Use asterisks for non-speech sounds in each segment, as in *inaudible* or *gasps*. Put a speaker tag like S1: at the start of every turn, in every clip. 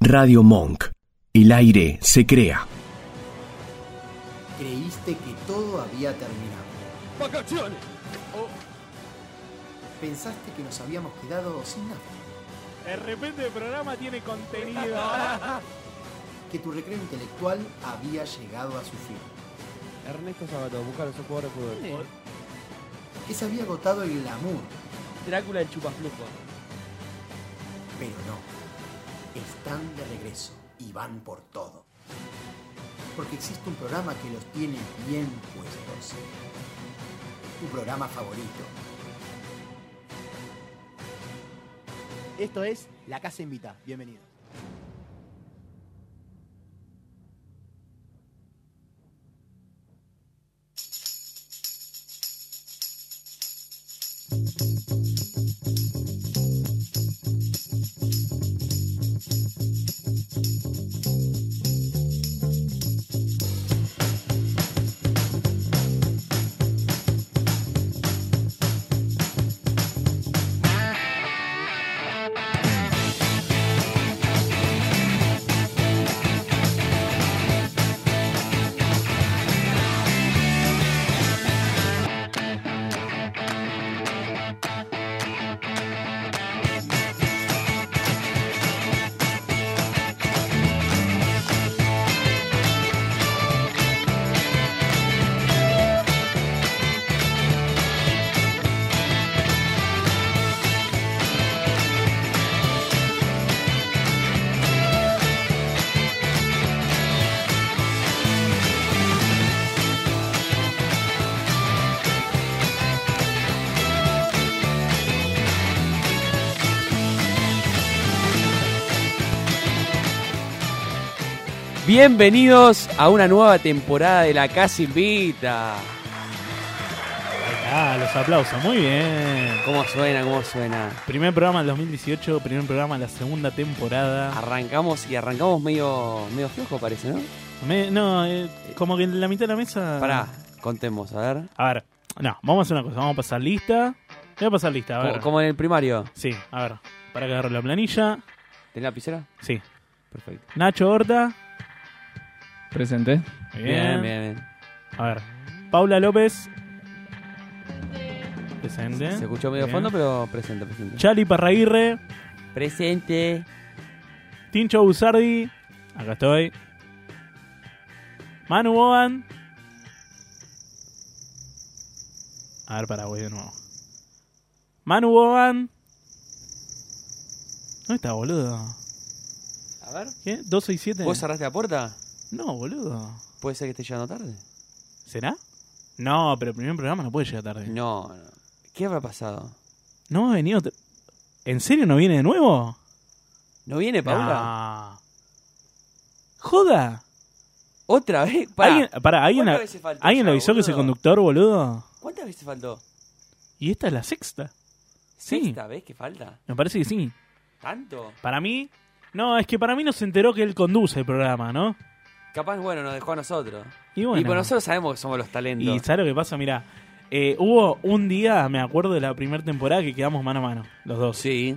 S1: Radio Monk. El aire se crea.
S2: Creíste que todo había terminado.
S3: ¡Vacaciones! Oh,
S2: Pensaste que nos habíamos quedado sin nada.
S3: De repente el programa tiene contenido.
S2: Que tu recreo intelectual había llegado a su fin.
S4: Ernesto Sabato, buscar esos jugadores de fútbol.
S2: Que se había agotado el glamour.
S4: Drácula el chupaflujo.
S2: Pero no. Están de regreso y van por todo. Porque existe un programa que los tiene bien puestos. Tu programa favorito.
S5: Esto es La Casa Invita. Bienvenido.
S4: Bienvenidos a una nueva temporada de La Casa Invita.
S6: Ah, los aplausos, muy bien.
S4: ¿Cómo suena? ¿Cómo suena?
S6: Primer programa del 2018, primer programa de la segunda temporada.
S4: Arrancamos y arrancamos medio, medio flojo, parece, ¿no?
S6: Me- no, eh, como que en la mitad de la mesa.
S4: Pará, contemos, a ver.
S6: A ver, no, vamos a hacer una cosa, vamos a pasar lista. Voy a pasar lista, a ver.
S4: Como- Como en el primario.
S6: Sí, a ver, para que agarre la planilla.
S4: ¿Tenés lapicera?
S6: Sí,
S4: Perfecto.
S6: Nacho Horta.
S7: Presente.
S4: Bien, bien, bien.
S6: A ver, Paula López. Presente.
S4: Se escuchó medio
S6: Bien.
S4: fondo, pero presente, presente.
S6: Chali Parraguirre.
S4: Presente.
S6: Tincho Busardi. Acá estoy. Manu Boban. A ver, para, voy de nuevo. Manu Boban. ¿Dónde está, boludo?
S4: A ver.
S6: ¿Qué? ¿267?
S4: ¿Vos cerraste la puerta?
S6: No, boludo.
S4: ¿Puede ser que esté llegando tarde?
S6: ¿Será? No, pero el primer programa no puede llegar tarde.
S4: No, no. ¿Qué habrá pasado?
S6: No ha venido. otro- ¿En serio no viene de nuevo?
S4: ¿No viene Paula?
S6: No. ¿Joda?
S4: ¿Otra vez? Pará.
S6: ¿Alguien, pará, ¿alguien,
S4: ¿Cuántas
S6: a-
S4: veces faltó
S6: ¿alguien
S4: ya,
S6: avisó que ese
S4: boludo?
S6: conductor, boludo?
S4: ¿Cuántas veces faltó?
S6: Y esta es la sexta. Sí.
S4: ¿Sexta vez que falta?
S6: Me parece que sí.
S4: ¿Tanto?
S6: Para mí. No, es que para mí no se enteró que él conduce el programa, ¿no?
S4: Capaz, bueno, nos dejó a nosotros.
S6: Y bueno.
S4: Y pues nosotros sabemos que somos los talentos.
S6: Y ¿sabes lo que pasa? Mirá. eh, hubo un día, me acuerdo de la primera temporada, que quedamos mano a mano, los dos.
S4: Sí.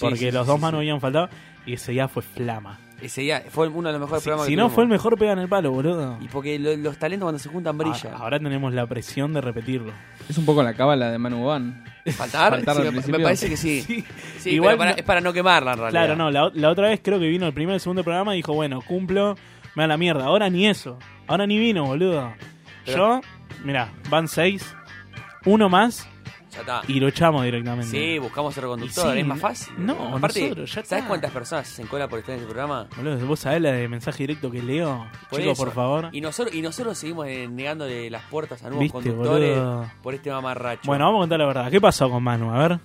S6: porque
S4: Sí, sí,
S6: los
S4: sí,
S6: dos
S4: sí,
S6: manos
S4: sí.
S6: habían faltado. Y ese día fue flama.
S4: Ese día fue uno de los mejores
S6: Si,
S4: programas
S6: si
S4: que
S6: no
S4: tuvimos.
S6: fue el mejor, pega en el palo, boludo.
S4: Y porque lo- los talentos cuando se juntan brillan.
S6: A- Ahora tenemos la presión de repetirlo.
S7: Es un poco la cábala de Manu Van.
S4: ¿Faltar?
S7: Faltar al
S4: Sí, me- me,
S7: principio.
S4: parece
S6: *laughs*
S4: que sí. Sí,
S6: Igual
S4: pero para-
S6: no-
S4: es para no quemarla en realidad.
S6: Claro, no, la, la otra vez creo que vino el primer, el segundo programa y dijo, bueno, cumplo, me da la mierda. Ahora ni eso. Ahora ni vino, boludo.
S4: Pero-
S6: Yo, mirá, van seis, uno más
S4: Ya está.
S6: y lo echamos directamente.
S4: Sí, buscamos otro
S6: Y
S4: conductor,
S6: sí,
S4: es más fácil.
S6: no,
S4: aparte,
S6: nosotros, ya
S4: ¿sabes
S6: está.
S4: cuántas personas se encolan por estar en este programa?
S6: Boludo, vos sabés la de mensaje directo que leo.
S4: Por
S6: Chicos,
S4: eso.
S6: por favor.
S4: Y nosotros, y nosotros seguimos eh, negándole las puertas a nuevos
S6: Viste,
S4: conductores
S6: boludo.
S4: por este mamarracho.
S6: Bueno, vamos a contar la verdad. ¿Qué pasó con Manu? A ver,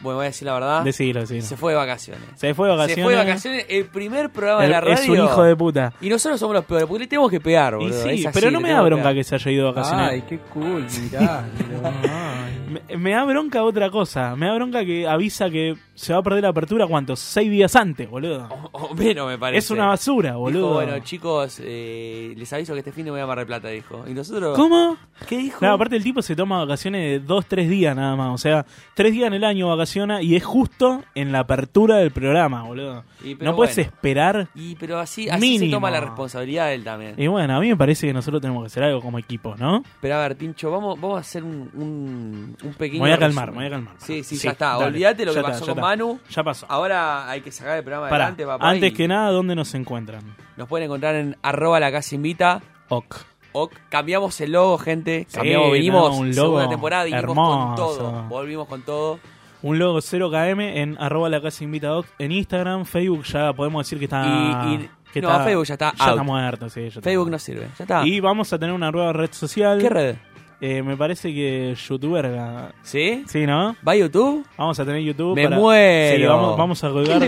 S4: Bueno, voy a decir la verdad.
S6: decilo, decilo.
S4: Se fue de vacaciones.
S6: Se fue de vacaciones.
S4: Se fue de vacaciones el primer programa de
S6: El-
S4: la radio.
S6: es un hijo de puta.
S4: Y nosotros somos los peores, porque le tenemos que pegar,
S6: Y
S4: boludo.
S6: sí,
S4: es así,
S6: pero no
S4: le
S6: me da
S4: tenemos
S6: bronca *laughs*
S4: pegar.
S6: que se haya ido de vacaciones.
S7: qué cool, mirá.
S6: Ay, Me, me da bronca otra cosa. Me da bronca que avisa que se va a perder la apertura, ¿cuántos? Seis días antes, boludo.
S4: O, o menos, me parece.
S6: es una basura,
S4: Dijo,
S6: boludo.
S4: bueno, chicos, eh, les aviso que este fin de voy a Mar del Plata, dijo. Y nosotros...
S6: ¿Cómo?
S4: ¿Qué dijo?
S6: Claro, aparte el tipo se toma vacaciones de dos, tres días nada más. O sea, tres días en el año vacaciona y es justo en la apertura del programa, Ah, boludo.
S4: Y, pero
S6: No puedes
S4: bueno.
S6: esperar.
S4: Y pero así, así se
S6: Mínimo.
S4: toma la responsabilidad él también.
S6: Y bueno, a mí me parece que nosotros tenemos que hacer algo como equipo, ¿no?
S4: Pero a ver, Tincho, vamos, vamos a hacer un, un, un
S6: Me
S4: pequeño.
S6: voy a calmar, me
S4: resumen.
S6: voy a calmar.
S4: Sí, sí,
S6: Sí,
S4: ya está.
S6: dale.
S4: Olvídate lo
S6: Ya
S4: que
S6: está,
S4: pasó
S6: ya
S4: con
S6: está.
S4: Manu.
S6: Ya pasó.
S4: Ahora hay que sacar el programa
S6: Pará,
S4: adelante, papá.
S6: antes
S4: y
S6: que nada, ¿dónde nos encuentran?
S4: Nos pueden encontrar en arroba la casa invita.
S6: Ok.
S4: O cambiamos el logo, gente.
S6: Sí,
S4: Cambiamos,
S6: no,
S4: vinimos.
S6: un logo
S4: segunda temporada, vinimos
S6: hermoso.
S4: con todo. Volvimos con todo.
S6: Un logo 0KM en arroba la casa invitado en Instagram, Facebook ya podemos decir que está...
S4: Y- y-
S6: que
S4: no, Facebook ya está
S6: Ya
S4: out.
S6: está muerto, sí. ya está
S4: Facebook no
S6: muerto.
S4: sirve. Ya está.
S6: Y vamos a tener una nueva red social.
S4: ¿Qué red?
S6: Eh, me parece que youtuberga.
S4: ¿Sí?
S6: Sí, ¿no?
S4: ¿Va YouTube?
S6: Vamos a tener YouTube.
S4: Me
S6: para-
S4: muero.
S6: Sí, vamos, vamos a colgar.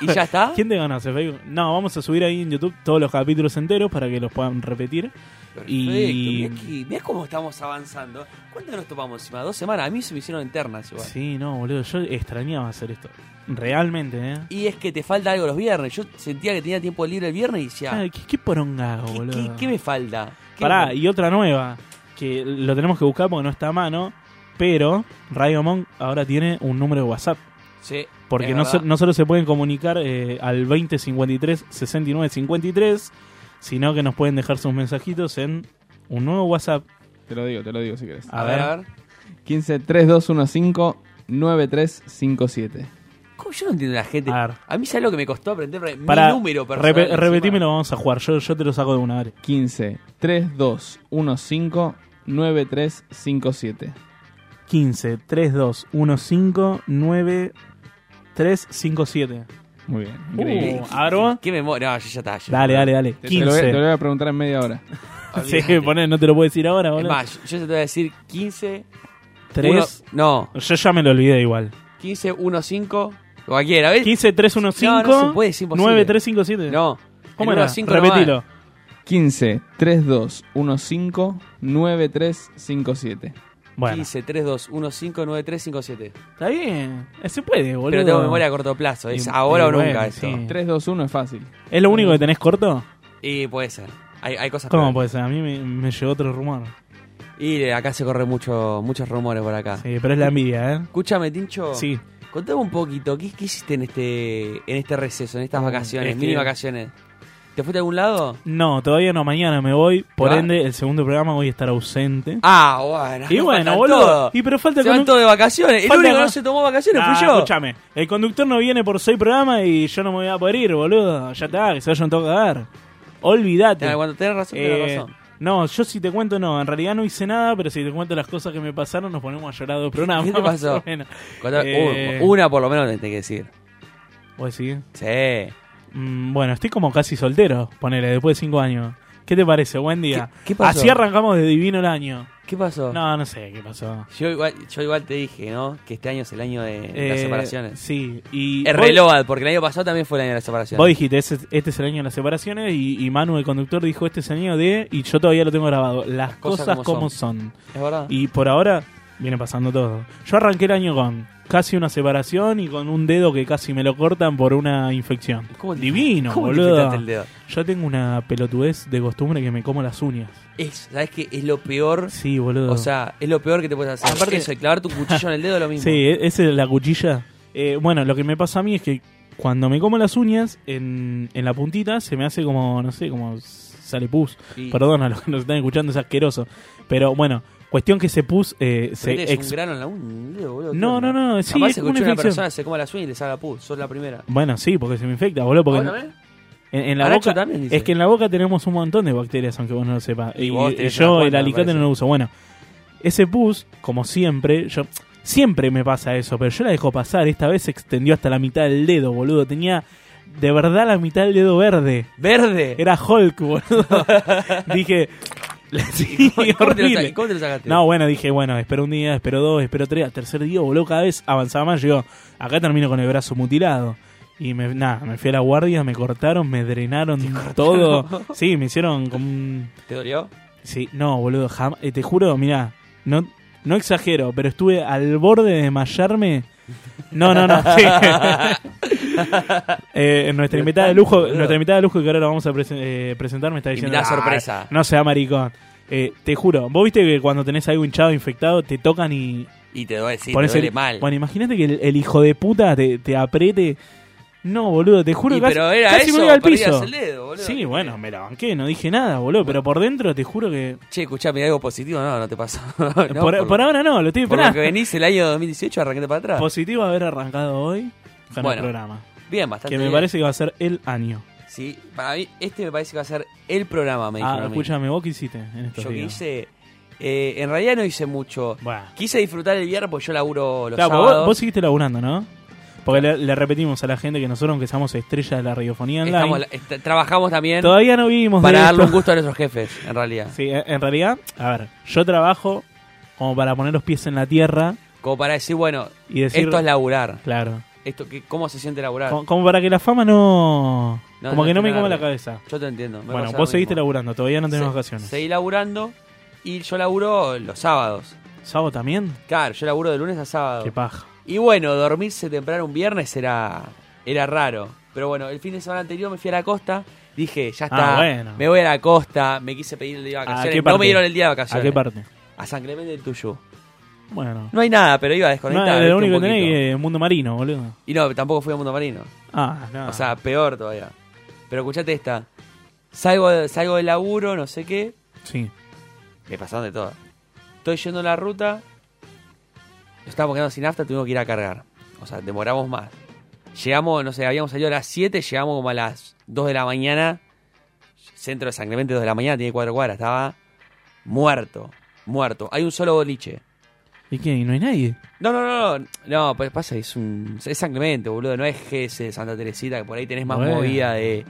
S4: ¿Y ya está?
S6: *laughs* ¿Quién te conoce, Facebook? No, vamos a subir ahí en YouTube todos los capítulos enteros para que los puedan repetir. Y-
S4: Perfecto. Mirá, que- mirá cómo estamos avanzando. ¿Cuánto nos topamos encima? Dos semanas. A mí se me hicieron internas igual.
S6: Sí, no, boludo. Yo extrañaba hacer esto. Realmente, ¿eh?
S4: Y es que te falta algo los viernes. Yo sentía que tenía tiempo libre el viernes y decía,
S6: Ah, ¿Qué, qué poronga hago,
S4: ¿qué,
S6: boludo?
S4: qué- qué me falta? ¿Qué
S6: Pará,
S4: me-
S6: y otra nueva, que lo tenemos que buscar porque no está a mano, pero Radio Monk ahora tiene un número de WhatsApp.
S4: Sí,
S6: Porque
S4: es
S6: no, so-
S4: verdad.
S6: no solo se pueden comunicar eh, al 2053 6953, sino que nos pueden dejar sus mensajitos en un nuevo WhatsApp.
S7: Te lo digo, te lo digo si querés.
S4: A, ver, a ver.
S7: 15 3215 9357.
S4: ¿Cómo yo no entiendo a la gente?
S6: A
S4: A,
S6: ver.
S4: mí es algo que me costó aprender re-
S6: Pará,
S4: mi número personal.
S6: repe-
S4: encima.
S6: repetímelo, vamos a jugar. Yo, yo te lo saco de una vez.
S7: 15 3215 9357.
S6: 15 3215 9357.
S7: Muy bien, increíble.
S6: Uh, a ver vos.
S4: ¿Qué memoria? No, yo ya está. yo-
S6: Dale, dale, dale.
S7: Te- Te, lo voy, te lo
S6: 15.
S7: voy a preguntar en media
S4: *laughs*
S7: hora.
S6: Sí, poné, no te lo puedo decir ahora,
S4: Es
S6: boludo.
S4: más, yo yo te voy a decir 15...
S6: 3.
S4: uno- no,
S6: Yo ya me lo olvidé igual.
S4: 15, 1, 5... Cualquiera, ¿ves?
S6: 15 315
S4: No, no se puede, es imposible.
S6: 9357.
S4: No.
S6: ¿Cómo
S4: el
S6: era?
S4: 1-5 nomás.
S6: Repetilo.
S7: 15 3215 9357.
S6: Bueno,
S4: 15, 3, 2, 1, 5, 9, 3, 5, 7.
S6: está bien. Eh, Se puede, boludo.
S4: Pero tengo memoria a corto plazo. Es
S6: Y-
S4: ahora
S6: y
S4: o nunca
S6: bueno,
S4: eso.
S6: sí.
S7: 321 es fácil.
S6: ¿Es lo único que tenés corto?
S4: Y puede ser. Hay, hay cosas
S6: ¿Cómo puede
S4: peores.
S6: ser? A mí me, me llegó otro rumor.
S4: Y acá se corren mucho, muchos rumores por acá.
S6: Sí, pero es la envidia, ¿eh?
S4: Escúchame, Tincho.
S6: Sí.
S4: Contame un poquito, ¿qué, qué hiciste en este en este receso, en estas vacaciones,
S6: Mm, es que-
S4: mini vacaciones? ¿Te fuiste a algún lado?
S6: No, todavía no. Mañana me voy. Por
S4: Ah.
S6: ende, el segundo programa voy a estar ausente.
S4: Ah, bueno.
S6: y
S4: no
S6: bueno,
S4: faltan
S6: boludo.
S4: todos.
S6: Y pero falta
S4: Se van
S6: conduc-
S4: todos de vacaciones. El
S6: falta
S4: único que
S6: con-
S4: no se tomó vacaciones
S6: Ah,
S4: fui yo.
S6: Escúchame, el conductor no viene por seis programas y yo no me voy a poder ir, boludo. Ya está, que se vayan todos a cagar. Olvídate.
S4: Tenés- Cuando tenés razón, tenés
S6: Eh,
S4: razón.
S6: No, yo si te cuento, no. En realidad no hice nada, pero si te cuento las cosas que me pasaron, nos ponemos a llorar dos programas.
S4: ¿Qué te
S6: más
S4: pasó?
S6: o menos.
S4: Contame-
S6: eh,
S4: uh, una por lo menos tenés que decir.
S6: ¿Vos decís?
S4: Sí.
S6: Mm, bueno, estoy como casi soltero, ponele, después de cinco años. ¿Qué te parece? Buen día.
S4: ¿Qué- qué pasó?
S6: Así arrancamos de divino el año.
S4: ¿Qué pasó?
S6: No, no sé qué pasó.
S4: Yo igual, yo igual te dije, ¿no? Que este año es el año de de las
S6: Eh,
S4: separaciones.
S6: Sí, y.
S4: Es
S6: vos-
S4: reloj, porque el año pasado también fue el año de las separaciones.
S6: Vos dijiste, ese- este es el año de las separaciones y, y Manu, el conductor, dijo, este es el año de, y yo todavía lo tengo grabado, las, cosas, como, son.
S4: Es verdad.
S6: Y por ahora viene pasando todo. Yo arranqué el año con casi una separación y con un dedo que casi me lo cortan por una infección.
S4: ¿Cómo te-
S6: Divino,
S4: ¿Cómo te
S6: boludo.
S4: pintaste el dedo?
S6: Yo tengo una pelotudez de costumbre que me como las uñas.
S4: Es, ¿Sabes qué? Es lo peor.
S6: Sí, boludo.
S4: O sea, es lo peor que te puedes hacer.
S6: Aparte-
S4: Aparte eso, de clavar tu cuchillo en el dedo es lo mismo.
S6: Sí, e- esa es la cuchilla. Eh, bueno, lo que me pasa a mí es que cuando me como las uñas, en, en la puntita se me hace como, no sé, como sale pus.
S4: Y-
S6: Perdón a los que nos están escuchando, es asqueroso. Pero bueno, cuestión que ese pus eh, se
S4: Tenés
S6: ex-
S4: un grano en la un dedo, boludo.
S6: No,
S4: ¿Qué onda?
S6: no, no, sí,
S4: Capaz
S6: es
S4: se
S6: como una
S4: escuchó una
S6: infección.
S4: persona, se coma la suya y le salga pus. Sos la primera.
S6: Bueno, sí, porque se me infecta, boludo. Porque
S4: Ahora,
S6: en,
S4: ¿ves?
S6: en la
S4: Aracho
S6: boca.
S4: también dice.
S6: es que en la boca tenemos un montón de bacterias, aunque vos no lo sepas.
S4: Y
S6: Y,
S4: vos
S6: y
S4: tenés unas
S6: yo el
S4: cuantas, me
S6: alicate no
S4: parece.
S6: lo uso. Bueno, ese pus, como siempre, yo. Siempre me pasa eso, pero yo la dejo pasar. Esta vez se extendió hasta la mitad del dedo, boludo. Tenía de verdad la mitad del dedo verde.
S4: ¡Verde!
S6: Era Hulk,
S4: *laughs*
S6: boludo. Dije. *laughs* Sí,
S4: ¿Cómo, cómo te lo sa-
S6: horrible.
S4: cómo te lo sacaste?
S6: No, bueno, dije, bueno, espero un día, espero dos, espero tres, al tercer día, boludo, cada vez avanzaba más, llegó, acá termino con el brazo mutilado. Y me, nada, me fui a la guardia, me cortaron, me drenaron todo. Sí, me hicieron como un...
S4: ¿Te dolió?
S6: Sí, no, boludo, jamás, te juro, eh, mirá, no, No exagero, pero estuve al borde de desmayarme. No, no, *laughs* no.
S4: *laughs*
S6: sí. Eh, nuestra invitada de lujo, nuestra invitada de lujo que ahora la vamos a presen- eh, presentar me está diciendo.
S4: Invitada
S6: "Ah,
S4: sorpresa".
S6: No sea maricón. Eh, te juro, vos viste que cuando tenés algo hinchado, infectado, te tocan y
S4: Y te duele, sí, te
S6: ponés
S4: duele
S6: el-
S4: mal.
S6: Bueno, imagínate que el, el hijo de puta te, te apriete. No, boludo, te juro
S4: Y
S6: que casi,
S4: pero era
S6: casi
S4: eso,
S6: me iba al
S4: perdías
S6: piso.
S4: el dedo, boludo.
S6: sí, bueno, me la banqué, no dije nada, boludo, pero por dentro te juro que.
S4: Che, escuchame, algo positivo no, no te pasó. *laughs* No,
S6: por, por ahora no, lo estoy
S4: por lo
S6: esperando.
S4: que venís el año 2018, arranquete para atrás.
S6: Positivo haber arrancado hoy con el
S4: Bueno,
S6: programa.
S4: bien, bastante
S6: Que me
S4: bien.
S6: parece que va a ser el año.
S4: Sí, para mí este me parece que va a ser el programa, me
S6: Ah,
S4: dijeron a mí.
S6: escúchame, ¿vos qué hiciste en estos
S4: Yo que
S6: días?
S4: hice... eh, en realidad no hice mucho.
S6: Bueno.
S4: Quise disfrutar el viernes porque yo laburo los
S6: Claro, vos,
S4: sábados.
S6: vos seguiste laburando, ¿no? Porque le, le repetimos a la gente que nosotros, aunque somos estrellas de la radiofonía online,
S4: Estamos- est- trabajamos también
S6: todavía no vimos de
S4: para darle
S6: esto.
S4: un gusto a nuestros jefes, en realidad.
S6: Sí, en en realidad, a ver, yo trabajo como para poner los pies en la tierra
S4: Como para decir, bueno,
S6: y decir.
S4: esto es laburar.
S6: Claro.
S4: Esto, que, ¿Cómo se siente laburar?
S6: Como, como para que la fama no.
S4: Ah. No,
S6: como
S4: no
S6: que no me
S4: tiene
S6: coma la
S4: nada que ver.
S6: cabeza.
S4: Yo te entiendo. me
S6: Bueno,
S4: pasa
S6: vos
S4: lo
S6: seguiste
S4: mismo.
S6: laburando, todavía no tenemos
S4: Se-
S6: vacaciones.
S4: Seguí laburando y yo laburo los sábados.
S6: ¿Sábado también?
S4: Claro, yo laburo de lunes a sábado.
S6: Qué paja.
S4: Y bueno, dormirse temprano un viernes era, era raro. Pero bueno, el fin de semana anterior me fui a la costa. Dije, ya está,
S6: Ah, bueno.
S4: me voy a la costa. Me quise pedir el día de
S6: ¿A qué
S4: vacaciones.
S6: parte?
S4: No me dieron el día de
S6: ¿A
S4: vacaciones.
S6: qué parte?
S4: A San Clemente del Tuyú.
S6: Bueno.
S4: No hay nada, pero iba a
S6: No,
S4: desconectar. ¿viste?
S6: lo
S4: Un
S6: único que tenés
S4: poquito.
S6: es mundo marino, boludo.
S4: Y no, tampoco fui a Mundo Marino.
S6: Ah, no.
S4: O sea, peor todavía. Pero escuchate esta. Salgo, de- salgo del laburo, no sé qué.
S6: sí.
S4: Me pasaron de todo. Estoy yendo la ruta. Nos estábamos quedando sin nafta, tuvimos que ir a cargar. O sea, demoramos más. Llegamos, no sé, habíamos salido a las 7, llegamos como a las 2 de la mañana. Centro de San Clemente, 2 de la mañana, tiene cuatro cuadras. Estaba muerto, muerto. Hay un solo boliche.
S6: ¿Y qué? ¿Y no hay nadie?
S4: No, no, no, no, no, pues pasa, es un. Es San Clemente, boludo, no es GS Santa Teresita, que por ahí tenés más
S6: Bueno.
S4: movida de,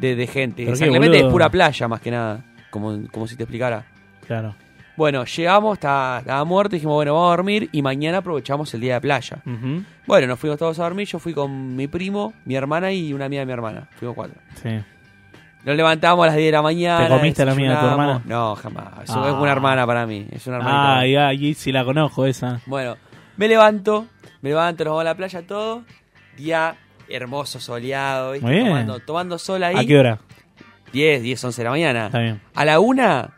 S4: de, de gente.
S6: ¿Pero
S4: San
S6: qué,
S4: Clemente
S6: boludo?
S4: es pura playa, más que nada, como, como si te explicara.
S6: Claro.
S4: Bueno, llegamos, estaba, estaba muerto, dijimos, bueno, vamos a dormir y mañana aprovechamos el día de playa.
S6: Ujú.
S4: Bueno, nos fuimos todos a dormir, yo fui con mi primo, mi hermana y una amiga de mi hermana, fuimos cuatro.
S6: Sí.
S4: Nos levantamos a las 10 de Ah, la mañana.
S6: ¿Te comiste a la amiga de tu
S4: desayunamos.
S6: hermana?
S4: No, jamás, Eso
S6: Ah.
S4: es una hermana para mí, es una hermanita. para mí.
S6: Ay, ay, si la conozco esa.
S4: Bueno, me levanto, me levanto, nos vamos a la playa todo. Día hermoso, soleado, ¿viste?
S6: Muy bien.
S4: Tomando, tomando sol ahí.
S6: ¿A qué hora?
S4: 10, 10, 11 de la mañana.
S6: Está bien.
S4: A la una,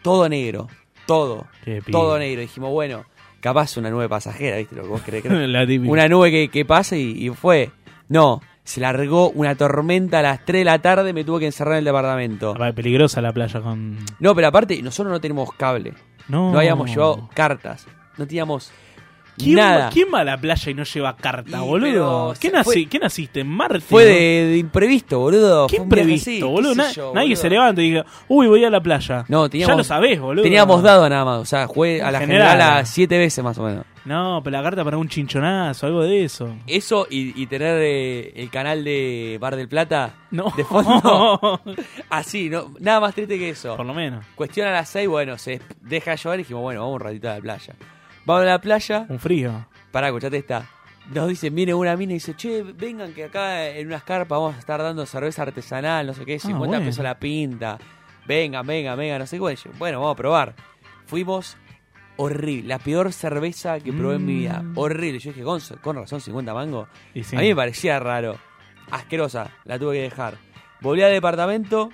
S4: todo negro, todo,
S6: Qué pibe.
S4: todo negro. Dijimos, bueno, capaz una nube pasajera, ¿viste? Lo que vos querés
S6: *laughs*
S4: creer.
S6: la típica.
S4: una nube que, que pasa y, y fue. No, se largó una tormenta a las 3 de la tarde, me tuve que encerrar en el departamento.
S6: Ah, Peligrosa la playa con.
S4: No, pero aparte, nosotros no tenemos cable.
S6: No.
S4: No habíamos llevado cartas. No teníamos
S6: ¿Quién,
S4: nada.
S6: ¿Quién va a la playa y no lleva carta,
S4: Y,
S6: boludo?
S4: pero,
S6: ¿Qué,
S4: se-
S6: nací-
S4: fue-
S6: ¿Qué naciste? ¿En Marte?
S4: Fue de, de imprevisto, boludo.
S6: ¿Qué
S4: Fue un viaje
S6: imprevisto,
S4: así,
S6: boludo?
S4: qué sé
S6: Na-
S4: yo,
S6: nadie
S4: boludo.
S6: se levanta y diga, uy, voy a la playa.
S4: No, teníamos-
S6: Ya lo sabés, boludo.
S4: Teníamos dado nada más, o sea, jugué a la
S6: General.
S4: general, a siete veces más o menos.
S6: No, pero la carta para un chinchonazo, algo de eso.
S4: Eso y, y tener eh, el canal de Bar del Plata
S6: No. *laughs*
S4: de fondo. Así, no, nada más triste que eso.
S6: Por lo menos.
S4: Cuestión a las seis, bueno, se deja llover y dijimos, bueno, vamos un ratito a la playa. Vamos a la playa,
S6: Un frío.
S4: pará, escuchate esta. Nos dicen, viene una mina y dice, che, vengan que acá en unas carpas vamos a estar dando cerveza artesanal, no sé qué, 50
S6: Ah, bueno.
S4: pesos la pinta. Vengan, vengan, vengan, no sé qué. Bueno, yo, Bueno, vamos a probar. Fuimos horrible, la peor cerveza que probé en mi vida.
S6: Mm.
S4: Horrible. Yo dije, Gonzo, con razón, 50 mangos.
S6: Y sí.
S4: A mí me parecía raro. Asquerosa, la tuve que dejar. Volví al departamento.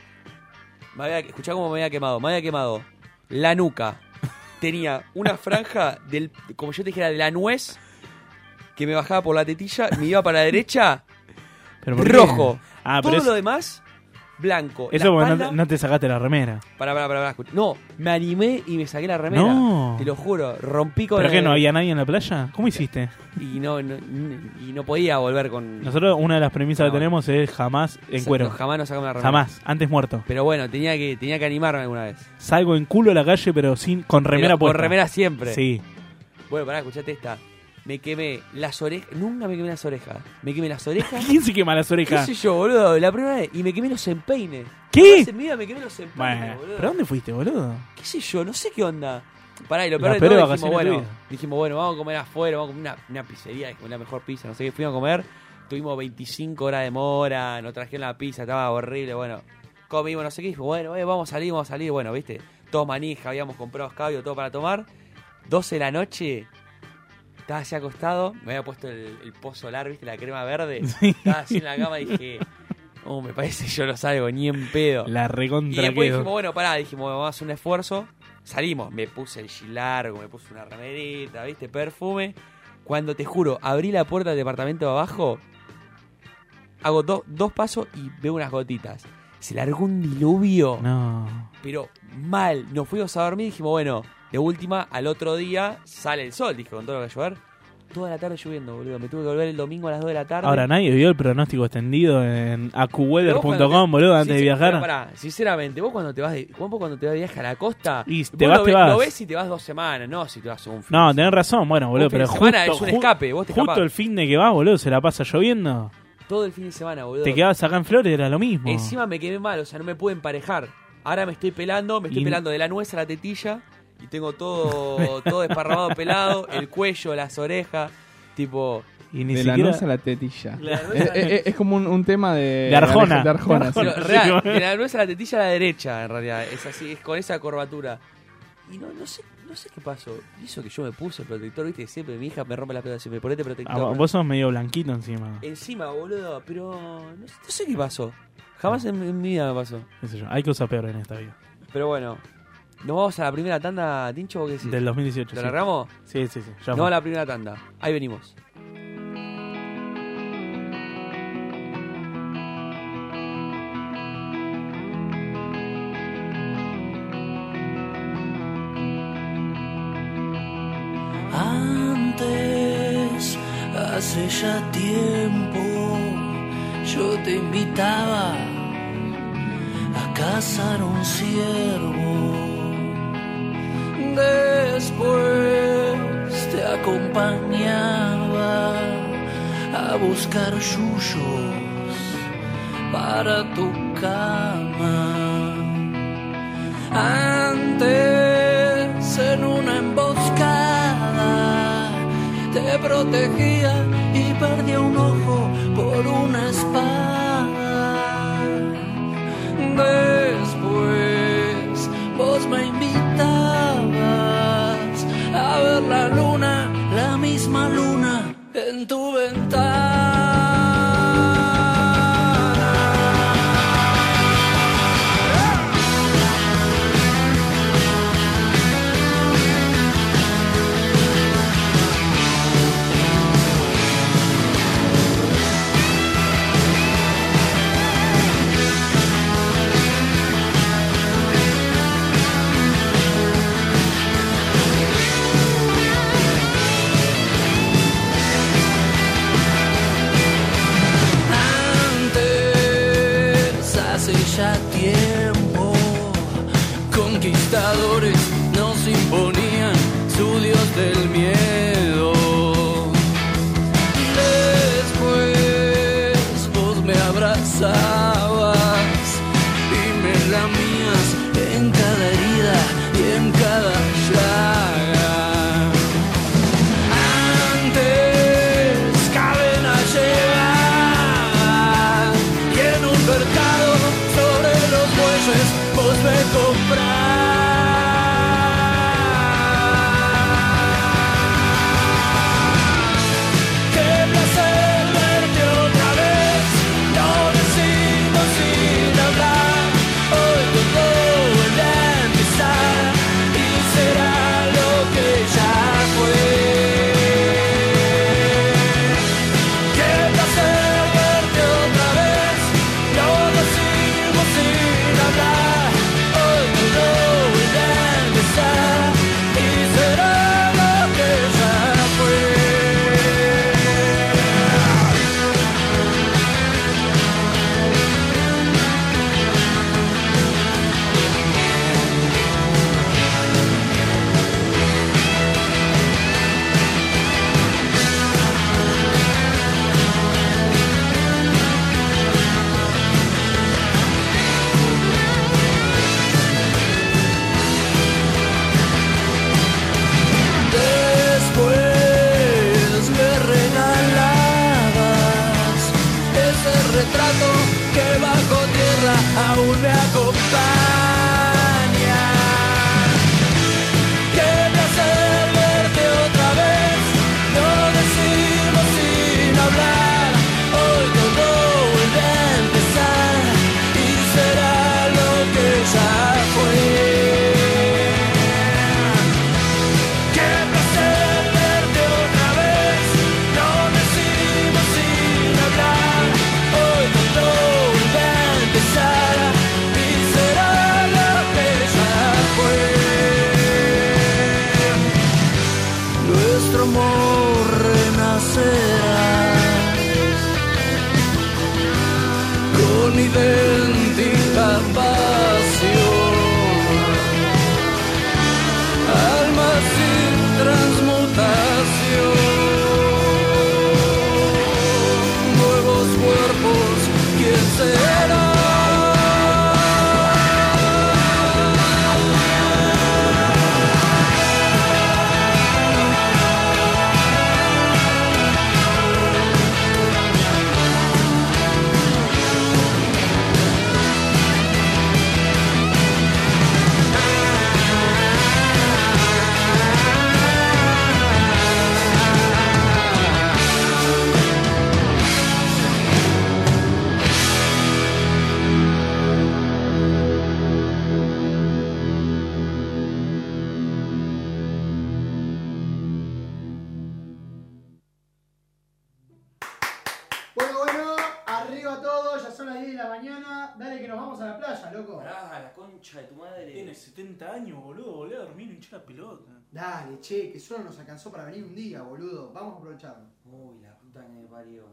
S4: Me había, escuchá cómo me había quemado. Me había quemado la nuca. Tenía una franja del, como yo te dijera, de la nuez que me bajaba por la tetilla, me iba para la
S6: *laughs*
S4: derecha,
S6: Pero ¿por qué?
S4: rojo.
S6: Ah,
S4: Todo
S6: pero es-
S4: lo demás, blanco. La
S6: eso porque no
S4: espalda-
S6: te, no te sacaste la remera.
S4: Pará, pará, pará, pará, escuchá. No, me animé y me saqué la remera.
S6: No.
S4: Te lo juro, rompí con
S6: ¿Pero qué?
S4: el-
S6: ¿No había nadie en la playa? ¿Cómo hiciste?
S4: y no, no- y no podía volver con
S6: Nosotros, una de las premisas
S4: No.
S6: que tenemos es jamás en cuero.
S4: No, jamás nos sacamos la remera.
S6: Jamás. Antes muerto.
S4: Pero bueno, tenía que, tenía que animarme alguna vez.
S6: Salgo en culo a la calle, pero sin con remera
S4: Pero con
S6: puesta.
S4: remera siempre.
S6: Sí.
S4: Bueno, pará, escuchate esta. Me quemé las orejas. Nunca me quemé las orejas. Me
S6: *laughs*
S4: quemé las orejas.
S6: ¿Quién se quema las
S4: ¿Qué
S6: orejas?
S4: sé yo, boludo? La primera vez. Y me quemé los empeines.
S6: ¿Qué?
S4: Hace mi vida me quemé los empeines,
S6: Bueno,
S4: boludo.
S6: ¿pero dónde fuiste, boludo?
S4: ¿Qué sé yo? No sé qué onda. Pará, y lo
S6: Las
S4: peor de
S6: peores
S4: todo, dijimos,
S6: vacaciones de
S4: bueno,
S6: tu vida.
S4: dijimos, bueno, vamos a comer afuera, vamos a comer una, una pizzería, dijimos, la mejor pizza, no sé qué. Fuimos a comer, tuvimos 25 horas de mora, nos trajeron la pizza, estaba horrible, bueno. Comimos, no sé qué, dijimos, bueno, eh, vamos a salir, vamos a salir, bueno, viste, todos manija, habíamos comprado escabio, todo para tomar. 12 de la noche. Estaba así acostado, me había puesto el, el pozo solar, ¿viste? La crema verde.
S6: *laughs*
S4: Estaba así en la cama y dije, oh, me parece que yo no salgo, ni en pedo.
S6: La
S4: Y
S6: recontra
S4: después
S6: quedo.
S4: dijimos, bueno, pará, dijimos, bueno, vamos a hacer un esfuerzo. Salimos, me puse el gil largo, me puse una remerita, ¿viste? Perfume. Cuando te juro, abrí la puerta del departamento de abajo, hago do- dos pasos y veo unas gotitas. Se largó un diluvio,
S6: No.
S4: pero mal. Nos fuimos a dormir y dijimos, bueno, de última, al otro día sale el sol, dije, con todo lo que va a llover. Toda la tarde lloviendo, boludo. Me tuve que volver el domingo a las 2 de la tarde.
S6: Ahora nadie vio el pronóstico extendido en
S4: Pero vos cuando
S6: acuweather.com,
S4: te-
S6: boludo, antes
S4: Sí,
S6: de
S4: sí,
S6: viajar.
S4: pero pará, sinceramente, vos cuando te vas de, vos cuando te vas de viaje a la costa,
S6: Y
S4: vos
S6: te vas,
S4: lo,
S6: te
S4: ve-
S6: vas.
S4: lo ves y te vas dos semanas, no si te vas un fin.
S6: no, tenés razón, bueno, boludo,
S4: Un fin de
S6: pero justo,
S4: semana es un
S6: ju-
S4: escape, vos te
S6: justo
S4: escapás.
S6: el fin de que vas, boludo, se la pasa lloviendo.
S4: Todo el fin de semana, boludo.
S6: Te quedabas acá en Flores, era lo mismo.
S4: Encima me quedé mal, o sea, no me pude emparejar. Ahora me estoy pelando, me estoy
S6: Y-
S4: pelando de la nuez a la tetilla y tengo
S6: *laughs*
S4: todo todo desparramado pelado, el cuello, las orejas, tipo
S6: y ni
S7: De la
S6: siquiera...
S7: nuez a la tetilla.
S6: La nuez
S7: Es,
S6: a la
S7: es- es como un, un tema de...
S6: De Arjona.
S7: De Eh, Arjona, sí.
S4: Pero,
S6: Bueno,
S4: real,
S6: sí,
S4: de la nuez a la tetilla a la derecha, en realidad. Es así, es con esa curvatura. Y no, no sé, no sé qué pasó. Y eso que yo me puse el protector, viste, que siempre mi hija me rompe la pelota, siempre ponete protector.
S6: Ah, vos- vos sos medio blanquito encima.
S4: Encima, boludo, pero no sé, no sé qué pasó. Jamás en, en mi vida me pasó.
S6: Qué sé yo, Hay cosas peores en esta vida.
S4: Pero bueno, nos vamos a la primera tanda, Tincho, ¿vos qué decís?
S6: Del 2018.
S4: ¿Lo
S6: sí.
S4: largamos?
S6: Sí, sí, sí. ya
S4: No,
S6: fue.
S4: a la primera tanda. Ahí venimos.
S8: Antes, hace ya tiempo, yo te invitaba a cazar un ciervo. Después te acompañaba a buscar yuyos para tu cama. Antes en una emboscada te protegía y perdía un ojo por una espada. Después vos me invitabas a ver la luna, la misma luna en tu ventana. Antes, hace ya tiempo, conquistadores nos imponían su dios del miedo. Después vos me abrazabas y me lamías en cada herida y en cada llaga. Antes cadena llegar y en un mercado sobre los bueyes vos me comprar. Qué placer verte otra vez, no decido sin hablar, hoy todo vuelve a empezar y será lo que ya fue. Qué placer verte otra vez, no nos sigo sin hablar. Hoy todo vuelve a empezar y será lo que ya fue. Después me regalabas ese retrato que bajo tierra aún me acompaña. Qué placer
S9: con idéntica pasión. Almas sin transmutación. Nuevos cuerpos, ¿quién será?
S2: Bueno, bueno, arriba todos, ya son las 10 de la mañana. Dale que nos vamos a la playa, loco.
S4: Pará, la concha de tu
S6: Tiene
S4: madre.
S6: 70 años, boludo. Volví a dormir y hinchó la pelota.
S2: Dale, che, que solo nos alcanzó para venir un día, boludo. Vamos a aprovecharlo.
S4: Uy, la puta que me parió.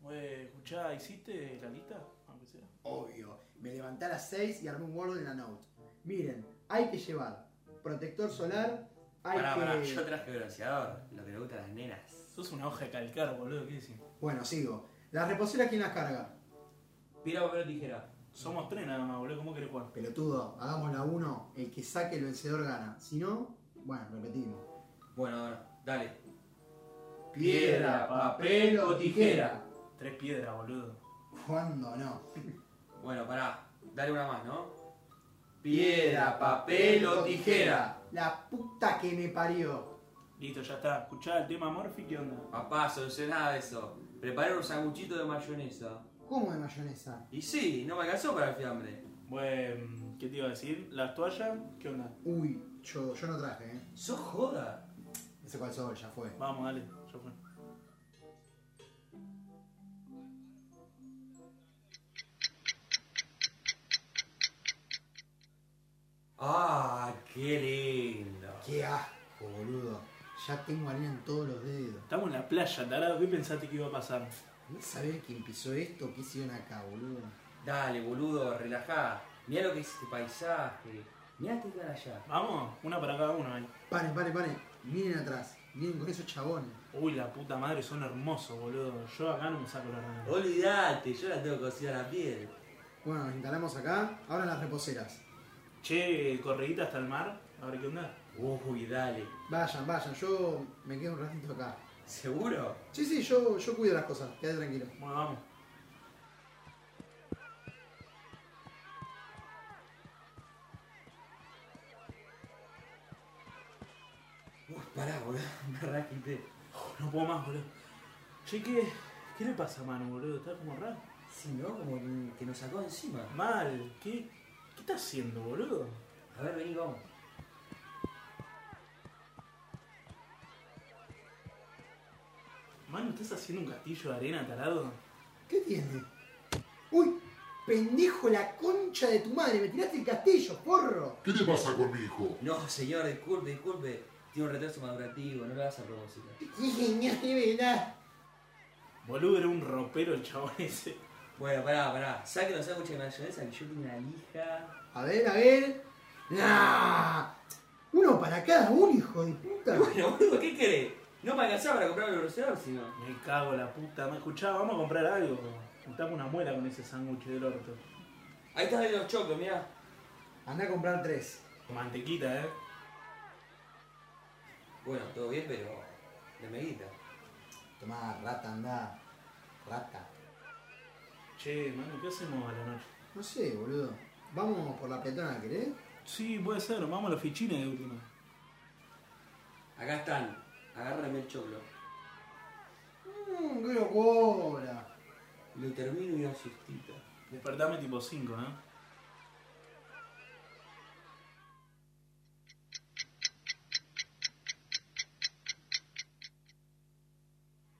S6: Güey, escuchá, ¿hiciste la lista? Aunque sea.
S2: Obvio. Me levanté a las 6 y armé un Word en la note. Miren, hay que llevar protector solar, hay
S4: Pará,
S2: que...
S4: pará, yo traje bronceador, lo que le gusta a las nenas.
S6: Sos una hoja de calcar, boludo. ¿Qué decís?
S2: Bueno, sigo. Las reposeras, ¿quién las carga?
S4: Pira, papel o tijera.
S6: Somos tres nada más, boludo. ¿Cómo querés jugar?
S2: Pelotudo, hagamos la 1. El que saque el vencedor gana. Si no, bueno, repetimos.
S4: Bueno, ahora, dale.
S2: Piedra, papel o tijera.
S6: Tres piedras, boludo.
S2: ¿Cuándo no?
S4: Bueno, pará, dale una más, ¿no?
S2: La puta que me parió.
S6: Listo, ya está. Escuchá el tema Morphy, ¿qué onda?
S4: Papá, solucioná eso. Preparé un sanguchito de mayonesa.
S2: ¿Cómo de mayonesa?
S4: Y sí, no me alcanzó para el fiambre.
S6: Bueno, ¿qué te iba a decir? ¿Las toallas? ¿Qué onda?
S2: Uy, yo, yo no traje, ¿eh?
S4: ¿Sos joda?
S2: No sé cuál sol, ya fue.
S6: Vamos, dale. Yo fui.
S4: ¡Ah, qué lindo!
S2: Qué asco, boludo. Ya tengo harina en todos los dedos.
S6: Estamos en la playa, tarado. ¿Qué pensaste que iba a pasar?
S2: ¿Querés saber quién pisó esto? ¿Qué hicieron acá, boludo?
S4: Dale, boludo, relajá. Mirá lo que es este paisaje. Mirá este lugar allá.
S6: Vamos, una para cada uno, eh. ahí.
S2: Paren, paren, paren. Miren atrás. Miren con esos chabones.
S6: Uy, la puta madre, son hermosos, boludo. Yo acá no me saco la remera.
S4: Olvidate, yo la tengo cocida a la piel.
S2: Bueno, nos instalamos acá. Ahora las reposeras.
S6: Che, corredita hasta el mar. A ver qué onda.
S4: Uy, dale.
S2: Vayan, vayan. Yo me quedo un ratito acá.
S4: ¿Seguro?
S2: Sí, sí, yo, yo cuido las cosas. Quédate tranquilo.
S6: Bueno, vamos.
S4: Uy, pará, boludo. *laughs* Me raquité.
S6: No puedo más, boludo. Che, ¿qué, qué le pasa a Manu, boludo? Está como raro.
S4: Sí, ¿no? Como que- que nos sacó encima.
S6: Mal. ¿Qué, qué está haciendo, boludo?
S4: A ver, vení, vamos.
S6: Manu, ¿estás haciendo un castillo de arena, tarado?
S2: ¿Qué tiene? ¡Uy! ¡Pendejo la concha de tu madre! ¡Me tiraste el castillo, porro!
S10: ¿Qué te pasa con mi hijo?
S4: No, señor, disculpe, disculpe. Tiene un retraso madurativo, no lo vas a propósito.
S2: ¡Qué genial de verdad!
S6: Boludo, era un ropero el chabón ese.
S4: Bueno, pará, pará. Saquen los sándwiches de mayonesa que yo tengo una lija.
S2: A ver, a ver. ¡Nah! Uno para cada uno, hijo de puta.
S4: *laughs* Bueno, boludo, ¿qué querés? No me alcanzaba para comprar el bronceador, sino.
S6: Me cago en la puta. Me escuchaba, vamos a comprar algo. Juntamos una muela con ese sándwich del orto.
S4: Ahí están los chocos, mirá.
S2: Anda a comprar tres.
S6: Mantequita, eh.
S4: Bueno, todo bien, pero. De medita.
S2: Tomá, rata, andá. Rata.
S6: Che, Manu, ¿qué hacemos a la noche?
S2: No sé, boludo. Vamos por la peatona, ¿querés?
S6: Sí, puede ser. Vamos a los fichines de última.
S4: Acá están. Agárrame el choclo.
S2: Mmm, qué locura.
S4: Lo termino y una siestita.
S6: Despertame tipo 5, ¿eh?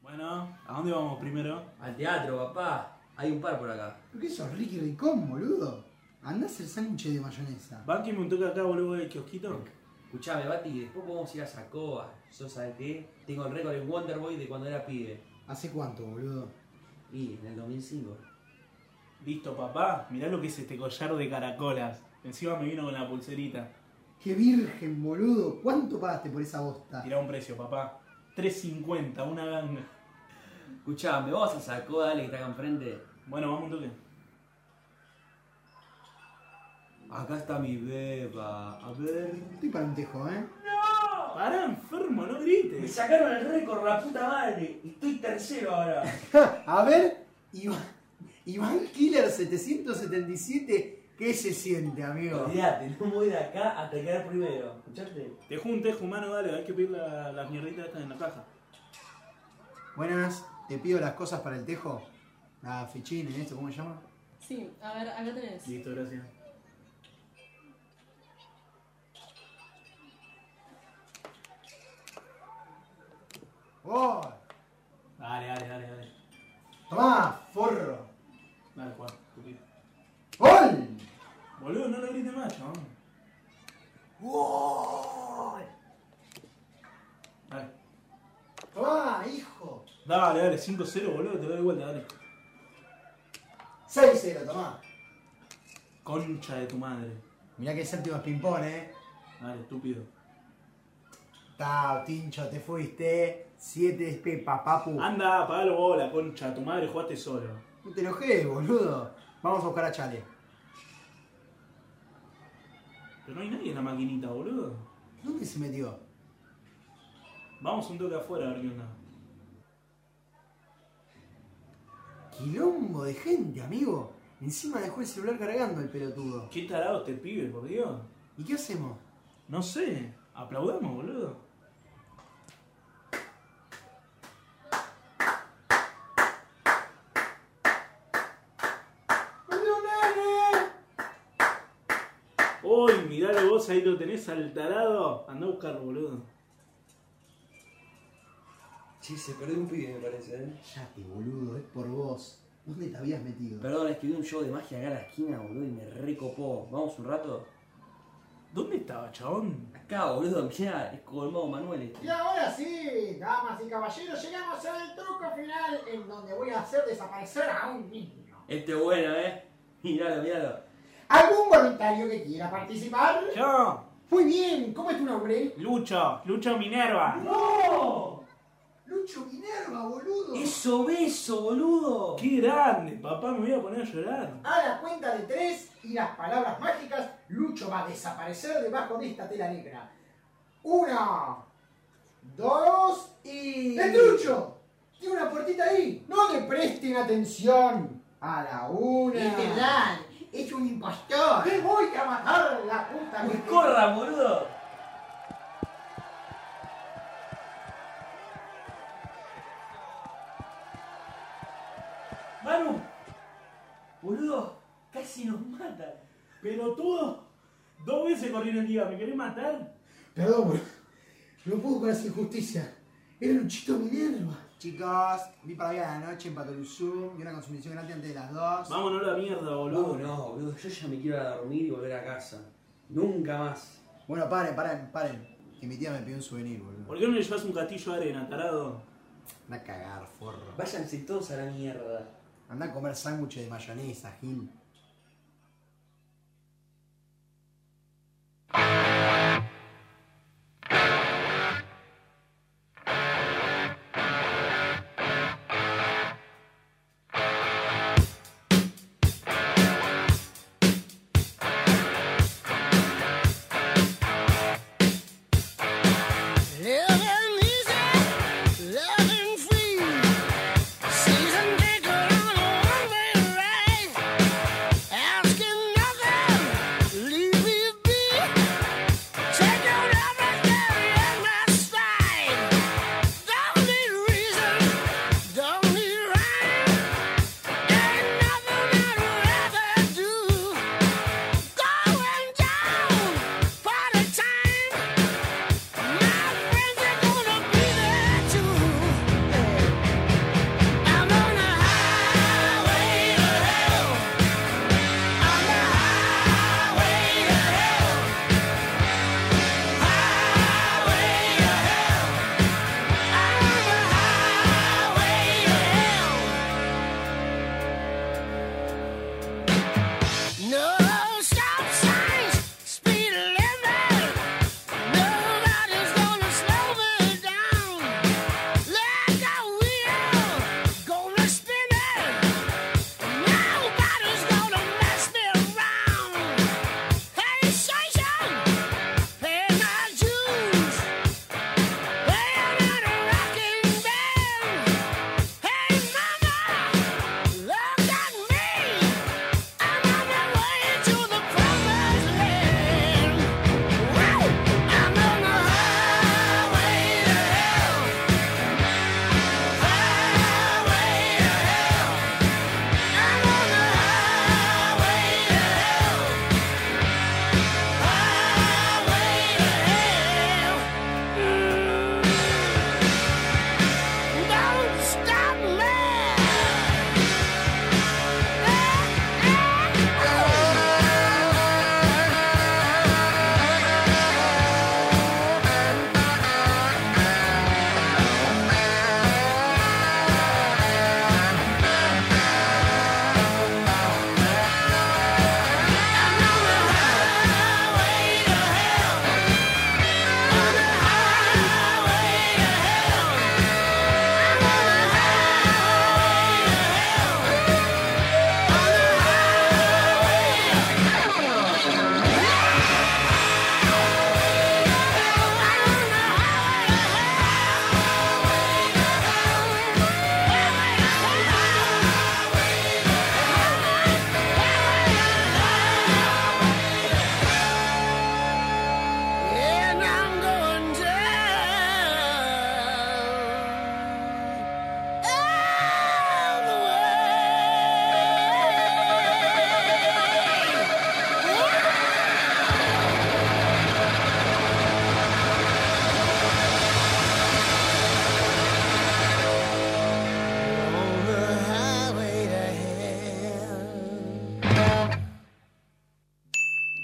S6: Bueno, ¿a dónde vamos primero?
S4: Al teatro, papá. Ah, Hay un par por acá.
S2: ¿Por qué sos Ricky Ricón, boludo? Andás el sándwich de mayonesa.
S6: Banqui me toca acá, boludo, del kiosquito.
S4: Escuchame, Bati, después podemos ir a Sacoa. Yo sabes qué? Tengo el récord en Wonderboy de cuando era pibe.
S2: ¿Hace cuánto, boludo?
S4: Y en el 2005.
S6: Listo, papá, mirá lo que es este collar de caracolas. Encima me vino con la pulserita.
S2: ¡Qué virgen, boludo! ¿Cuánto pagaste por esa bosta?
S6: Tirá un precio, papá. 3.50, una ganga.
S4: Escuchá, ¿me vas a sacó dale que está acá enfrente?
S6: Bueno, vamos un toque.
S4: Acá está mi beba. A ver.
S2: Estoy para un tejo, ¿eh?
S4: ¡No!
S6: Pará, enfermo, no grites.
S4: Me sacaron el récord, la puta madre. Y estoy tercero ahora.
S2: *laughs* A ver, Iván, Iván Killer 777, ¿qué se siente, amigo?
S4: Olvídate, no voy de acá hasta quedar primero. ¿Escuchaste?
S6: Te juntes, humano, dale, hay que pedir la- las mierditas estas en la caja.
S2: Buenas, te pido las cosas para el tejo. La fichina y esto, ¿cómo se llama?
S8: Sí, a ver, acá tenés.
S6: Listo, gracias.
S2: ¡Oh!
S6: Dale, dale, dale, dale.
S2: ¡Tomá, forro!
S6: Dale, Juan, tu pido.
S2: ¡Gol!
S6: Boludo, no lo grites más, chabón.
S2: ¡Gol!
S6: Dale.
S2: ¡Tomá, Ah, hijo!
S6: Dale, dale, 5-0, boludo, te doy vuelta, dale.
S2: 6-0, tomá.
S6: Concha de tu madre.
S2: Mirá que el séptimo es ping-pong, ¿eh?
S6: Dale, estúpido.
S2: Tao, tincho, te fuiste. 7 es Pepa, papu.
S6: Anda, apagalo bola, concha, tu madre jugaste solo.
S2: No te enojé, boludo. Vamos a buscar a Chale.
S6: Pero no hay nadie en la maquinita, boludo.
S2: ¿Dónde se metió?
S6: Vamos un toque afuera a ver qué onda.
S2: Quilombo de gente, amigo. Encima dejó el celular cargando el pelotudo.
S6: ¿Qué tarado este pibe, por Dios?
S2: ¿Y qué hacemos?
S6: No sé, aplaudamos, boludo. Uy, miralo vos, ahí lo tenés al tarado. Andá a buscarlo, boludo.
S4: Sí, se perdió un pibe, me parece, ¿eh?
S2: Cállate, boludo, es por vos. ¿Dónde te habías metido?
S4: Perdón, es que vi un show de magia acá en la esquina, boludo, y me recopó. ¿Vamos un rato?
S6: ¿Dónde estaba, chabón?
S4: Acá, boludo, mirá, es como el mago Manuel. este.
S2: Y ahora sí, damas y caballeros, llegamos al truco final en donde voy a hacer desaparecer a un niño.
S4: Este es bueno, ¿eh? Míralo, míralo.
S2: ¿Algún voluntario que quiera participar?
S6: Yo,
S2: Muy bien, ¿cómo es tu nombre?
S6: Lucho, Lucho Minerva.
S2: ¡No! Lucho Minerva, boludo.
S4: ¡Es obeso, boludo!
S6: ¡Qué grande! Papá, me voy a poner a llorar.
S2: A la cuenta de tres y las palabras mágicas, Lucho va a desaparecer debajo de esta tela negra. Una, dos y. ¡El trucho! Tiene una puertita ahí. No le presten atención. A la una.
S11: Es verdad,
S2: es un impostor. ¡Te voy a matar la puta! que te-
S4: ¡Corran, boludo! ¡Manu! Boludo, casi nos matan.
S6: Pelotudo, dos veces corrí en el día, ¿me querés matar?
S2: Perdón, boludo. No puedo con esa injusticia. Era Luchito Minerva. Chicos, vi para hoy a la noche en Patoluzú y una consumición grande antes de las dos.
S6: Vámonos a la mierda, boludo.
S4: No, no, boludo, yo ya me quiero ir a dormir y volver a casa. Nunca más.
S2: Bueno, paren, paren, paren. Que mi tía me pidió un souvenir, boludo.
S6: ¿Por qué no le llevas un castillo de arena, tarado?
S2: Anda a cagar, forro.
S4: Váyanse todos a la mierda.
S2: Anda a comer sándwiches de mayonesa, Gil.
S12: Living easy, living free. Season ticket on a one-way ride.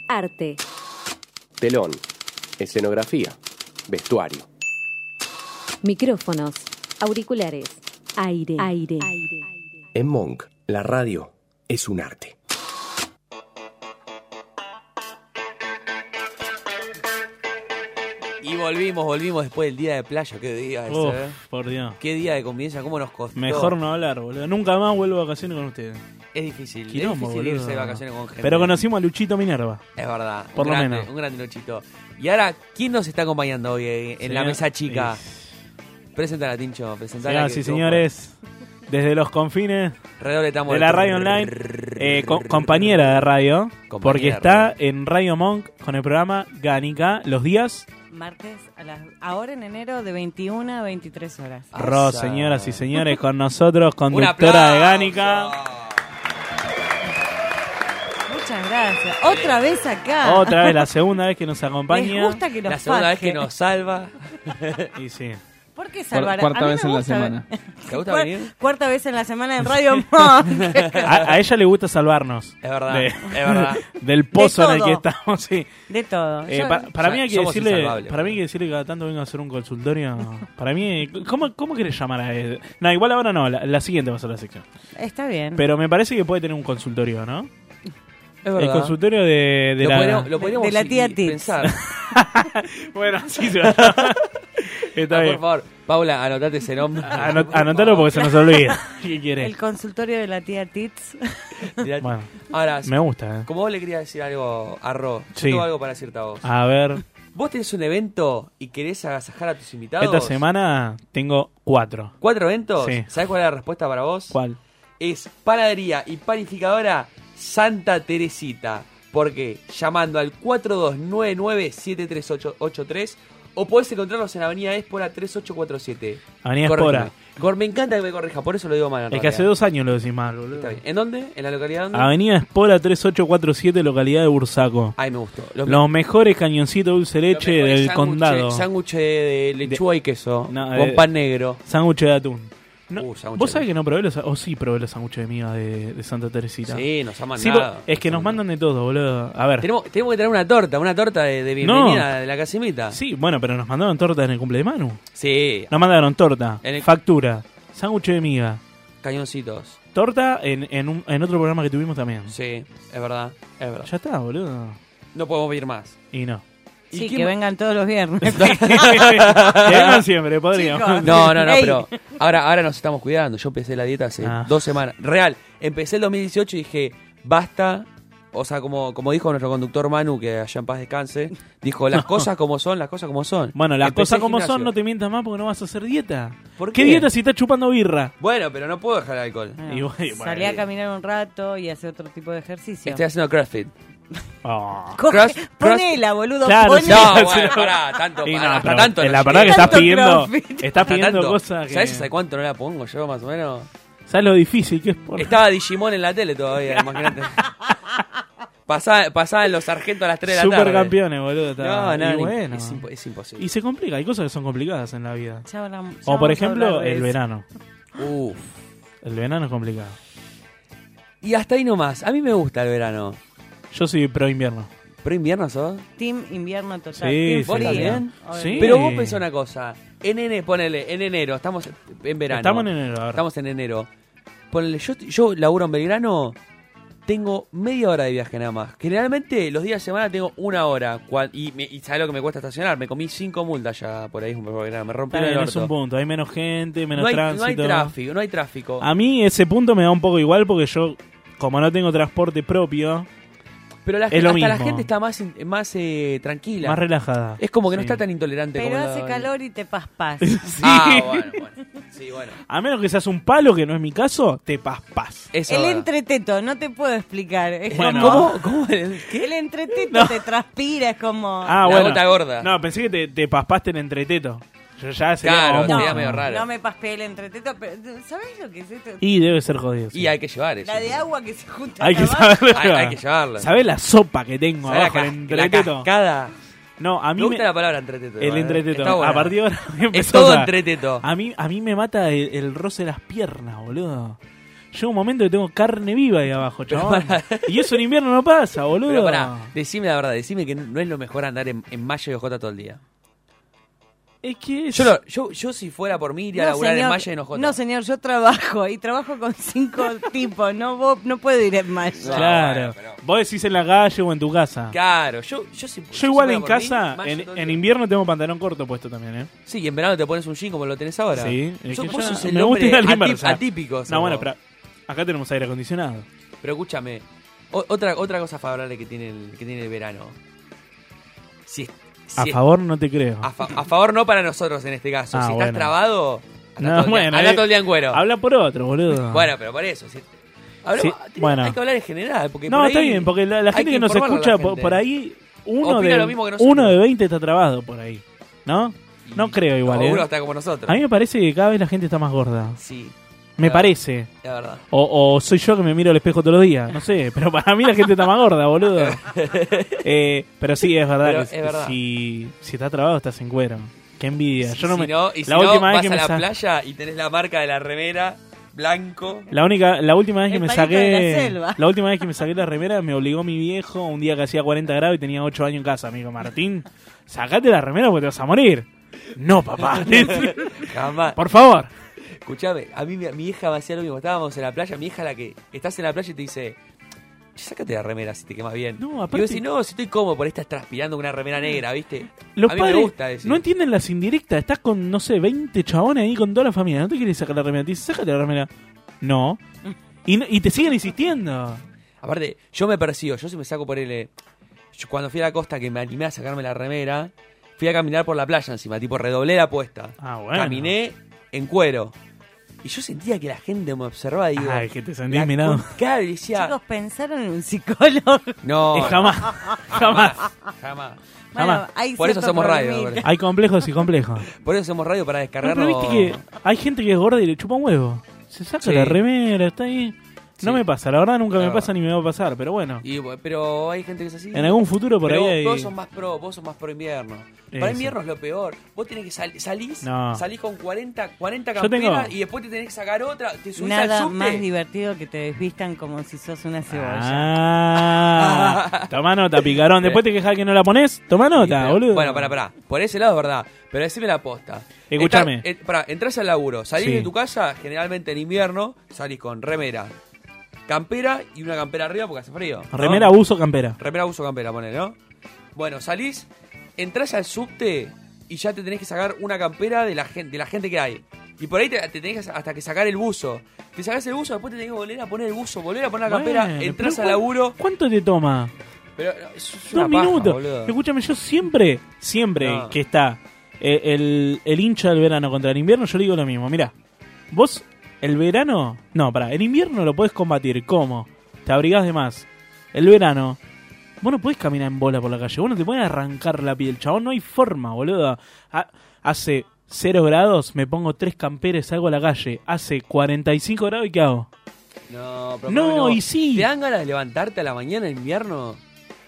S13: arte,
S14: Telón. Escenografía. Vestuario.
S13: micrófonos, auriculares, aire, aire.
S1: En Monk, la radio es un arte.
S4: Y volvimos, volvimos después del día de playa. Qué día ese,
S6: Uf,
S4: ¿eh?
S6: por Dios.
S4: Qué día de convivencia, cómo nos costó.
S6: Mejor no hablar, boludo. Nunca más vuelvo a vacaciones con ustedes.
S4: Es difícil, es
S6: Quilombo,
S4: difícil
S6: boludo.
S4: irse de vacaciones con gente.
S6: Pero conocimos a Luchito Minerva.
S4: Es verdad.
S6: Por
S4: un
S6: lo
S4: grande,
S6: menos.
S4: Un gran luchito. Y ahora, ¿quién nos está acompañando hoy eh, en la
S6: Señor-
S4: mesa chica? Preséntala, Tincho. Presentala.
S6: Señoras y ah, señores, desde los confines
S4: Redoble de tambores.
S6: de la radio online, eh, co- compañera de radio,
S4: Compañera
S6: porque
S4: de
S6: está en Radio Monk con el programa Gánica los días.
S15: Martes, a las, ahora en enero, de 21 a 23 horas.
S6: Ro, señoras y señores, con nosotros, conductora
S15: aplauso.
S6: de Gánica.
S15: Muchas gracias. Otra vez acá.
S6: Otra vez, la segunda vez que nos
S4: *laughs*
S6: acompaña.
S15: Les gusta que nos La segunda faje. vez que nos
S4: salva.
S6: *laughs* y sí.
S15: *laughs* ¿Por qué salvar?
S6: Cuarta
S15: A mí me
S6: vez en la
S15: gusta ver-
S6: semana.
S4: ¿Te gusta
S15: Cuar-
S4: venir?
S15: Cuarta vez en la semana en
S6: *laughs*
S15: Radio Monk.
S6: A, a ella le gusta salvarnos.
S4: Es verdad,
S6: De-
S4: es verdad.
S6: *laughs* Del pozo en el
S15: todo.
S6: que estamos, sí.
S15: De todo.
S6: Eh,
S15: Yo-
S6: pa- para, mí hay que
S4: somos
S6: decirle,
S4: insalvables,
S6: para mí hay que decirle que cada tanto vengo a hacer un consultorio. Para mí, ¿cómo, cómo querés llamar a él? No, igual ahora no, la, la siguiente va a ser la sección.
S15: Está bien.
S6: Pero me parece que puede tener un consultorio, ¿no?
S4: Es verdad.
S6: El consultorio de, de
S4: *laughs* Lo
S6: la...
S4: podríamos- lo podríamos
S15: De la
S4: i-
S15: tía
S4: i-
S15: Tits.
S4: pensar.
S6: *laughs* bueno, sí se va.
S4: *laughs*
S6: Está
S4: Ah,
S6: bien.
S4: Por favor, Paula, anotate
S6: *laughs*
S4: ese nombre.
S6: Ano- anotalo porque se nos
S4: *laughs*
S6: olvida. ¿Qué quiere?
S15: El consultorio de la tía Tits.
S4: Mirá,
S6: Bueno,
S4: Ahora,
S6: me gusta, eh.
S4: Como vos le querías decir algo a Ro, yo
S6: Sí.
S4: tengo algo para decirte a vos.
S6: A ver,
S4: Vos tenés un evento y querés agasajar a tus invitados.
S6: esta semana tengo cuatro.
S4: ¿Cuatro eventos?
S6: Sí.
S4: ¿Sabés cuál es la respuesta para vos?
S6: ¿Cuál?
S4: Es panadería y panificadora Santa Teresita. Porque llamando al 4299-73883 o podés encontrarlos en Avenida Espora 3847.
S6: Avenida
S4: Corregime.
S6: Espora.
S4: Cor- me encanta que me corrija, por eso lo digo mal. en
S6: Es que hace
S4: realidad.
S6: dos años lo decís mal, boludo.
S4: Está bien. ¿En dónde? ¿En la localidad dónde?
S6: Avenida Espora 3847, localidad de Bursaco.
S4: Ay, me gustó.
S6: Los, mejores cañoncitos dulce leche del condado.
S4: Sándwich de lechuga y queso.
S6: No,
S4: con
S6: eh,
S4: pan negro.
S6: Sándwich de atún. No,
S4: Uh, sándwich
S6: ¿Vos
S4: de
S6: sabés que no probé los... O sí probé los sándwiches de miga de, de Santa Teresita.
S4: Sí, nos han
S6: Sí,
S4: mandado.
S6: po- es que nos mandan de todo, boludo. A ver.
S4: Tenemos, tenemos que tener una torta, una torta de, de bienvenida de la casimita.
S6: Sí, bueno, pero nos mandaron torta en el cumple de Manu.
S4: Sí.
S6: Nos mandaron torta,
S4: En el-
S6: factura, sándwich de miga.
S4: Cañoncitos.
S6: Torta en, en, un- en otro programa que tuvimos también.
S4: Sí, es verdad, es verdad.
S6: Ya está, boludo.
S4: No podemos pedir
S6: *laughs*
S4: más.
S6: Y no.
S4: ¿Y
S15: Sí,
S4: quién
S15: que
S4: ma-
S15: vengan todos los
S6: *laughs*
S15: viernes.
S6: Que vengan siempre, podríamos. Chicos.
S4: No, no, no,
S6: Ey. *laughs*
S4: pero ahora, ahora nos estamos cuidando. Yo empecé la dieta hace
S6: Ah.
S4: dos semanas. Real, empecé el 2018 y dije, basta. O sea, como, como dijo nuestro conductor Manu, que allá en paz descanse, dijo,
S6: *laughs*
S4: las
S6: No.
S4: cosas como son, las cosas como son.
S6: Bueno, las
S4: Empecé
S6: cosas
S4: el
S6: como
S4: gimnasio.
S6: son, no te mientas más porque no vas a hacer dieta.
S4: ¿Por
S6: qué?
S4: qué?
S6: dieta si estás chupando birra?
S4: Bueno, pero no puedo dejar el alcohol.
S15: Y bueno, Salí a caminar un rato y hacer otro tipo de ejercicio.
S4: Estoy haciendo CrossFit.
S15: Coge-
S4: Cross-
S15: ponela, boludo.
S6: Ah. Claro,
S15: ponela.
S6: *laughs*
S4: No, bueno, pará, tanto,
S6: Y no,
S4: pará, hasta
S6: pero
S4: tanto.
S6: la
S4: no
S6: verdad
S4: llegué.
S6: que estás Tanto pidiendo- crossfit. estás
S4: Hasta
S6: pidiendo
S4: tanto.
S6: cosas que-
S4: ¿Sabés hace cuánto no la pongo yo, más o menos?
S6: ¿Sabes lo difícil que es? Por...
S4: Estaba Digimon en la
S6: *laughs*
S4: tele todavía, imagínate. Pasaba- Pasaban los sargentos a las 3 de la tarde.
S6: Supercampeones, boludo, estaba-
S4: No, no,
S6: y
S4: ni-
S6: bueno.
S4: es, impo- es imposible.
S6: Y se complica, hay cosas que son complicadas en la vida.
S15: Ya hablamos- ya
S6: Como
S15: vamos
S6: por
S15: a
S6: ejemplo,
S15: hablar de
S6: el
S15: eso.
S6: verano.
S4: Uf.
S6: El verano es complicado.
S4: Y hasta ahí nomás. A mí me gusta el verano.
S6: Yo soy pro invierno.
S4: ¿Pro invierno sos?
S15: Team invierno total.
S6: Sí,
S15: team
S6: sí,
S15: frío. eh?
S6: también.
S15: Obviamente.
S6: Sí.
S4: Pero vos pensá una cosa. En enero, ponele, en enero, estamos en verano.
S6: Estamos en enero ahora.
S4: Estamos en enero. Ponele, yo, yo laburo en Belgrano, tengo media hora de viaje nada más. Generalmente los días de semana tengo una hora. cua- Y, me- y sabes lo que me cuesta estacionar. Me comí cinco multas ya por ahí en Belgrano. Me rompieron
S6: Bueno,
S4: el
S6: es
S4: orto.
S6: un punto, hay menos gente, menos
S4: no, hay, no
S6: tránsito.
S4: hay tráfico, no hay tráfico.
S6: A mí ese punto me da un poco igual porque yo, como no tengo transporte propio,
S4: Pero la,
S6: es
S4: gen-
S6: lo
S4: hasta la
S6: mismo.
S4: gente está más, in- más eh, tranquila.
S6: más relajada.
S4: Es como que no
S6: Sí.
S4: está tan intolerante
S15: Pero
S4: como la-
S15: hace calor y te
S6: *laughs*
S15: paspas.
S4: Ah, bueno, bueno. Sí, bueno.
S6: A menos que seas un palo, que no es mi caso, te paspas.
S4: Eso
S15: El
S4: ahora.
S15: entreteto, no te puedo explicar. Es
S6: Bueno.
S15: como,
S6: *laughs* ¿Cómo?
S15: El entreteto te transpira, es como...
S6: Ah, bueno. No, pensé que te, te paspaste en entreteto. Yo ya sería
S4: Claro,
S6: como
S4: sería
S6: mucho.
S4: medio raro.
S15: No me paspeé el entreteto, pero ¿sabés lo que es esto?
S6: Y debe ser jodido. sí.
S4: Y hay que llevar eso.
S15: La de agua que se junta. *laughs*
S6: Hay que
S15: acá
S6: saberlo
S4: Hay- hay que llevarlo.
S6: ¿Sabés la sopa que tengo
S4: ¿Sabés la
S6: abajo
S4: ca-
S6: el
S4: la
S6: entreteto?
S4: cascada?
S6: No, a mí
S4: me gusta
S6: me-
S4: la palabra entreteto.
S6: El
S4: igual, ¿eh?
S6: entreteto.
S4: Está buena.
S6: A partir de ahora *laughs*
S4: Es
S6: empezó
S4: todo
S6: a-
S4: entreteto.
S6: A mí, a mí me mata el, el roce de las piernas, boludo. Llega un momento que tengo carne viva ahí abajo, chaval. *laughs* Y eso en invierno no pasa, boludo.
S4: Pero pará, decime la verdad, decime que no es lo mejor andar en, en Maya y Ojota todo el día.
S6: Es que
S4: Yo, lo- yo, yo si fuera por mí iría a laburar en Malla y en Ojota.
S15: no, señor, yo trabajo y trabajo con
S4: *laughs*
S15: cinco tipos. No, vos, no puedo ir en Maya.
S6: Claro. Vos decís en la calle o en tu casa.
S4: Claro, yo, yo, si- si
S6: Yo igual
S4: fuera
S6: en
S4: por mí,
S6: casa,
S4: Malla
S6: en,
S4: todo el
S6: en
S4: día.
S6: invierno tengo pantalón corto puesto también, ¿eh?
S4: Sí, y en verano te pones un jean como lo tenés ahora.
S6: Sí. es
S4: Sos-
S6: que
S4: vos
S6: yo-
S4: sos el
S6: me gusta ir a la
S4: hombre
S6: inversa.
S4: atí- atípico, sos
S6: No, bueno,
S4: vos.
S6: pero acá tenemos aire acondicionado.
S4: Pero escúchame, o- otra, otra cosa favorable que tiene el, que tiene el verano. Si, es- si
S6: A
S4: es-
S6: favor no te creo.
S4: A, fa- a favor no para nosotros en este caso.
S6: Ah,
S4: si estás
S6: bueno.
S4: trabado,
S6: No,
S4: todo el día- habla
S6: eh,
S4: todo el día en cuero.
S6: Habla por otro, boludo.
S4: Bueno, pero por eso. si- hablamos-
S6: Sí,
S4: tenemos-
S6: bueno.
S4: Hay que hablar en general. Porque
S6: no,
S4: por ahí
S6: está bien, porque la, la
S4: hay
S6: gente que nos
S4: informarle a la
S6: escucha por,
S4: gente.
S6: por ahí, uno
S4: Opina
S6: de,
S4: lo mismo que nosotros.
S6: uno de 20 está trabado por ahí, ¿no? No creo igual,
S4: o
S6: ¿eh?
S4: uno está como nosotros.
S6: A mí me parece que cada vez la gente está más gorda.
S4: Sí.
S6: Me
S4: La-
S6: parece.
S4: la verdad.
S6: O, o soy yo que me miro al espejo todos los días, no sé, *laughs* pero para mí la gente está más gorda,
S4: *laughs*
S6: boludo. Eh, pero sí, es verdad
S4: Pero
S6: que
S4: es
S6: si-
S4: verdad.
S6: Si, si estás trabado estás en cuero. Qué envidia.
S4: Y
S6: yo no
S4: si
S6: me,
S4: no, y si
S6: la
S4: no,
S6: última vez
S4: vas
S6: que
S4: a
S6: me
S4: la
S6: sa-
S4: playa y tenés la marca de la remera, blanco.
S6: La única, la última vez que
S4: El
S6: me
S4: palito
S6: saqué,
S4: de la selva.
S6: última vez que me saqué la remera me obligó mi viejo un día que hacía 40 grados y tenía 8 años en casa, amigo Martín, sacate la remera porque te vas a morir. No, Oh, papá.
S4: *laughs* Jamás.
S6: Por favor.
S4: Escuchame, a mí mi, mi hija me hacía lo mismo. Estábamos en la playa, mi hija la que estás en la playa y te dice, "Che, sácate la remera si te quemas bien.
S6: No,
S4: y yo
S6: aparte-
S4: decís, no, si estoy cómodo, por ahí estás transpirando una remera negra, ¿viste?
S6: Los
S4: a mí
S6: padres
S4: me gusta decir.
S6: no entienden las indirectas. Estás con, no sé, 20 chabones ahí con toda la familia. No te quieres sacar la remera. Te dicen, sácate la remera. No. Y, no- y te siguen insistiendo.
S4: Aparte, yo me persigo, yo si me saco por el... eh, yo cuando fui a la costa que me animé a sacarme la remera, fui a caminar por la playa encima, tipo redoblé la apuesta.
S6: Ah, bueno.
S4: Caminé en cuero. Y yo sentía que la gente me observaba y digo...
S6: Ay, que te sentís
S4: la
S6: mirado.
S4: con- Claro, y decía...
S15: Chicos, pensaron en un psicólogo.
S4: No.
S6: Eh, jamás, jamás.
S4: Jamás.
S15: Bueno,
S6: Jamás.
S15: hay
S4: Por eso
S15: cierto
S4: hacemos radio.
S15: problema.
S4: por-
S6: Hay complejos y complejos.
S4: Por eso hacemos radio para
S6: Pero,
S4: descargarlo.
S6: pero viste que hay gente que es gorda y le chupa un huevo. Se saca
S4: Sí.
S6: la remera, está ahí. No me pasa, la verdad nunca
S4: La
S6: me
S4: verdad.
S6: pasa ni me va a pasar, pero bueno.
S4: Y bu- pero hay gente que es así.
S6: En algún futuro por
S4: Pero
S6: ahí hay-
S4: Vos sos más pro, vos sos más pro invierno.
S6: Eh,
S4: Para
S6: sí.
S4: invierno es lo peor. Vos tenés que salir, salís,
S6: No.
S4: salís con 40, 40
S6: Yo
S4: camperas
S6: tengo-
S4: y después te tenés que sacar otra, te subís al
S15: Nada
S4: subte.
S15: más divertido que te desvistan como si sos una cebolla.
S6: Ah,
S4: *laughs*
S6: toma nota, picarón. Después te quejas que no la pones, toma nota, boludo.
S4: Bueno, pará, pará. Por ese lado es verdad. Pero decime la posta.
S6: Escuchame.
S4: Estar- eh, pará, entras al laburo, salís
S6: Sí.
S4: de tu casa, generalmente en invierno, salís con remera, campera y una campera arriba porque hace frío. ¿no?
S6: Remera, abuso, campera.
S4: Remera uso campera, ponele, ¿no? Bueno, salís, entras al subte y ya te tenés que sacar una campera de la gente, de la gente que hay. Y por ahí te, te tenés que sa- hasta que sacar el buzo. Te sacás el buzo, después te tenés que volver a poner el buzo, volver a poner la campera,
S6: Bueno,
S4: entras
S6: pero
S4: al
S6: ¿cu-
S4: laburo.
S6: ¿Cuánto te toma?
S4: Pero no, es- es una
S6: Dos
S4: paja,
S6: minutos.
S4: boludo.
S6: Escúchame, yo siempre, siempre
S4: No.
S6: que está eh, el, el hincha del verano contra el invierno, yo le digo lo mismo. Mirá, vos el verano, no, pará, el invierno lo podés combatir. ¿Cómo? Te abrigás de más. El verano, vos no podés caminar en bola por la calle. Vos no te podés arrancar la piel, chabón. No hay forma, boludo. Ha- hace 0 grados, me pongo tres camperes, salgo a la calle. Hace 45 grados y ¿qué hago?
S4: No, pero
S6: No,
S4: Pablo,
S6: y sí.
S4: ¿Te dan ganas de levantarte a la mañana en invierno?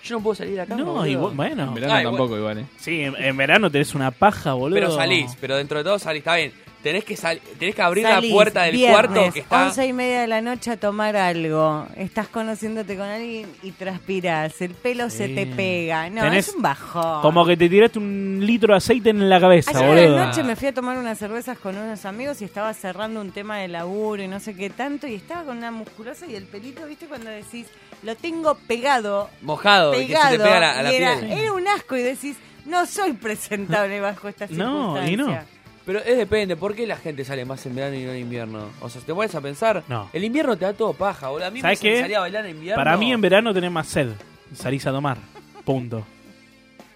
S4: Yo no puedo salir de la cama.
S6: No,
S4: boludo.
S6: y bu- bueno. En verano
S4: Ah, y bu-
S6: tampoco,
S7: igual, eh.
S6: Sí, en, en verano tenés una paja, boludo.
S4: Pero salís, pero dentro de todo salís, está bien. Tenés que, sal- tenés que abrir
S15: Salís
S4: la puerta del
S15: viernes,
S4: cuarto que está.
S15: once y media de la noche a tomar algo. Estás conociéndote con alguien y transpirás. El pelo se te pega. No,
S6: Tenés-
S15: es un bajón.
S6: Como que te tiraste un litro de aceite en la cabeza,
S15: Ayer a
S6: boludo.
S15: la noche me fui a tomar unas cervezas con unos amigos y estaba cerrando un tema de laburo y no sé qué tanto y estaba con una musculosa y el pelito, ¿viste? Cuando decís, lo tengo pegado.
S4: Mojado, y que se
S15: pegado.
S4: te pega la- a la
S15: y era,
S4: piel.
S15: era un asco y decís, no soy presentable bajo
S4: *laughs*
S15: estas circunstancias.
S4: Pero es depende, ¿por qué la gente sale más en verano y no en invierno? O sea, si te pones a pensar,
S6: No.
S4: el invierno te da todo paja, boludo. A mí
S6: ¿Sabes
S4: me
S6: qué?
S4: salía a bailar en invierno.
S6: Para mí en verano tenés más sed. Salís a tomar. Punto.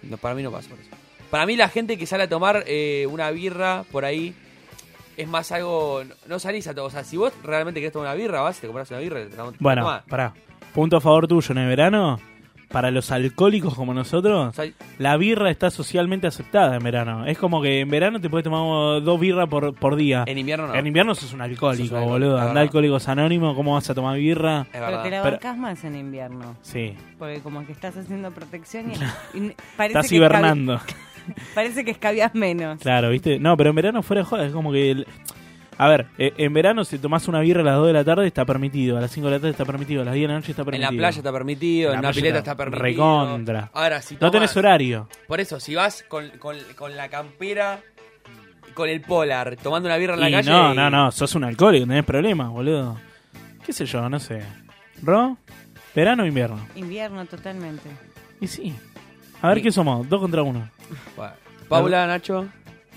S4: No, para mí no pasa por eso. Para mí la gente que sale a tomar eh, una birra por ahí es más algo... No salís a todo. O sea, si vos realmente querés tomar una birra, vas, te compras una birra. y Te la- te la
S6: Bueno,
S4: tomás.
S6: pará. Punto a favor tuyo. En el verano, para los alcohólicos como nosotros,
S4: Sal-
S6: la birra está socialmente aceptada en verano. Es como que en verano te puedes tomar dos birras por, por día.
S4: En invierno no.
S6: En invierno sos un
S4: Sos
S6: alcohólico,
S4: un alcohólico,
S6: boludo.
S4: es
S6: Andá
S4: verdad.
S6: alcohólicos anónimos, ¿cómo vas a tomar birra?
S15: Pero te la
S6: Pero-
S15: bancás más en invierno.
S6: Sí.
S15: Porque como que estás haciendo
S4: *laughs*
S15: protección y, y parece
S6: Estás
S15: que escabi-
S6: hibernando.
S15: *laughs* parece que escabias menos.
S6: Claro, ¿viste? No, pero en verano fuera de joda, es como que... el- A ver, eh, en verano si tomás una birra a las 2 de la tarde está permitido, a las 5 de la tarde está permitido, a las 10 de la noche está
S4: En
S6: permitido.
S4: la playa está permitido, en,
S6: la
S4: una
S6: playa
S4: pileta está permitido.
S6: Recontra.
S4: Ahora, si
S6: no
S4: tomás-
S6: tenés horario.
S4: Por eso, si vas con, con, con la campera, con el polar, tomando una birra en la
S6: Y
S4: calle.
S6: no,
S4: y-
S6: no, no, sos un alcohólico, tenés problemas, boludo. ¿Qué sé yo? No sé. ¿Ro? ¿Verano o invierno?
S15: Invierno totalmente.
S6: Y sí. A ver, ¿qué somos? Dos contra uno.
S4: Bueno, Paula, Nacho.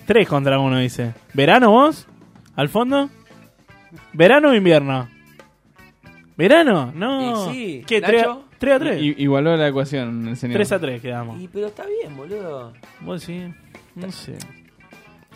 S6: Tres contra uno, dice. ¿Verano vos? ¿Al fondo? ¿Verano o invierno? ¿Verano? No.
S4: Y sí,
S6: ¿Qué? ¿Tres a,
S4: Nacho.
S6: tres a tres?
S7: I- igualó la ecuación el señor.
S6: Tres a tres quedamos.
S4: Y, pero está bien, boludo.
S6: Vos sí. No sé.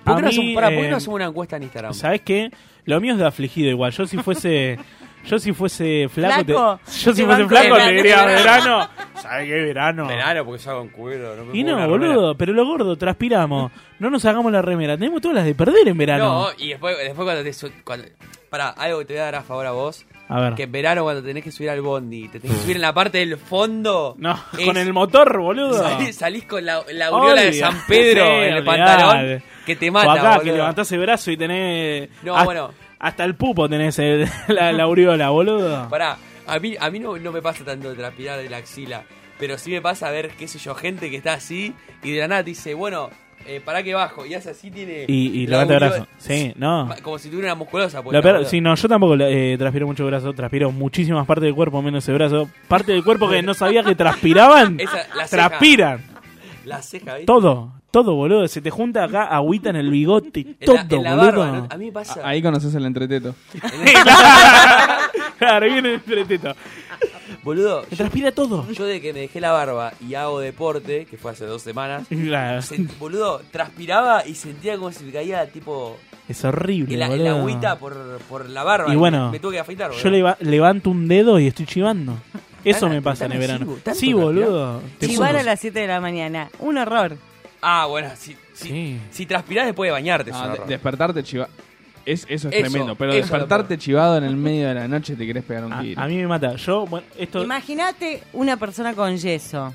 S7: Ah,
S4: ¿Por
S6: A
S4: qué, no,
S6: mí,
S4: hacemos, pará, ¿por qué no
S6: eh,
S4: hacemos una encuesta en Instagram?
S6: ¿Sabes qué? Lo mío es de afligido igual. Yo si
S4: *laughs*
S6: fuese. Yo si fuese flaco. te-
S4: Flaco,
S6: yo si
S4: te
S6: fuese
S4: banco
S6: flaco
S4: verano.
S6: te
S4: *laughs*
S6: diría verano. ¿Sabes qué verano?
S4: Verano, porque salgo en cuero. No me
S6: Y
S4: pongo una
S6: no,
S4: remera.
S6: boludo, pero lo gordo, transpiramos. No nos hagamos la remera. Tenemos todas las de perder en verano.
S4: No, y después, después cuando te. su- Cuando, pará, algo que te voy a dar a favor a vos.
S6: A ver.
S4: Que en verano, cuando tenés que subir al bondi, te tenés que subir en la parte del fondo.
S6: No, *laughs* con el motor, boludo.
S4: Salís, salís con la, la aureola de
S6: Olvidate,
S4: San Pedro en el
S6: olvidate.
S4: pantalón. Que te mata,
S6: O acá,
S4: boludo.
S6: que levantás el brazo y tenés...
S4: No,
S6: hasta,
S4: bueno.
S6: Hasta el pupo tenés el- *laughs* la, la aureola, boludo.
S4: Pará, a mí, a mí no, no me pasa tanto de transpirar de la axila, pero sí me pasa ver, qué sé yo, gente que está así y de la nada te dice, bueno, eh, pará que bajo, y hace así, tiene.
S6: Y, y
S4: la
S6: levanta el
S4: aureola-
S6: brazo. Sí, no.
S4: Pa- eh, Como si tuviera una musculosa. pues,
S6: Lo
S4: la
S6: peor-
S4: verdad.
S6: sí, no, yo tampoco eh, transpiro mucho brazo, transpiro muchísimas partes del cuerpo, menos el brazo. Parte del cuerpo que no sabía que transpiraban,
S4: *laughs* Esa- la ceja.
S6: transpiran.
S4: La ceja, ¿viste?
S6: Todo, todo, boludo. Se te junta acá agüita en el bigote,
S4: En
S6: todo,
S4: la- en la
S6: boludo.
S4: barba, ¿no? A mí me pasa.
S7: Ahí conoces el entreteto.
S6: *laughs* claro, viene el pretito.
S4: Boludo.
S6: Me transpira todo.
S4: Yo de que me dejé la barba y hago deporte, que fue hace dos semanas,
S6: *laughs* Claro.
S4: sen- boludo, transpiraba y sentía como si me caía tipo
S6: Es horrible,
S4: el, a- el
S6: boludo.
S4: agüita por, por la barba.
S6: Y bueno,
S4: me, me tuve que afeitar, boludo.
S6: yo leva- levanto un dedo y estoy chivando. Eso me pasa en el
S4: tan
S6: verano.
S4: chivo, tanto
S6: Sí, boludo. te
S15: Chivar
S6: juro.
S15: a las 7 de la mañana. Un horror.
S4: Ah, bueno, si, si, si transpirás después de bañarte, es
S7: Ah,
S4: un
S7: de-
S4: horror.
S7: despertarte chivado. Es, eso es
S4: Eso,
S7: tremendo. Pero
S4: eso es lo
S7: despertarte chivado en el medio de la noche te querés pegar un
S6: A-
S7: tiro.
S6: a mí me mata. Yo, bueno, esto.
S15: Imagínate una persona con yeso.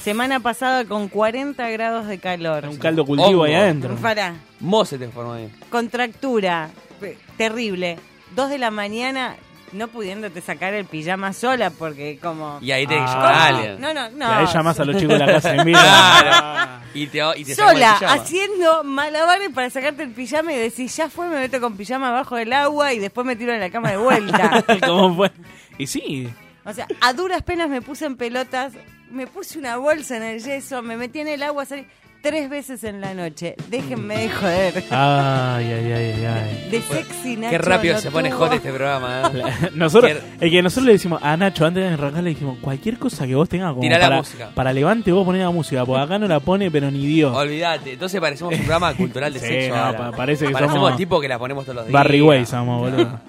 S15: Semana pasada con 40 grados de calor.
S6: Un caldo cultivo ahí
S4: Hongo.
S6: adentro.
S15: Pará.
S4: Mo se te enfermó ahí.
S15: Contractura. Pe- Terrible. 2 de la mañana no pudiéndote sacar el pijama sola porque como...
S4: Y ahí tenés que
S15: Ah.
S4: llamar a alguien.
S15: No, no, no.
S6: Y ahí llamás a los chicos de la casa en vivo.
S4: Claro. Y te, y te sacan el
S15: Sola,
S4: pijama.
S15: haciendo malabares para sacarte el pijama y decís, ya fue, me meto con pijama abajo del agua y después me tiro en la cama de vuelta.
S6: *laughs* ¿Cómo fue? Y sí.
S15: O sea, a duras penas me puse en pelotas, me puse una bolsa en el yeso, me metí en el agua, salí tres veces en la noche. Déjenme de joder.
S6: Ay, ay, ay, ay, ay.
S15: De sexy Nacho
S4: Qué rápido
S15: no
S4: se pone
S15: tuvo.
S4: hot este programa. ¿eh?
S6: *laughs* Nosotros,
S4: Qué-
S6: es que nosotros le decimos a Nacho, antes de arrancar, le dijimos cualquier cosa que vos tengas como
S4: Tirá la
S6: para,
S4: música.
S6: para levante, vos ponés la música, porque acá no la pone, pero ni Dios.
S4: Olvídate, entonces parecemos un programa cultural
S6: *laughs*
S4: de
S6: Sí,
S4: sexo.
S6: no,
S4: ahora.
S6: pa- parece que
S4: Parecemos
S6: somos
S4: tipo que la ponemos todos los días.
S6: Barry Way somos,
S4: *laughs*
S6: boludo.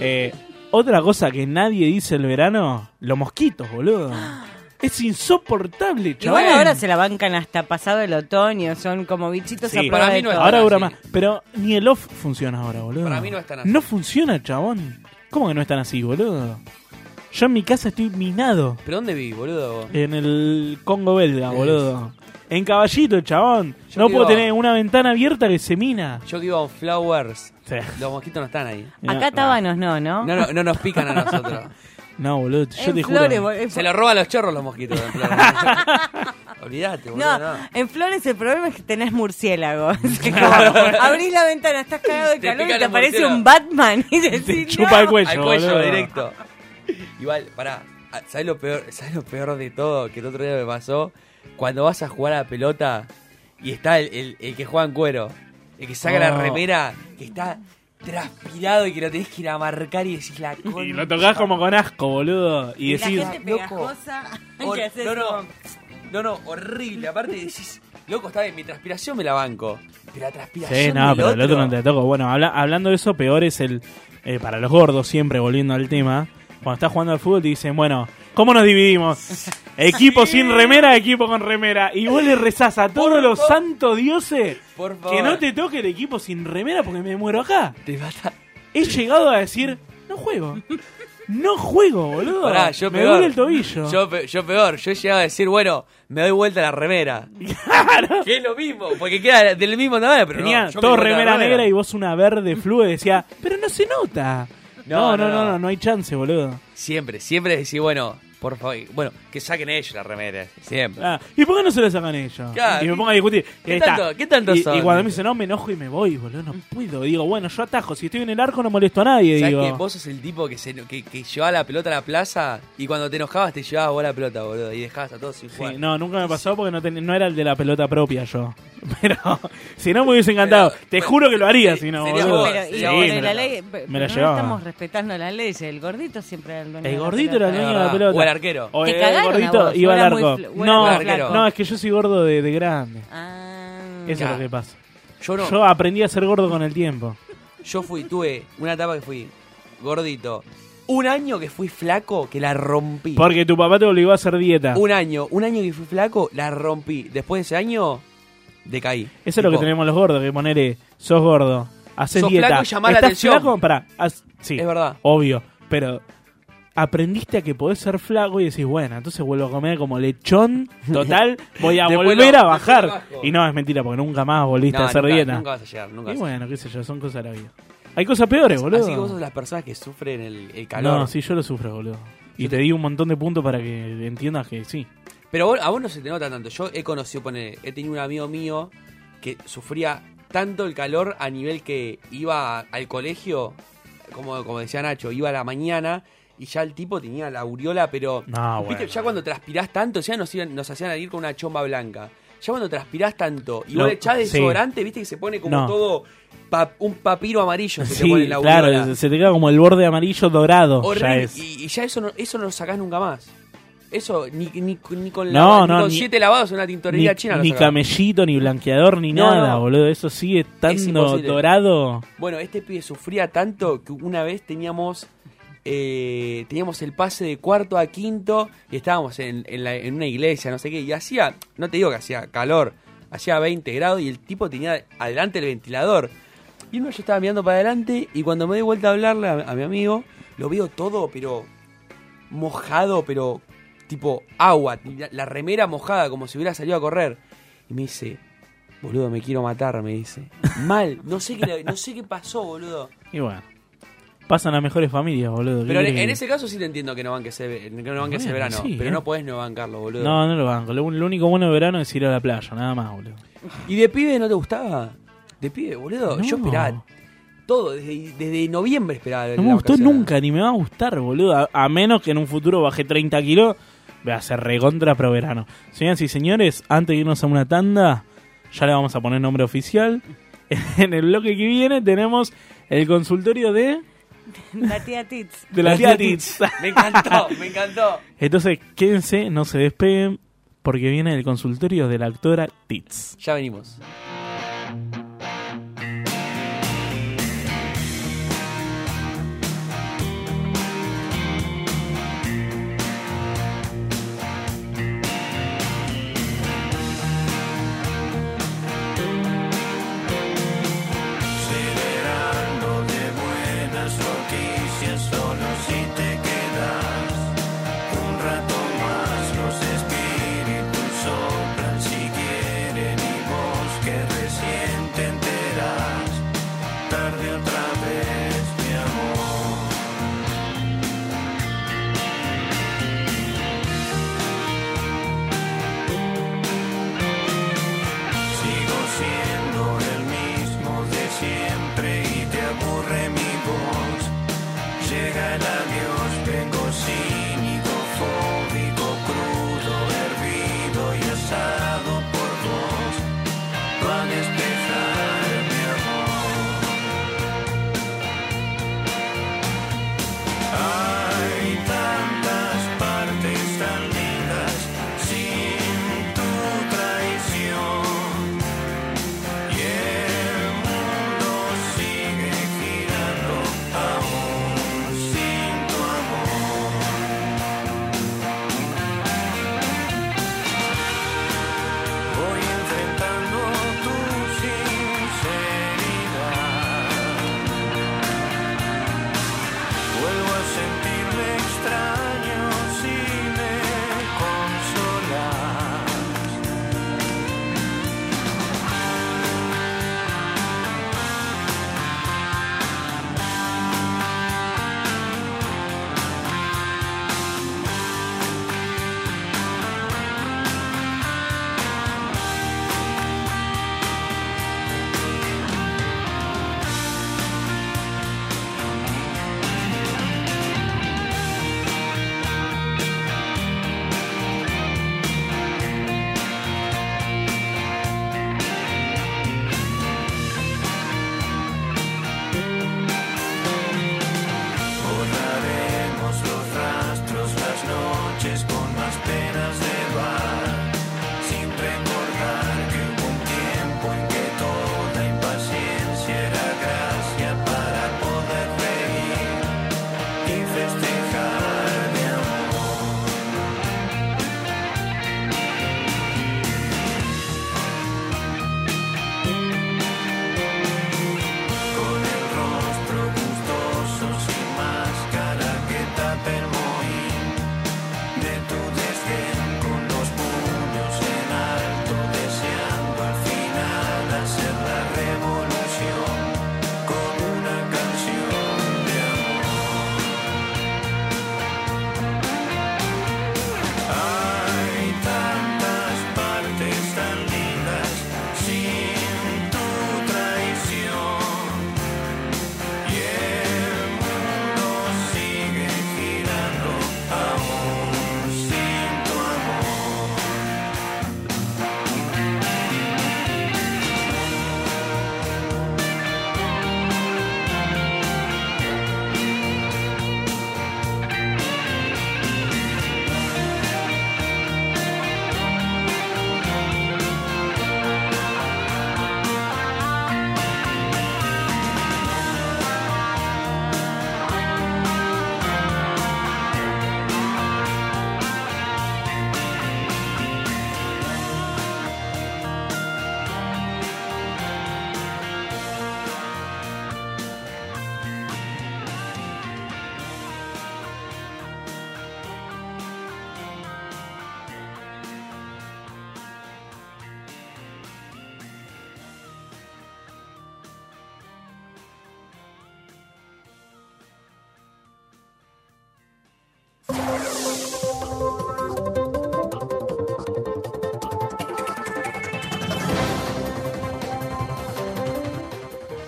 S6: Eh, otra cosa que nadie dice el verano, los
S15: *gasps*
S6: mosquitos, boludo. Es insoportable, chaval.
S15: Igual ahora se la bancan hasta pasado el otoño, son como bichitos
S6: Sí.
S15: a prueba de todo.
S6: ahora dura más. Pero ni el off funciona ahora, boludo.
S4: Para mí no es tan así.
S6: No funciona, chabón. ¿Cómo que no están así, boludo? Yo en mi casa estoy minado.
S4: ¿Pero dónde vi, boludo? vos?
S6: En el Congo belga, boludo. En caballito, chabón. no
S4: te
S6: puedo
S4: digo-
S6: tener una ventana abierta que se mina.
S4: Yo que iba a un Flowers. Los mosquitos no están ahí.
S15: Acá tábanos no, ¿no?
S4: No, no, no nos pican a
S15: *laughs*
S4: nosotros.
S6: No, boludo,
S4: Eh,
S6: yo
S15: En
S6: te
S15: Flores,
S6: juro.
S15: bol- en
S4: Se lo roban los chorros los mosquitos.
S6: *laughs*
S4: en Flores. Olvídate, boludo.
S15: No,
S4: No.
S15: en Flores el problema es que tenés
S4: *laughs*
S15: murciélagos. Es como, abrís la ventana, estás cagado de
S4: Te
S15: calor
S4: pican
S15: y te
S4: los
S15: aparece
S4: murciélagos.
S15: un Batman y decís,
S6: chupa
S15: "No".
S6: el cuello,
S4: Al cuello
S6: boludo.
S4: directo. Igual, pará. ah, ¿Sabes lo peor? ¿Sabes lo peor de todo que el otro día me pasó? Cuando vas a jugar a la pelota y está el, el- el que juega en cuero, el que saca la
S6: Oh.
S4: remera, que está transpirado y que lo tenés que ir a marcar y decís la concha.
S6: Y lo tocás como con asco, boludo. Y
S4: la
S6: decís.
S4: gente *laughs* pegajosa Hor- no, no, no, no, horrible. Aparte decís, loco, está bien, mi transpiración me la banco. Pero la transpiración
S6: Sí, no,
S4: del
S6: pero el otro
S4: otro
S6: no te la toco. Bueno, habla- hablando de eso, peor es el. eh, para los gordos, siempre volviendo al tema. Cuando estás jugando al fútbol, te dicen, bueno, ¿cómo nos
S4: *laughs*
S6: dividimos? Equipo sin remera, equipo con remera. Y vos le rezás a todos los santos dioses
S4: Por favor.
S6: que no te toque el equipo sin remera porque me muero acá. He llegado a decir, no juego. No juego, boludo.
S4: Pará, yo
S6: me
S4: peor.
S6: duele el tobillo.
S4: Yo, pe- yo peor. Yo llegaba a decir, bueno, me doy vuelta
S6: *laughs*
S4: la remera. Que es lo mismo, porque queda del mismo tamaño, pero
S6: Tenía
S4: no, yo me
S6: todo
S4: doy vuelta la
S6: remera negra y vos una verde fluo y decía, pero no se nota. No, no, no, no, no, hay chance, boludo.
S4: Siempre, siempre decir, bueno, por favor, bueno, que saquen ellos la remera. Siempre.
S6: Ah, ¿Y por qué no se lo sacan ellos?
S4: Claro.
S6: Y me pongo a discutir.
S4: ¿Qué
S6: Y ahí está.
S4: tanto- qué tanto
S6: y,
S4: son?
S6: y cuando me dicen, no, me enojo y me voy, boludo, no puedo. Digo, bueno, yo atajo. Si estoy en el arco no molesto a nadie,
S4: ¿Sabes
S6: digo.
S4: que vos sos el tipo que, se, que, que llevaba la pelota a la plaza y cuando te enojabas te llevabas vos la pelota, boludo, y dejabas a todos sin
S6: Sí,
S4: jugar?
S6: no, nunca me pasó porque no, ten- no era el de la pelota propia yo. *laughs* Pero si no me hubiese encantado, te juro que lo haría si no,
S4: sería
S6: boludo.
S4: vos,
S15: Pero, y-
S6: Sí,
S15: pero
S6: me
S15: la
S6: la-
S15: ley,
S6: me
S15: pero
S6: la
S15: no
S6: llevaba.
S15: estamos respetando la ley. El gordito siempre era el dueño. de
S6: El
S15: la
S6: gordito
S15: pelota.
S6: era el dueño de la pelota.
S4: O el arquero.
S6: O
S15: Te
S6: el
S15: cagaron a
S6: gordito
S15: vos,
S6: iba al
S15: era muy
S6: arco.
S15: fl-
S6: no,
S4: era muy flaco.
S6: no, es que yo soy gordo de, de grande.
S15: Ah.
S6: Eso
S4: Ya.
S6: es lo que pasa.
S4: Yo no.
S6: Yo aprendí a ser gordo con el tiempo.
S4: Yo fui, tuve una etapa que fui gordito. Un año que fui flaco, que la rompí.
S6: Porque tu papá te obligó a hacer dieta.
S4: Un año, un año que fui flaco, la rompí. Después de ese año, decaí.
S6: Eso es lo que
S4: Tipo,
S6: tenemos los gordos, que ponele, sos gordo, haces
S4: Sos
S6: dieta.
S4: flaco y llamás la
S6: ¿Estás
S4: atención.
S6: flaco? Pará, haz- sí.
S4: Es verdad.
S6: Obvio, pero aprendiste a que podés ser flaco y decís, bueno, entonces vuelvo a comer como lechón,
S4: *laughs*
S6: total, voy a
S4: Después
S6: volver
S4: lo-
S6: a bajar.
S4: después lo bajo.
S6: Y no, es mentira, porque nunca más volviste
S4: No,
S6: a hacer
S4: nunca-
S6: dieta.
S4: nunca vas a llegar, nunca
S6: y
S4: vas a
S6: bueno, qué sé yo, son cosas de la vida. Hay cosas peores, boludo.
S4: Así que vos sos las personas que sufren el, el calor.
S6: No, sí, yo lo sufro, boludo. Y te di un montón de puntos para que entiendas que sí.
S4: Pero vos- a vos no se te nota tanto. Yo he conocido, poner, he tenido un amigo mío que sufría tanto el calor a nivel que iba a- al colegio, como, como decía Nacho, iba a la mañana y ya el tipo tenía la aureola, pero.
S6: No,
S4: ¿viste?
S6: Ah, bueno.
S4: Ya cuando transpirás tanto, ya nos, iban- nos hacían ir con una chomba blanca. Ya cuando transpirás tanto y
S6: Lo-
S4: vos le echás
S6: sí.
S4: desodorante, viste que se pone como
S6: No.
S4: todo pa- un papiro amarillo se te pone
S6: Sí,
S4: en la
S6: claro,
S4: aureola.
S6: se- se te queda como el borde amarillo dorado. ya
S4: Horrible.
S6: es.
S4: Y, y ya eso no, eso no lo sacás nunca más. Eso, ni, ni, ni
S6: No,
S4: con, lava- ni
S6: no,
S4: con
S6: ni-
S4: siete lavados en una tintorería
S6: ni,
S4: china. lo
S6: ni
S4: sacás.
S6: camellito, ni blanqueador, ni
S4: No,
S6: nada,
S4: no.
S6: boludo. Eso sigue estando
S4: imposible.
S6: dorado.
S4: Bueno, este pibe sufría tanto que una vez teníamos eh, teníamos el pase de cuarto a quinto y estábamos en, en la- en una iglesia, no sé qué, y hacía, no te digo que hacía calor, hacía 20 grados y el tipo tenía adelante el ventilador. Y uno yo estaba mirando para adelante y cuando me doy vuelta a hablarle a, a mi amigo, lo veo todo, pero mojado, pero tipo agua, la, la remera mojada, como si hubiera salido a correr. Y me dice, boludo, me quiero matar,
S6: *laughs*
S4: me dice. Mal, no sé qué, le- no sé qué pasó, boludo.
S6: Y bueno, pasan las mejores familias, boludo. ¿Qué
S4: Pero en,
S6: querés
S4: en
S6: que-
S4: ese caso sí te entiendo que no banques ese, ve- que no banques ese
S6: Bueno,
S4: verano.
S6: sí,
S4: pero
S6: eh.
S4: no podés no bancarlo, boludo.
S6: No, no lo banco. Lo, lo único bueno de verano es ir a la playa, nada más, boludo.
S4: ¿Y de pibe no te gustaba? De pibe, boludo.
S6: No.
S4: Yo esperaba todo. Desde, desde noviembre esperaba.
S6: No me
S4: la
S6: gustó
S4: vacación.
S6: nunca, ni me va a gustar, boludo. A, a menos que en un futuro baje 30 kilos, voy a ser recontra pro verano. Señoras y señores, antes de irnos a una tanda, ya le vamos a poner nombre oficial. *laughs* En el bloque que viene tenemos el consultorio de...
S15: La tía Tits.
S6: De la tía Tits.
S4: *laughs* Me encantó, me encantó.
S6: Entonces, quédense, no se despeguen, porque viene el consultorio de la actora Tits.
S4: Ya venimos.
S9: Celebrando de buenas noticias solo si te quedas un rato más los espíritus soplan si quieren y vos querés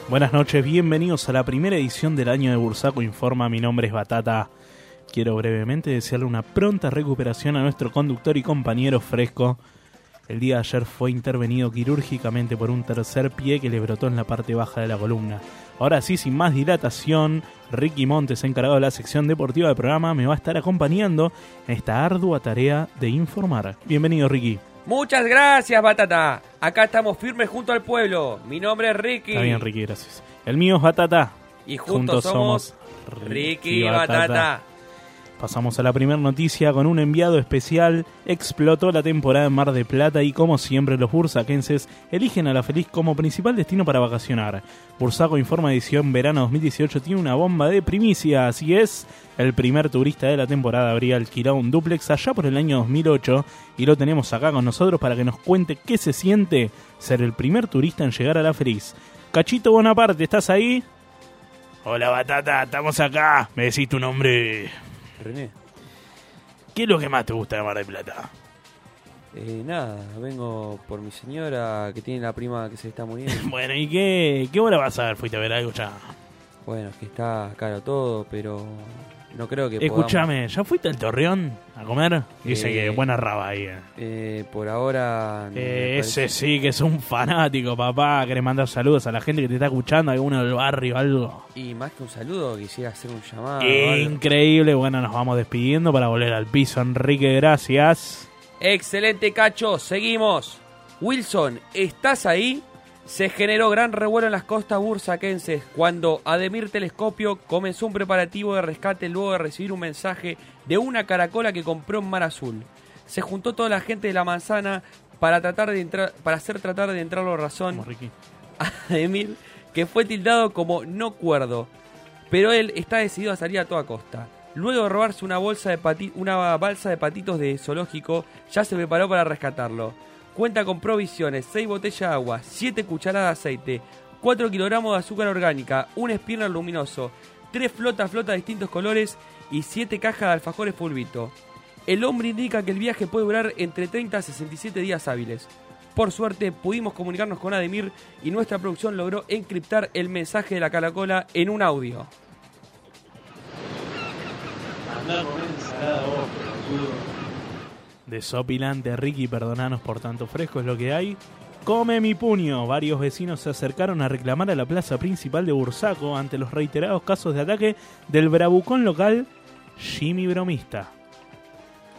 S6: Buenas noches, bienvenidos a la primera edición del año de Bursaco Informa. Mi nombre es Batata. Quiero brevemente desearle una pronta recuperación a nuestro conductor y compañero Fresco. El día de ayer fue intervenido quirúrgicamente por un tercer pie que le brotó en la parte baja de la columna. Ahora sí, sin más dilatación, Ricky Montes, encargado de la sección deportiva del programa, me va a estar acompañando en esta ardua tarea de informar. Bienvenido, Ricky.
S4: Muchas gracias, Batata. Acá estamos firmes junto al pueblo. Mi nombre es Ricky.
S6: Está bien, Ricky, gracias. El mío es Batata.
S4: Y juntos somos Ricky Batata.
S6: Pasamos a la primera noticia con un enviado especial. Explotó la temporada en Mar de Plata y como siempre los bursaquenses eligen a La Feliz como principal destino para vacacionar. Bursaco Informa Edición Verano 2018 tiene una bomba de primicia, así es. El primer turista de la temporada habría alquilado un duplex allá por el año 2008 y lo tenemos acá con nosotros para que nos cuente qué se siente ser el primer turista en llegar a La Feliz. Cachito Bonaparte, ¿estás ahí? Hola Batata, estamos acá. Me decís tu nombre.
S4: René.
S6: Eh, ¿Qué es lo que más te gusta de Mar del Plata?
S4: Eh, nada, vengo por mi señora que tiene la prima que se está muriendo.
S6: *laughs* Bueno, ¿y qué, qué hora vas a ver? ¿Fuiste a ver algo ya?
S4: bueno, es que está caro todo, pero no creo que
S6: Escúchame, ¿ya fuiste al Torreón a comer? Dice
S4: Eh,
S6: que buena raba ahí. eh.
S4: podamos. Eh, por ahora... no
S6: Eh,
S4: me
S6: ese
S4: parece-
S6: sí que es un fanático, papá. ¿Querés mandar saludos a la gente que te está escuchando, alguno del barrio, algo?
S4: Y más que un saludo, quisiera hacer un llamado. algo.
S6: Increíble. Bueno, nos vamos despidiendo para volver al piso. Enrique, gracias.
S4: Excelente, Cacho. Seguimos. Wilson, ¿estás ahí? Se generó gran revuelo en las costas bursaquenses cuando Ademir Telescopio comenzó un preparativo de rescate luego de recibir un mensaje de una caracola que compró en Mar Azul. Se juntó toda la gente de la manzana para tratar de entrar, para hacer tratar de entrarlo a razón a *laughs* Ademir, que fue tildado como no cuerdo, pero él está decidido a salir a toda costa. Luego de robarse una, bolsa de pati- una balsa de patitos de zoológico, ya se preparó para rescatarlo. Cuenta con provisiones, 6 botellas de agua, 7 cucharadas de aceite, 4 kilogramos de azúcar orgánica, un spinner luminoso, 3 flotas flotas de distintos colores y 7 cajas de alfajores fulvito. El hombre indica que el viaje puede durar entre 30 a 67 días hábiles. Por suerte pudimos comunicarnos con Ademir y nuestra producción logró encriptar el mensaje de la caracola en un audio.
S9: Andá a comer ensalada vos, pelotudo.
S6: Desopilante, Ricky, perdonanos por tanto fresco, es lo que hay. Come mi puño. Varios vecinos se acercaron a reclamar a la plaza principal de Bursaco ante los reiterados casos de ataque del bravucón local Jimmy Bromista.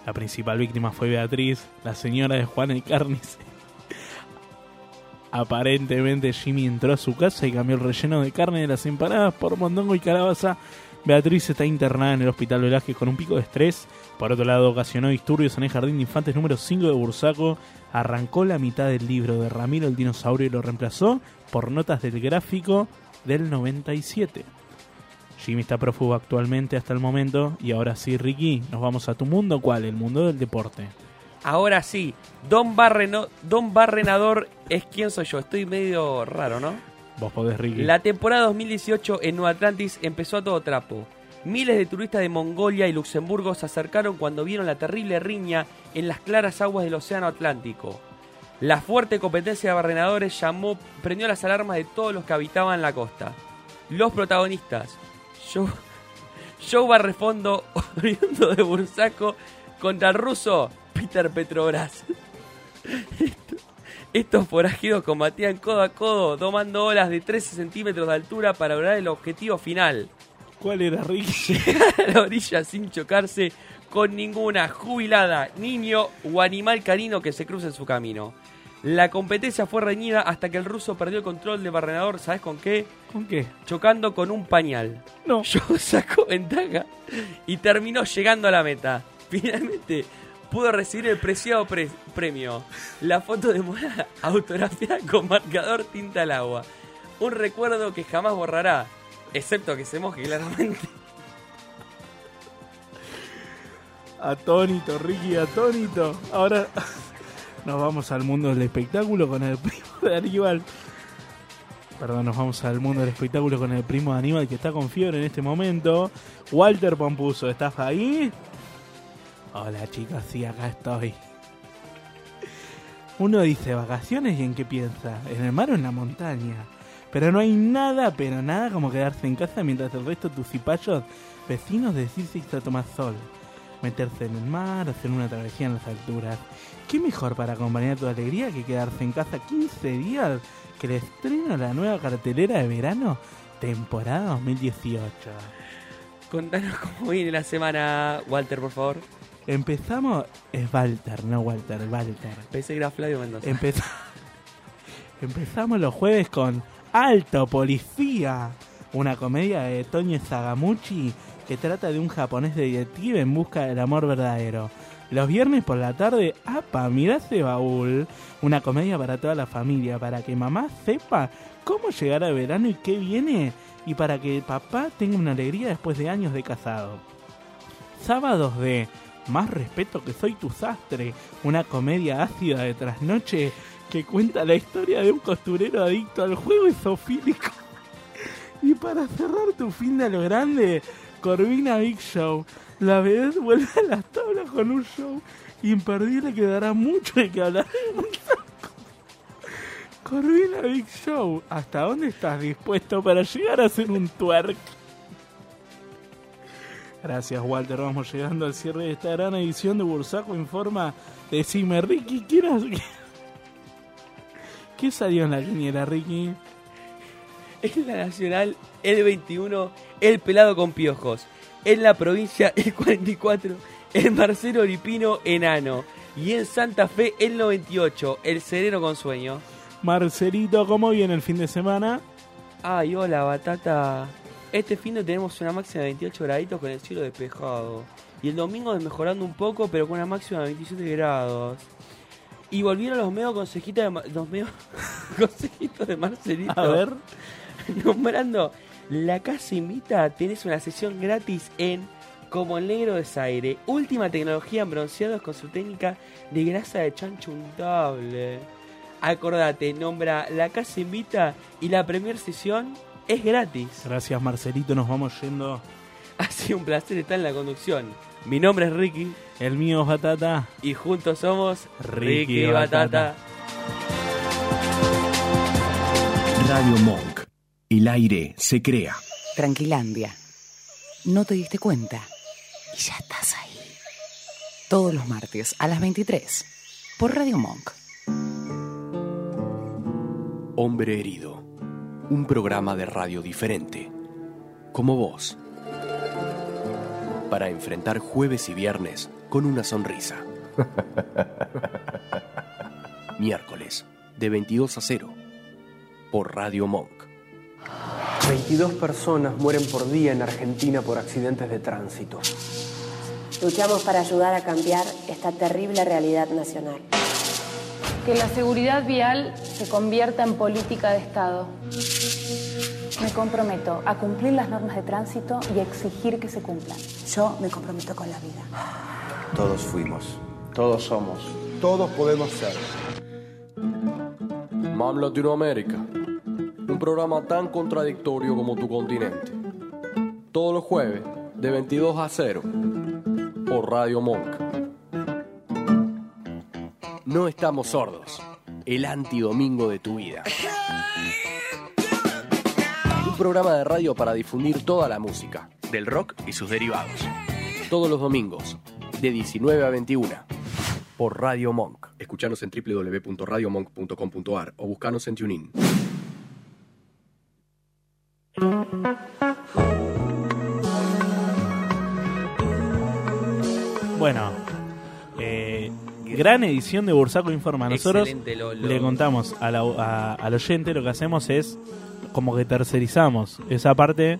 S6: La principal víctima fue Beatriz, la señora de Juan el Carnice. Aparentemente Jimmy entró a su casa y cambió el relleno de carne de las empanadas por mondongo y calabaza. Beatriz está internada en el hospital Velázquez con un pico de estrés. Por otro lado, ocasionó disturbios en el jardín de infantes número 5 de Bursaco. Arrancó la mitad del libro de Ramiro el dinosaurio y lo reemplazó por notas del gráfico del 97. Jimmy está prófugo actualmente hasta el momento. Y ahora sí, Ricky, nos vamos a tu mundo, ¿cuál? El mundo del deporte.
S4: Ahora sí, Don, Barreno- Don Barrenador es quien soy yo. Estoy medio raro, ¿no?
S6: Vos podés, Ricky.
S4: La temporada 2018 en Nueva Atlantis empezó a todo trapo. Miles de turistas de Mongolia y Luxemburgo se acercaron cuando vieron la terrible riña en las claras aguas del Océano Atlántico. La fuerte competencia de barrenadores llamó, prendió las alarmas de todos los que habitaban la costa. Los protagonistas, Joe, Joe Barrefondo, oriundo de Bursaco, contra el ruso Peter Petrobras. Estos forajidos combatían codo a codo, tomando olas de 13 centímetros de altura para lograr el objetivo final.
S6: ¿Cuál era, Ricky?
S4: *laughs* Llegar a la orilla sin chocarse con ninguna jubilada, niño o animal canino que se cruce en su camino. La competencia fue reñida hasta que el ruso perdió el control del barrenador, ¿sabes con qué?
S6: ¿Con qué?
S4: Chocando con un pañal.
S6: No.
S4: *laughs* Yo sacó ventaja y terminó llegando a la meta. Finalmente pudo recibir el preciado pre- premio. La foto de Mora *laughs* autografiada con marcador tinta al agua. Un recuerdo que jamás borrará. Excepto que se moje claramente. *laughs*
S6: Atónito, Ricky, atónito. Ahora *laughs* nos vamos al mundo del espectáculo con el primo de Aníbal. Perdón, nos vamos al mundo del espectáculo con el primo de Aníbal que está con fiebre en este momento. Walter Pompuso, ¿estás ahí? Hola chicos, sí, acá estoy. Uno dice vacaciones y en qué piensa, en el mar o en la montaña. Pero no hay nada, pero nada como quedarse en casa mientras el resto de tus cipayos vecinos decís irse a tomar sol. Meterse en el mar, hacer una travesía en las alturas. ¿Qué mejor para acompañar tu alegría que quedarse en casa 15 días que el estreno de la nueva cartelera de verano, temporada 2018?
S4: Contanos cómo viene la semana, Walter, por favor.
S6: Empezamos, es Walter, no Walter, Walter.
S4: Pensé que era Flavio Mendoza.
S6: Empeza- *laughs* Empezamos los jueves con Alto Policía, una comedia de Toño Sagamuchi que trata de un japonés detective en busca del amor verdadero. Los viernes por la tarde, ¡apa! Mirá ese baúl. Una comedia para toda la familia, para que mamá sepa cómo llegar al verano y qué viene, y para que papá tenga una alegría después de años de casado sábados de Más respeto que soy tu sastre, una comedia ácida de trasnoche que cuenta la historia de un costurero adicto al juego esofílico. *laughs* Y para cerrar tu fin de lo grande, Corvina Big Show, la vedette vuelve a las tablas con un show imperdible que dará mucho de que hablar. *laughs* Corvina Big Show, ¿hasta dónde estás dispuesto para llegar a ser un twerk? Gracias, Walter. Vamos llegando al cierre de esta gran edición de Bursaco Informa. Decime, Ricky, ¿quién has- *laughs* ¿qué salió en la quiniela, Ricky?
S4: En la Nacional, el 21, el pelado con piojos. En la provincia, el 44, el Marcelo Lipino enano. Y en Santa Fe, el 98, el sereno con sueño.
S6: Marcelito, ¿cómo viene el fin de semana?
S4: Ay, hola, batata. Este fin de tenemos una máxima de 28 graditos con el cielo despejado. Y el domingo mejorando un poco, pero con una máxima de 27 grados. Y volvieron los medio consejitos de, Ma- los medio *laughs* consejitos de Marcelito.
S6: A ver.
S4: *laughs* Nombrando La Casa Invita, tenés una sesión gratis en Como el Negro Desaire. Última tecnología en bronceados con su técnica de grasa de chancho untable. Acordate, nombra La Casa Invita y la premier sesión es gratis. *laughs*
S6: Gracias, Marcelito. Nos vamos yendo.
S4: Ha sido un placer estar en la conducción. Mi nombre es Ricky.
S6: El mío es Batata.
S4: Y juntos somos
S6: Ricky
S4: Ricky Batata.
S6: Batata.
S1: Radio Monk. El aire se crea.
S16: Tranquilandia. No te diste cuenta. Y ya estás ahí. Todos los martes a las 23 por Radio Monk.
S1: Hombre herido. Un programa de radio diferente. Como vos. Para enfrentar jueves y viernes con una sonrisa. *laughs* Miércoles, de 22 a 0. Por Radio Monk.
S17: 22 personas mueren por día en Argentina por accidentes de tránsito.
S18: Luchamos para ayudar a cambiar esta terrible realidad nacional.
S19: Que la seguridad vial se convierta en política de Estado. Me comprometo a cumplir las normas de tránsito y a exigir que se cumplan. Yo me comprometo con la vida.
S20: Todos fuimos, todos somos, todos podemos ser.
S14: MAM Latinoamérica, un programa tan contradictorio como tu continente. Todos los jueves, de 22 a 0, por Radio Monk.
S1: No estamos sordos. El antidomingo de tu vida. Un programa de radio para difundir toda la música, del rock y sus derivados. Todos los domingos, de 19 a 21, por Radio Monk. Escuchanos en www.radiomonk.com.ar o buscanos en TuneIn.
S6: Bueno, eh, gran edición de Bursaco Informa. Nosotros
S4: Excelente, lo- lo-
S6: le contamos a la- a- al oyente lo que hacemos es como que tercerizamos esa parte.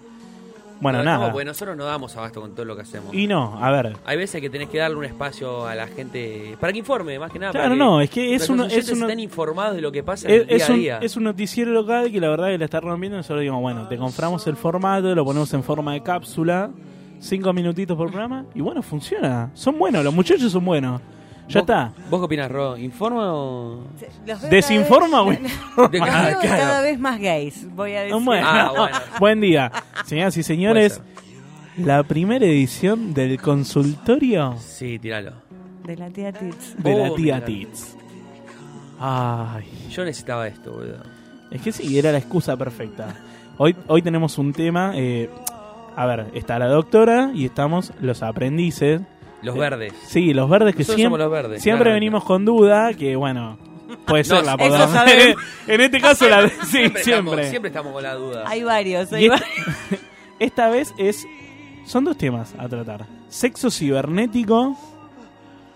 S6: Bueno,
S4: No,
S6: nada.
S4: No, porque nosotros no damos abasto con todo lo que hacemos.
S6: Y no, a ver.
S4: Hay veces que tenés que darle un espacio a la gente para que informe, más que nada.
S6: Claro,
S4: para
S6: no, es que es
S4: nuestros
S6: uno- es
S4: oyentes
S6: uno-
S4: estén informados de lo que pasa
S6: Es,
S4: en el día
S6: es un,
S4: a día.
S6: es un noticiero local que la verdad que la está rompiendo. Nosotros digo, bueno, te compramos el formato, lo ponemos en forma de cápsula, cinco minutitos por programa, y bueno, funciona. Son buenos, los muchachos son buenos. Ya está.
S4: ¿Vos qué opinás, Ro? ¿Informa o.?
S15: Los veo
S6: ¿Desinforma
S15: cada *laughs*
S6: o
S15: vez-
S6: informa? Ah,
S15: Los veo
S6: *laughs* Claro.
S15: cada vez más gays, voy a decir.
S6: Bueno,
S4: Ah,
S6: *laughs* buen día. Señoras y señores, la primera edición del consultorio
S4: Sí, tiralo.
S15: De la tía Tits.
S6: de la
S4: Oh,
S6: tía
S4: mira.
S6: Tits. Ay.
S4: Yo necesitaba esto, boludo.
S6: Es que sí, era la excusa perfecta. Hoy, hoy tenemos un tema. eh, a ver, está la doctora y estamos los aprendices.
S4: Los
S6: Eh,
S4: verdes.
S6: Sí, los verdes que
S4: Nosotros
S6: siempre,
S4: somos los verdes,
S6: siempre
S4: claramente.
S6: venimos con duda, que bueno, puede ser
S4: No,
S6: la
S4: eso
S6: podamos-
S4: sabemos.
S6: *laughs* en este caso,
S4: *laughs*
S6: la, sí, siempre.
S4: Siempre estamos- siempre estamos con la duda.
S15: Hay varios.
S6: Y
S15: Hay
S6: esta- *laughs*
S15: varios.
S6: esta vez es. Son dos temas a tratar: sexo cibernético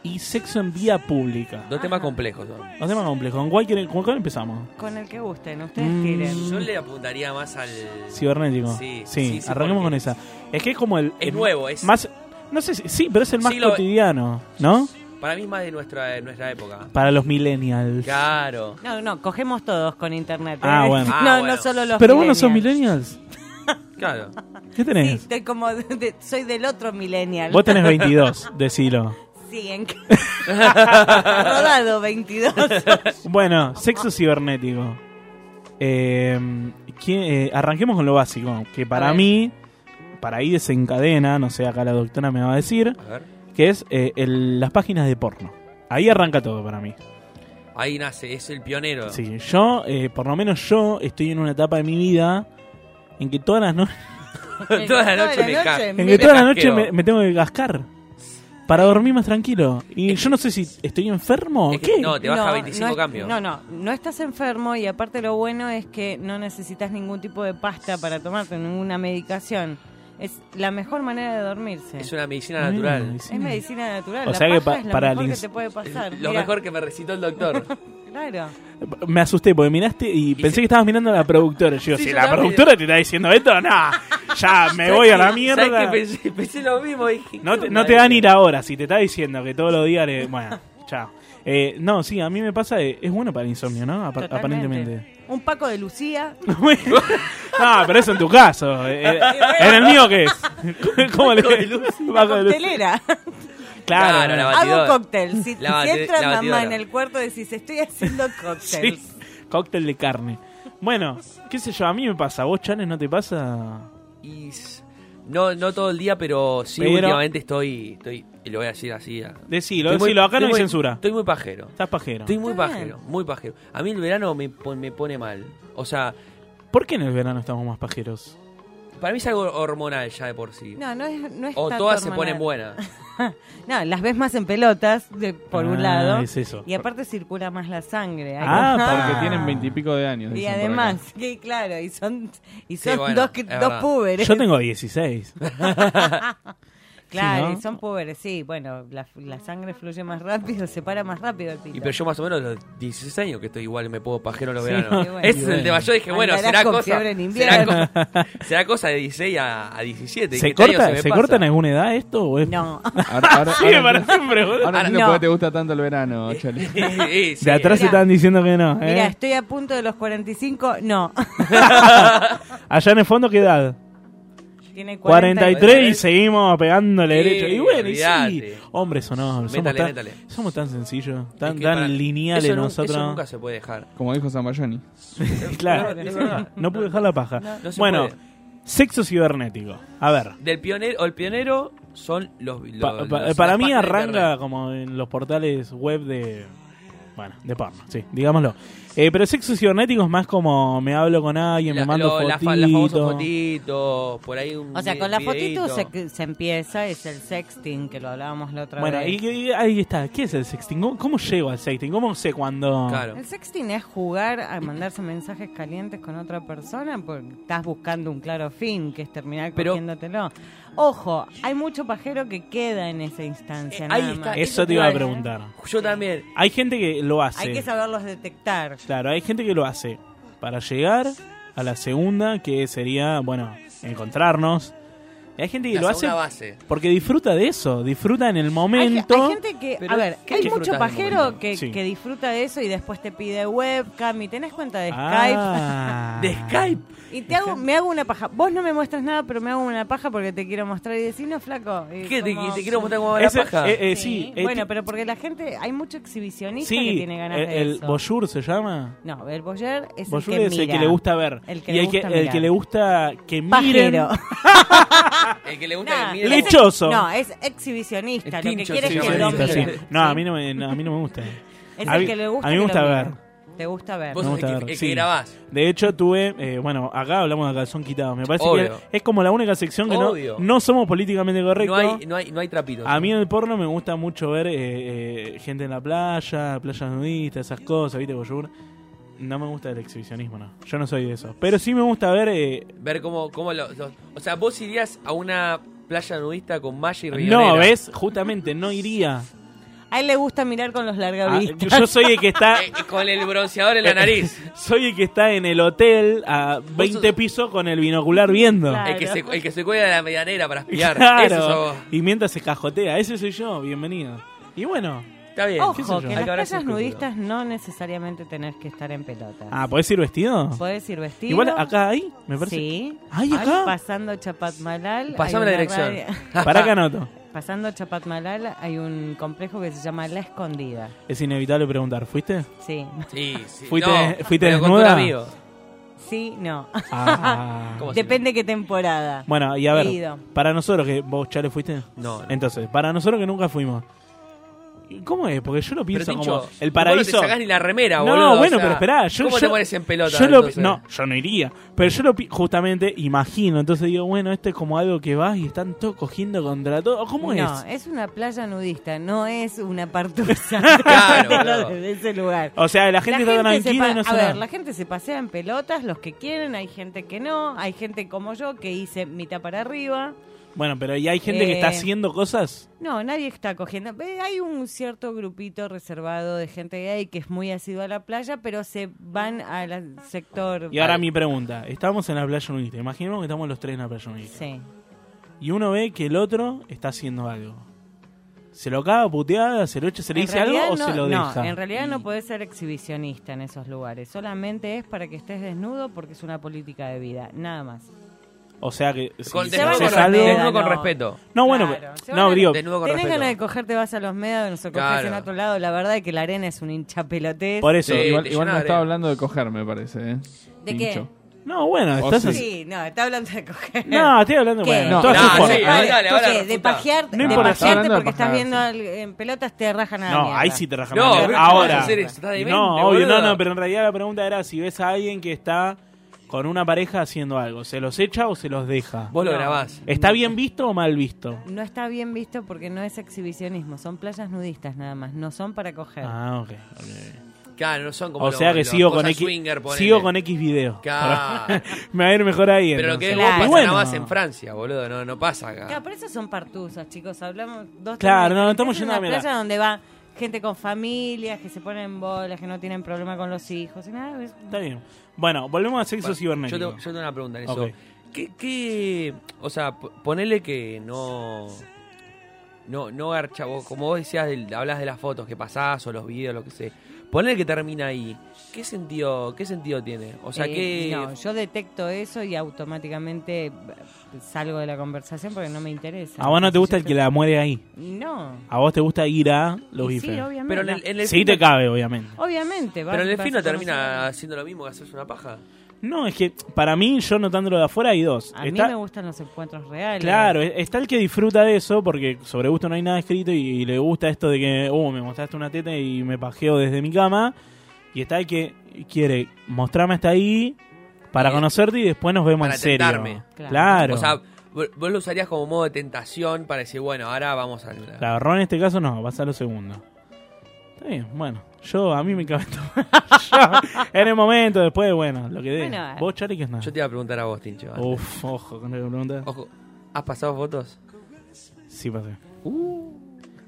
S6: y sexo en vía pública.
S4: Dos temas complejos. ¿no?
S6: Los temas complejos. ¿Con cuál, quieren- con cuál empezamos?
S15: Con el que gusten, ustedes
S6: Mm.
S15: quieren.
S4: Yo le apuntaría más al.
S6: Cibernético.
S4: Sí,
S6: sí,
S4: sí, sí,
S6: arranquemos con esa. Es que es como el.
S4: Es
S6: el
S4: nuevo, es-
S6: Más, no sé, si- sí, pero es el más
S4: Siglo-
S6: cotidiano, ¿no?
S4: Para mí es más de nuestra, de nuestra época.
S6: Para los millennials.
S4: Claro.
S15: No, no, cogemos todos con internet.
S6: Ah,
S15: ¿eh?
S6: bueno.
S15: *laughs* No,
S6: Ah,
S15: no
S6: bueno.
S15: solo los
S6: Pero vos no sos
S15: millennials.
S6: millennials.
S4: Claro.
S6: ¿Qué tenés?
S15: Estoy como de- de- soy del otro millennial. *laughs*
S6: Vos tenés 22, decilo.
S15: Sí, en *laughs*
S4: *laughs*
S15: Rodado 22.
S6: Bueno, sexo cibernético. Eh, ¿quién- eh, arranquemos con lo básico, que para mí, para ahí desencadena, no sé, acá la doctora me va a decir,
S4: A ver.
S6: que es eh, el- las páginas de porno. Ahí arranca todo para mí.
S4: Ahí nace, es el pionero.
S6: Sí, yo, eh, por lo menos yo, estoy en una etapa de mi vida en que todas
S4: *laughs*
S6: las noches...
S4: Toda
S15: Toda
S4: la noche
S15: la
S4: me ca-
S15: noche,
S6: En
S4: me
S6: que toda la noche
S4: casqueo.
S6: me, me tengo que gascar. Para dormir más tranquilo. Y yo no sé si estoy enfermo o qué.
S4: no, te baja 25
S15: no es-
S4: cambios.
S15: No, no, no estás enfermo y aparte lo bueno es que no necesitas ningún tipo de pasta para tomarte, ninguna medicación. Es la mejor manera de dormirse.
S4: Es una medicina
S6: Mira,
S4: natural.
S15: Es medicina natural.
S6: O
S15: la
S6: sea que
S15: paja
S6: pa-
S15: es lo
S6: para
S15: mejor
S6: el
S15: que
S6: ins-
S15: te puede pasar.
S4: Lo
S15: Mirá,
S4: mejor que me recitó el doctor.
S15: *laughs* Claro.
S6: Me asusté porque miraste y, pensé que estabas mirando a la productora. Yo digo,
S4: Sí,
S6: si
S4: yo
S6: la
S4: también.
S6: productora te está diciendo esto, no. Ya *laughs* me voy a la
S4: ¿Sabés qué?
S6: mierda.
S4: Pensé, pensé lo mismo. Dije,
S6: No te, no te dan ir ahora. Si te está diciendo que todos los días. le- Bueno, chao. Eh, no, sí, a mí me pasa. eh, es bueno para el insomnio, ¿no? Apa-
S15: Totalmente.
S6: aparentemente.
S15: Un Paco de Lucía.
S6: Ah, pero eso en tu caso. eh, eh, ¿En el mío qué es? ¿Cómo le *laughs*
S15: Paco de Lucía.
S6: Paco de Lucía. *laughs*
S15: Telera.
S6: Claro,
S4: Claro, la
S15: Hago
S4: batidora.
S15: cóctel. Si,
S4: La
S15: si
S4: bate-
S15: entra
S4: la
S15: mamá
S4: batidora.
S15: en el cuarto, decís, estoy
S6: *laughs*
S15: haciendo cóctel.
S6: Sí, cóctel de carne. Bueno, qué sé yo, a mí me pasa. ¿Vos, Chanes, no te pasa?
S4: Y s- no, no todo el día, pero sí,
S6: Pero-
S4: últimamente estoy, estoy. Y lo voy a decir así. a-
S6: Decilo,
S4: Estoy muy-
S6: decilo, acá no
S4: estoy
S6: hay
S4: muy-
S6: censura.
S4: Estoy muy pajero.
S6: Estás pajero.
S4: Estoy muy
S6: Está bien.
S4: pajero, muy pajero. A mí el verano me, pon- me pone mal. O sea,
S6: ¿Por qué en el verano estamos más pajeros?
S4: para mí es algo hormonal ya de por sí.
S15: No, no es, no es
S4: o
S15: tanto
S4: todas se
S15: hormonal.
S4: ponen buenas.
S15: No, las ves más en pelotas, de- por un
S6: Ah,
S15: lado.
S6: es eso.
S15: Y aparte circula más la sangre.
S7: Ah,
S15: Ajá.
S7: porque tienen veintipico de años.
S15: Y
S7: dicen por
S15: además,
S7: acá.
S15: que claro, y son, y son
S7: Sí, bueno,
S15: dos, que-
S7: es
S15: dos
S7: verdad.
S15: púberes.
S6: Yo tengo 16.
S15: *laughs* Claro,
S6: Sí,
S15: y
S6: ¿no?
S15: son púberes, sí. Bueno, la, la sangre fluye más rápido, se para más rápido el pito.
S4: Y pero yo más o menos los 16 años que estoy igual me puedo pajero los
S6: Sí,
S4: veranos.
S6: y bueno.
S4: Ese es
S6: Bueno.
S4: el tema. Yo dije, bueno,
S15: Andarás
S4: será
S15: con
S4: cosa,
S15: fiebre en
S4: será,
S15: invierno.
S4: co- será cosa de 16 a, a 17.
S6: ¿Se
S4: Este año
S6: corta,
S4: me
S6: ¿se
S4: pasa.
S6: corta en alguna edad esto? O es... *laughs*
S15: No.
S7: Ahora, ahora,
S6: Sí,
S7: ahora
S6: para
S7: entiendo-
S6: siempre, boludo.
S7: ahora entiendo
S15: No.
S7: por qué te gusta tanto el
S4: *laughs*
S7: verano, Chale.
S4: Ah, Sí, sí.
S6: De atrás se
S15: Mirá.
S6: estaban diciendo que no. ¿eh?
S15: Mira, estoy a punto de los 45,
S6: *laughs*
S15: no.
S6: Allá en el fondo, ¿qué edad?
S15: Tiene
S6: 43 y seguimos pegándole
S4: Sí,
S6: derecho. Y bueno, y sí.
S4: olvidate.
S6: Hombres o no. Somos,
S4: Métale,
S6: tan,
S4: métale.
S6: somos tan sencillos, tan,
S4: Es que para-
S6: tan lineales
S4: eso nu-
S6: nosotros.
S4: Eso nunca se puede
S6: *laughs*
S4: dejar.
S7: Como dijo Zambayoni.
S6: Claro,
S4: Es verdad.
S6: no pude dejar la paja.
S4: No, no se
S6: bueno,
S4: puede.
S6: sexo cibernético. A ver.
S4: Del pionero, o el pionero son los. los-
S6: Pa- pa-
S4: los-
S6: para
S4: las
S6: mí
S4: páginas de
S6: arranca
S4: internet.
S6: como en los portales web de. Bueno, de porno, sí, digámoslo. Eh, pero sexo cibernético es más como me hablo con alguien, me
S4: La-
S6: mando
S4: lo- la fa- las famosas
S6: fotitos.
S4: fotitos, por ahí un
S15: O sea, con la fotito
S4: videíto.
S15: se, se empieza, es el sexting que lo hablábamos la otra
S6: Bueno,
S15: vez.
S6: y, y ahí está. ¿Qué es el sexting? ¿Cómo, cómo llego al sexting? ¿Cómo sé cuando.?
S15: El sexting es jugar a mandarse mensajes calientes con otra persona porque estás buscando un claro fin, que es terminar
S4: Pero-
S15: cogiéndotelo. Ojo, hay mucho pajero que queda en esa instancia.
S4: Eh, ahí
S15: nada
S4: está,
S15: más.
S6: Eso te iba a preguntar.
S4: Yo también.
S6: Hay gente que lo hace.
S15: Hay que saberlos detectar.
S6: Claro, hay gente que lo hace para llegar a la segunda, que sería, bueno, encontrarnos. Y hay gente que
S4: La
S6: lo hace
S4: segunda base.
S6: porque disfruta de eso, disfruta en el
S15: Hay,
S6: momento.
S15: hay gente que,
S4: Pero,
S15: a ver,
S4: ¿qué
S15: hay
S4: disfrutas
S15: mucho
S4: del
S15: pajero
S4: momento?
S15: que,
S6: Sí.
S15: que disfruta de eso y después te pide webcam y tenés cuenta de *laughs*
S6: Ah.
S15: Skype. Y te hago, me hago una paja. Vos no me muestras nada, pero me hago una paja porque te quiero mostrar y decir, no, flaco. Y
S4: ¿Qué? Te,
S15: como-
S4: te quiero mostrar cómo va la
S6: Ese-
S4: paja.
S6: eh, eh, sí, eh,
S15: bueno,
S6: ti-
S15: pero porque la gente, hay mucho exhibicionista
S6: sí,
S15: que tiene ganas
S6: el,
S15: de
S6: el
S15: eso.
S6: voyeur se llama.
S15: No, el boyer es
S6: Voyeur
S15: el que
S6: es el
S15: mira.
S6: que le gusta ver.
S15: El que
S6: y
S15: le
S6: el, que,
S15: gusta
S6: el que
S15: mirar.
S6: le gusta que miren.
S15: Pajero.
S6: *laughs*
S4: El que le gusta que mire
S15: Ese-
S4: la-
S6: Lechoso.
S15: Ah, No, es exhibicionista.
S4: Es
S15: lo que
S4: pincho,
S15: quiere
S4: sí,
S15: es que
S4: sí,
S15: lo
S4: sí,
S15: miren.
S6: No, a mí no me, no, a mí no me gusta.
S15: Es
S6: A
S15: el
S6: mí-
S15: que le gusta
S6: A mí me
S15: que
S6: gusta
S15: lo
S6: ver.
S15: miren. ¿Te gusta ver?
S6: Me gusta ver, sí.
S4: grabás.
S6: De hecho, tuve. eh, bueno, acá hablamos de calzón quitado. Me parece
S4: Obvio.
S6: que es como la única sección que no,
S4: Obvio.
S6: no somos políticamente
S4: No
S6: correctos.
S4: hay, no hay, no hay trapitos.
S6: A mí en el porno me gusta mucho ver eh, eh, gente en la playa, playas nudistas, esas cosas, ¿viste? Voyeur. No me gusta el exhibicionismo, no. Yo no soy de eso. Pero sí me gusta ver. eh,
S4: Ver cómo, cómo los, los- O sea, vos irías a una playa nudista con malla y riñonera.
S6: no, ¿ves? Justamente, no iría.
S15: A él le gusta mirar con los
S6: Ah,
S15: largavistas.
S6: yo soy el que está.
S4: Eh, Con el bronceador en
S6: *laughs*
S4: la nariz.
S6: soy el que está en el hotel a 20 pisos con el binocular viendo.
S4: El, que se, el que se cuelga de la medianera para espiar. Eso
S6: *laughs*
S4: sos
S6: Claro.
S4: vos.
S6: Y mientras se cajotea, ese soy yo, bienvenido. Y bueno.
S4: Está bien.
S6: qué sé
S15: Ojo,
S6: yo.
S15: que en las playas nudistas no necesariamente tenés que estar en pelota.
S6: Ah, ¿podés ir vestido?
S15: Podés ir vestido.
S6: Igual acá hay, me parece.
S15: Sí.
S6: Ay, acá.
S15: pasando Chapatmalal.
S6: Pasame
S15: hay
S6: la
S15: una
S6: dirección.
S15: radio- *laughs*
S6: *laughs* Pará que anoto.
S15: Pasando Chapatmalal hay un complejo que se llama La Escondida.
S6: Es inevitable preguntar, ¿fuiste?
S15: Sí.
S4: Sí, sí.
S6: ¿Fuiste,
S4: No,
S6: fuiste
S4: pero con tu
S6: desnuda?
S4: amigo.
S15: Sí, no.
S6: Ah. ¿Cómo si
S15: *laughs* Depende qué temporada.
S6: Bueno, y a ver,
S15: He ido.
S6: para nosotros que vos ya le fuiste.
S4: No, no.
S6: Entonces, para nosotros que nunca fuimos. ¿Y ¿Cómo es? Porque yo lo pienso
S4: Tincho,
S6: como
S4: vos no
S6: el
S4: te
S6: paraíso.
S4: sacás ni la remera,
S6: no,
S4: boludo, o
S6: bueno,
S4: sea,
S6: pero esperá. Yo,
S4: ¿cómo
S6: yo-
S4: te pones en pelota,
S6: yo lo pi-
S4: entonces?
S6: no, yo no iría. Pero yo lo pi- justamente imagino. Entonces digo, bueno, esto es como algo que vas y están todos cogiendo contra todo. ¿Cómo
S15: no,
S6: es?
S15: una playa nudista, no es una
S4: *laughs*
S15: partusa *laughs*
S6: Claro,
S15: de,
S6: claro.
S15: de ese lugar.
S6: O sea, la gente está
S15: se
S6: tranquila
S15: pa-
S6: y no
S15: A
S6: se da.
S15: ver, la gente se pasea en pelotas, los que quieren, hay gente que no, hay gente como yo que hice mitad para arriba.
S6: Bueno, pero ¿y hay gente que está
S15: Eh,
S6: haciendo cosas?
S15: No, nadie está cogiendo. Ve, Hay un cierto grupito reservado de gente gay que es muy asiduo a la playa, pero se van al sector.
S6: Y ahora mi pregunta. Estamos en la playa nudista. Imaginemos que estamos los tres en la playa nudista.
S15: Sí.
S6: Y uno ve que el otro está haciendo algo. ¿Se lo caga puteada? ¿Se lo echa? ¿Se le
S15: En
S6: dice algo
S15: realidad
S6: o se
S15: no-
S6: lo
S15: no,
S6: deja?
S15: en realidad no podés ser exhibicionista en esos lugares. Solamente es para que estés desnudo porque es una política de vida. Nada más.
S6: O sea que si
S4: Con-
S6: se
S4: desnudo
S6: haces
S4: con
S6: algo-
S4: respeto, desnudo con No. respeto.
S6: No, bueno,
S15: Se van
S6: no,
S15: a-
S6: digo,
S15: Tenés ganas de cogerte, vas a los medios, nos acogés
S6: Claro.
S15: en otro lado. La verdad es que la arena es un hincha pelotez.
S6: Por eso.
S7: Sí, igual
S6: te
S7: igual no
S6: llena de
S7: estaba hablando de coger, me parece. ¿eh?
S15: ¿De qué?
S7: Pincho.
S6: No, bueno,
S7: O
S6: estás
S7: sí.
S6: así.
S15: Sí, no, está hablando de coger.
S6: No, estoy hablando,
S15: ¿Qué?
S6: bueno,
S7: No,
S6: todas sus
S7: no,
S6: formas.
S7: sí,
S15: Vale,
S7: dale,
S15: entonces,
S7: ahora
S15: de
S7: resulta.
S15: pajear,
S6: No
S15: de
S6: importa, estaba
S15: pajearte
S6: hablando de
S15: porque estás
S6: pajear,
S15: viendo al- en pelotas te rajan a la
S6: No,
S15: mierda.
S6: ahí sí te rajan
S4: No,
S6: la mierda.
S4: pero ¿cómo vas a
S6: Ahora.
S4: hacer eso? Estás demente,
S6: no,
S4: boludo.
S6: obvio, no, no, pero en realidad la pregunta era si ves a alguien que está con una pareja haciendo algo. ¿Se los echa o se los deja?
S4: Vos lo No. grabás.
S6: ¿Está bien visto o mal visto?
S15: No está bien visto porque no es exhibicionismo, son playas nudistas nada más, no son para coger.
S6: Ah, ok.
S4: Claro, no son como
S6: O
S4: los-
S6: sea que
S4: los
S6: sigo
S4: cosas
S6: con, X,
S4: swinger, ponele.
S6: sigo con X video.
S4: Claro.
S6: *laughs* Me va a ir mejor ahí.
S4: Ah. Pero lo que es
S6: entonces.
S4: vos pasa
S6: Y
S4: nada
S6: bueno.
S4: más en Francia, boludo. No, no pasa acá.
S15: Claro, pero esos son partusas, chicos, hablamos dos
S6: Claro,
S15: temas
S6: no, estamos
S15: diferentes.
S6: yendo
S15: es
S6: a la
S15: una
S6: mierda.
S15: playa donde va gente con familias, que se ponen bolas, que no tienen problema con los hijos y nada. es-
S6: Está bien. Bueno, volvemos a sexo
S4: Bueno,
S6: Ah, cibernético.
S4: Yo, tengo- yo tengo una pregunta en eso.
S6: Ok.
S4: ¿Qué, qué- O sea, p- ponele que no. No, no garcha, vos, como vos decías, del- hablas de las fotos que pasás o los videos, lo que sé. Ponele que termina ahí. ¿Qué sentido, qué sentido tiene? O sea,
S15: Eh,
S4: ¿qué.
S15: No, yo detecto eso y automáticamente eh, salgo de la conversación porque no me interesa.
S6: A vos no te gusta el que la muere ahí.
S15: No.
S6: A vos te gusta ir a los
S15: Y sí,
S6: bifes.
S15: obviamente. Pero en el- en el
S6: sí,
S15: fin
S6: te
S15: no-
S6: cabe, obviamente.
S15: Obviamente. vas-
S4: Pero en el
S15: vas
S4: fin no
S15: a conocer-
S4: termina haciendo lo mismo que hacerse una paja.
S6: No, es que para mí, yo notándolo de afuera, hay dos.
S15: A
S6: Está-
S15: mí me gustan los encuentros reales.
S6: Claro, e- está el que disfruta de eso porque sobre gusto no hay nada escrito y, y le gusta esto de que, uh, me mostraste una teta y me pajeo desde mi cama. Y está el que quiere mostrarme hasta ahí para conocerte y después nos vemos
S4: Para
S6: en serio.
S4: tentarme.
S6: Claro.
S4: O sea, vo- vos lo usarías como modo de tentación para decir, bueno, ahora vamos a.
S6: Claro, Ron en este caso no, pasa a lo segundo. Está bien, bueno. Yo, a mí me cabe *laughs* todo. Yo, en el momento, después, bueno, lo que dé.
S4: Bueno, eh.
S6: Vos, Charlie, ¿qué nada?
S4: Yo te iba a preguntar a vos, Tincho. antes.
S6: Uf, ojo con la pregunta.
S4: Ojo, ¿has pasado fotos? Uh.
S6: Sí, pasé.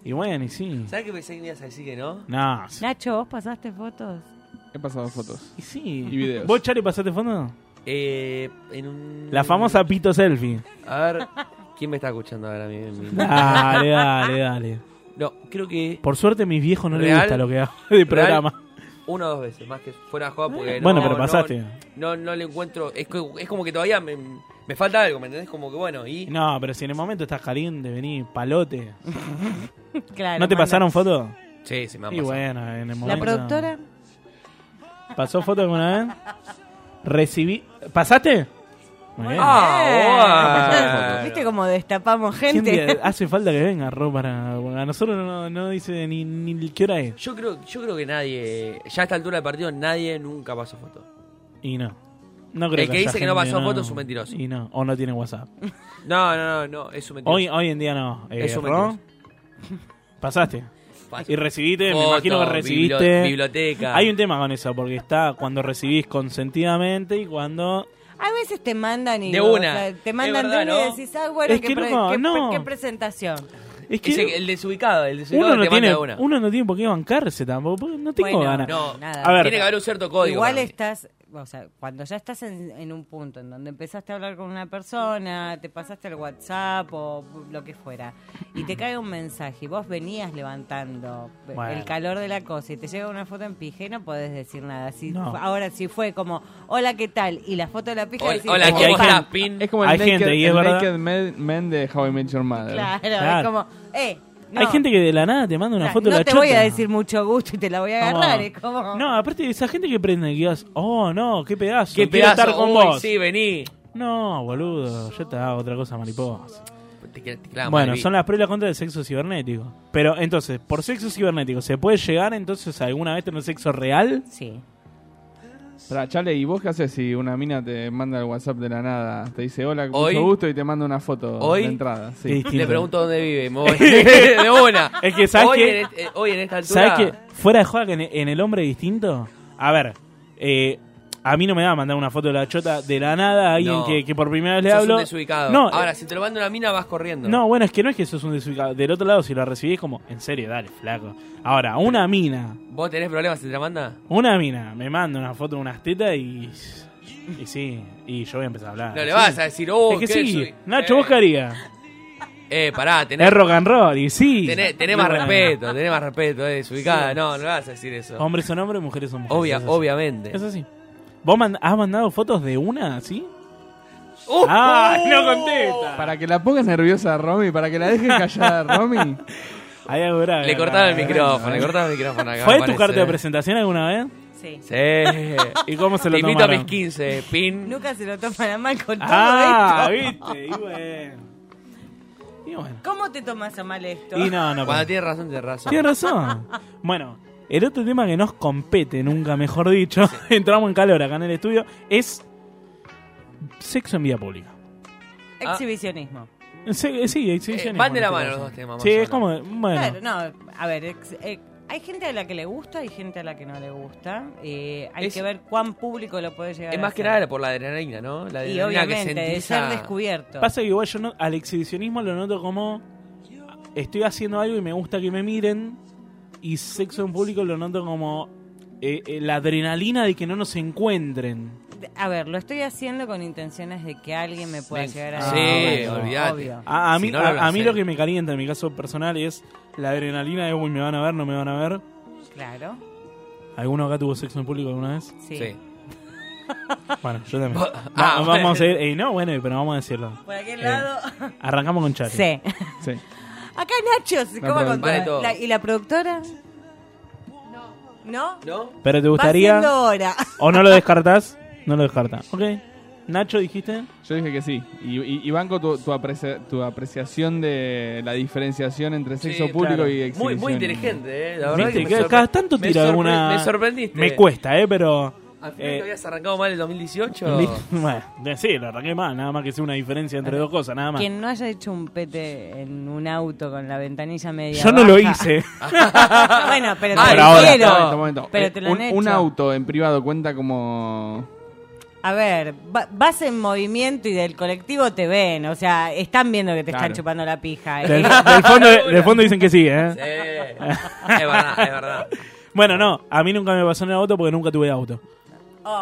S6: Y bueno, y sí.
S4: ¿Sabes que pensé que me ibas a decir que no?
S6: No.
S15: Nacho, ¿vos pasaste fotos?
S7: He pasado fotos.
S6: Y sí.
S7: Y videos.
S6: ¿Vos, Charlie, pasaste fondo?
S4: Eh, en un...
S6: La famosa pito selfie.
S4: A ver, ¿quién me está escuchando ahora? Mi- mi-
S6: Dale, dale, dale.
S4: No, creo que...
S6: Por suerte, a mis viejos no les
S4: Real,
S6: gusta lo que hago de
S4: real,
S6: programa.
S4: Una o dos veces, más que fuera de joda, porque...
S6: Bueno,
S4: no,
S6: pero
S4: no-
S6: pasaste.
S4: No, no, le encuentro... Es, co- es como que todavía me, me falta algo, ¿me entendés? Como que bueno, y...
S6: No, pero si en el momento estás caliente, vení, palote.
S15: *laughs* Claro,
S6: ¿No te
S15: manda.
S6: pasaron fotos?
S4: Sí, sí, me han
S6: Y
S4: pasado.
S6: bueno, en el
S15: ¿La
S6: momento.
S15: productora?
S6: ¿Pasó foto alguna vez? Recibí. ¿Pasaste? Muy bien.
S15: Ah, *laughs* ¿Viste cómo destapamos
S6: ¿Quién
S15: gente? *laughs*
S6: te- Hace falta que venga Ro para. A nosotros no, no dice ni, ni qué hora es.
S4: Yo creo, yo creo que nadie, ya a esta altura del partido, nadie nunca pasó foto.
S6: Y no. No creo
S4: El que
S6: haya
S4: dice que
S6: gente,
S4: no pasó foto es un mentiroso.
S6: Y no. O no tiene WhatsApp.
S4: No, no, no, no es un mentiroso.
S6: Hoy, hoy en día no. Eh,
S4: Es un
S6: Ro, pasaste.
S4: Pasó.
S6: Y recibiste, me
S4: Foto,
S6: imagino que recibiste.
S4: bibli- biblioteca.
S6: Hay un tema con eso, porque está cuando recibís consentidamente y cuando.
S15: A veces te mandan y
S6: De
S15: vos,
S6: una.
S15: o sea, te
S6: Es
S15: mandan
S6: verdad,
S15: de una y
S6: ¿no?
S15: decís, ah, bueno,
S6: Es
S15: qué,
S6: que
S15: pre-
S6: no,
S15: qué-
S6: no.
S15: qué presentación.
S6: Es que-
S4: Ese- el desubicado, el desubicado
S6: Uno no,
S4: te
S6: tiene,
S4: manda una.
S6: uno no tiene por qué bancarse tampoco. porque No tengo
S15: Bueno,
S6: ganas.
S4: no,
S15: Nada.
S6: A ver,
S4: Tiene que haber un cierto código.
S15: Igual
S4: para mí.
S15: estás, o sea, cuando ya estás en, en un punto en donde empezaste a hablar con una persona, te pasaste el WhatsApp o lo que fuera, y te cae un mensaje y vos venías levantando
S21: Bueno.
S15: el calor de la cosa y te llega una foto en pija y no podés decir nada. Si,
S21: No.
S15: Ahora, si fue como, hola, ¿qué tal? Y la foto de la pija
S4: Hola,
S15: decís,
S4: hola,
S15: "Oh,
S4: ¿qué
S15: pa".
S4: tal? Pin.
S7: Es como el,
S6: Hay
S7: naked,
S6: gente, y es
S7: el
S6: verdad.
S7: naked men, men de How I Met Your Mother.
S15: Claro, es
S6: Claro.
S15: como, eh, no,
S6: Hay gente que de la nada te manda
S15: o
S6: una
S15: sea,
S6: foto de
S15: no
S6: la
S15: te
S6: chota.
S15: voy a decir mucho gusto y te la voy a
S6: Como-
S15: agarrar, es como...
S6: No, aparte de esa gente que prende que vas, oh no, qué pedazo,
S4: Qué
S6: quiero
S4: pedazo,
S6: estar con
S4: uy,
S6: vos.
S4: sí, vení.
S6: No, boludo, yo te hago otra cosa mariposa.
S4: Te cla- te clavan
S6: bueno,
S4: mal,
S6: son las pruebas y las contras del sexo cibernético. Pero entonces, por sexo cibernético, ¿se puede llegar entonces alguna vez a tener sexo real?
S15: Sí.
S7: Pará, Chale, ¿y vos qué haces si una mina te manda el WhatsApp de la nada? Te dice hola, con
S4: Hoy-
S7: mucho gusto y te manda una foto
S4: Hoy-
S7: de entrada. sí.
S4: Le pregunto dónde
S6: *laughs*
S4: vive. me voy. de una.
S6: Es que, ¿sabes
S4: hoy,
S6: qué?
S4: En, este- eh, hoy en esta altura.
S6: ¿Sabes qué? Fuera de juego que en, en el hombre distinto. A ver, eh, a mí no me va a mandar una foto de la chota de la nada a alguien
S4: No.
S6: que, que por primera vez le
S4: Sos
S6: hablo.
S4: un desubicado.
S6: No, eh,
S4: Ahora, si te lo manda una mina, vas corriendo.
S6: No, bueno, es que no es que sos un desubicado. Del otro lado, si lo recibís, como, en serio, dale, flaco. Ahora, una mina,
S4: ¿Vos tenés problemas si te la manda?
S6: una mina, me manda una foto de unas tetas y. Y sí, y yo voy a empezar a hablar.
S4: No le
S6: Sí.
S4: vas a decir, oh,
S6: Es que
S4: qué
S6: sí,
S4: soy-
S6: Nacho, vos qué harías?
S4: Eh, pará, tenés.
S6: Es rock and roll, y sí.
S4: Tenés, tenés más
S6: Bueno,
S4: respeto, tenés más respeto, eh, desubicada.
S6: Sí.
S4: No, no le vas a decir eso.
S6: Hombres son hombres, mujeres son mujeres.
S4: Obvia-
S6: es así.
S4: obviamente.
S6: Es así. ¿Vos man- has mandado fotos de una así?
S4: ¡Uh!
S6: ¡Ah! ¡No contesta!
S7: Para que la pongas nerviosa a Romy, para que la dejes callada
S4: *laughs*
S7: a Romy.
S6: Ahí algo grave.
S4: Le
S6: acá,
S4: cortaba el
S6: ¿verdad?
S4: micrófono, le cortaba el micrófono acá,
S6: ¿Fue
S4: me
S6: tu
S4: parece.
S6: carta de presentación alguna vez?
S15: Sí.
S4: Sí.
S6: *laughs* ¿Y cómo se lo
S4: Te invito a
S6: tomaron?
S4: mis 15, pin.
S15: Nunca se lo toman a mal con todo
S6: Ah,
S15: esto.
S6: viste, y bueno.
S15: ¿Cómo te tomas a mal esto?
S6: Y no, no.
S4: Cuando tienes razón, tienes razón.
S6: Tienes razón. Bueno, el otro tema que nos compete, nunca mejor dicho, *laughs* entramos en calor acá en el estudio, es sexo en vía pública.
S4: ah.
S15: Exhibicionismo.
S6: Sí, sí, exhibicionismo,
S4: Eh, van de la
S6: en este caso.
S4: mano los dos temas,
S6: Sí,
S4: más o
S6: es como, bueno,
S15: Claro, no, a ver, ex- eh, hay gente a la que le gusta, hay gente a la que no le gusta. Eh, hay
S4: Es-
S15: que ver cuán público lo puede llegar
S4: Es
S15: a
S4: más que
S15: hacer.
S4: nada por la adrenalina, ¿no? La
S15: Y
S4: adrenalina que
S15: obviamente, de
S4: sentís.
S15: ser
S4: a-
S15: descubierto.
S6: Pasa que igual yo no- al exhibicionismo lo noto como estoy haciendo algo y me gusta que me miren y sexo en público lo noto como eh, eh, la adrenalina de que no nos encuentren.
S15: A ver, lo estoy haciendo con intenciones de que alguien me pueda
S4: Sí.
S15: llegar a
S4: Ah,
S15: hacer.
S4: bueno. olvidate.
S15: Obvio.
S6: A, a mí,
S4: Si no,
S6: a-
S4: lo vas a
S6: a mí
S4: hacer.
S6: lo que me calienta en mi caso personal es la adrenalina de, uy, me van a ver, no me van a ver.
S15: Claro.
S6: ¿Alguno acá tuvo sexo en público alguna vez?
S15: Sí.
S4: Sí.
S6: *laughs* Bueno, yo también.
S4: Va-
S6: Va-
S4: ah,
S6: vamos
S4: bueno.
S6: a ir, eh, no, bueno, pero vamos a decirlo.
S15: Por aquel
S6: Eh,
S15: lado.
S6: Arrancamos con Charlie.
S15: Sí.
S7: Sí.
S15: *laughs* Acá Nacho, se
S6: No,
S15: come
S6: pero-
S15: con
S6: vale
S15: todo.
S6: todo.
S15: La- ¿Y la productora? No. ¿No?
S6: Pero te
S15: Va
S6: gustaría.
S15: siendo hora.
S6: *laughs* ¿O no lo descartás? No lo descarta. Ok. Nacho, dijiste.
S7: Yo dije que sí. Y, y- y banco tu, tu aprecia- tu apreciación de la diferenciación entre
S4: Sí,
S7: sexo público
S4: claro.
S7: y
S4: Muy, muy
S7: exhibición.
S4: inteligente, ¿eh? La verdad
S6: Viste,
S4: que me
S6: cada-
S4: sorpre-
S6: cada tanto
S4: me
S6: tira
S4: sorpre-
S6: alguna.
S4: Me sorprendiste.
S6: Me cuesta, ¿eh?
S4: *laughs*
S6: Pero.
S4: Al final
S6: eh,
S4: que habías arrancado mal el 2018.
S6: bueno, sí, lo arranqué mal. Nada más que sea una diferencia entre dos cosas, nada más.
S15: Quien no haya hecho un pete en un auto con la ventanilla media.
S6: Yo no lo
S15: baja.
S4: *laughs*
S6: hice.
S15: *laughs*
S4: Ah,
S15: bueno, pero
S7: Ah,
S15: te lo quiero.
S7: Momento, momento.
S15: Pero
S7: Eh,
S15: te lo
S7: un,
S15: han
S7: un
S15: hecho.
S7: auto en privado cuenta como.
S15: A ver, va- vas en movimiento y del colectivo te ven. O sea, están viendo que te
S6: Claro.
S15: están chupando la pija. ¿eh? *laughs*
S6: *laughs* Del, del fondo, del fondo dicen que sí, ¿eh?
S4: es verdad, es verdad.
S6: Bueno, no, a mí nunca me pasó en el auto porque nunca tuve auto.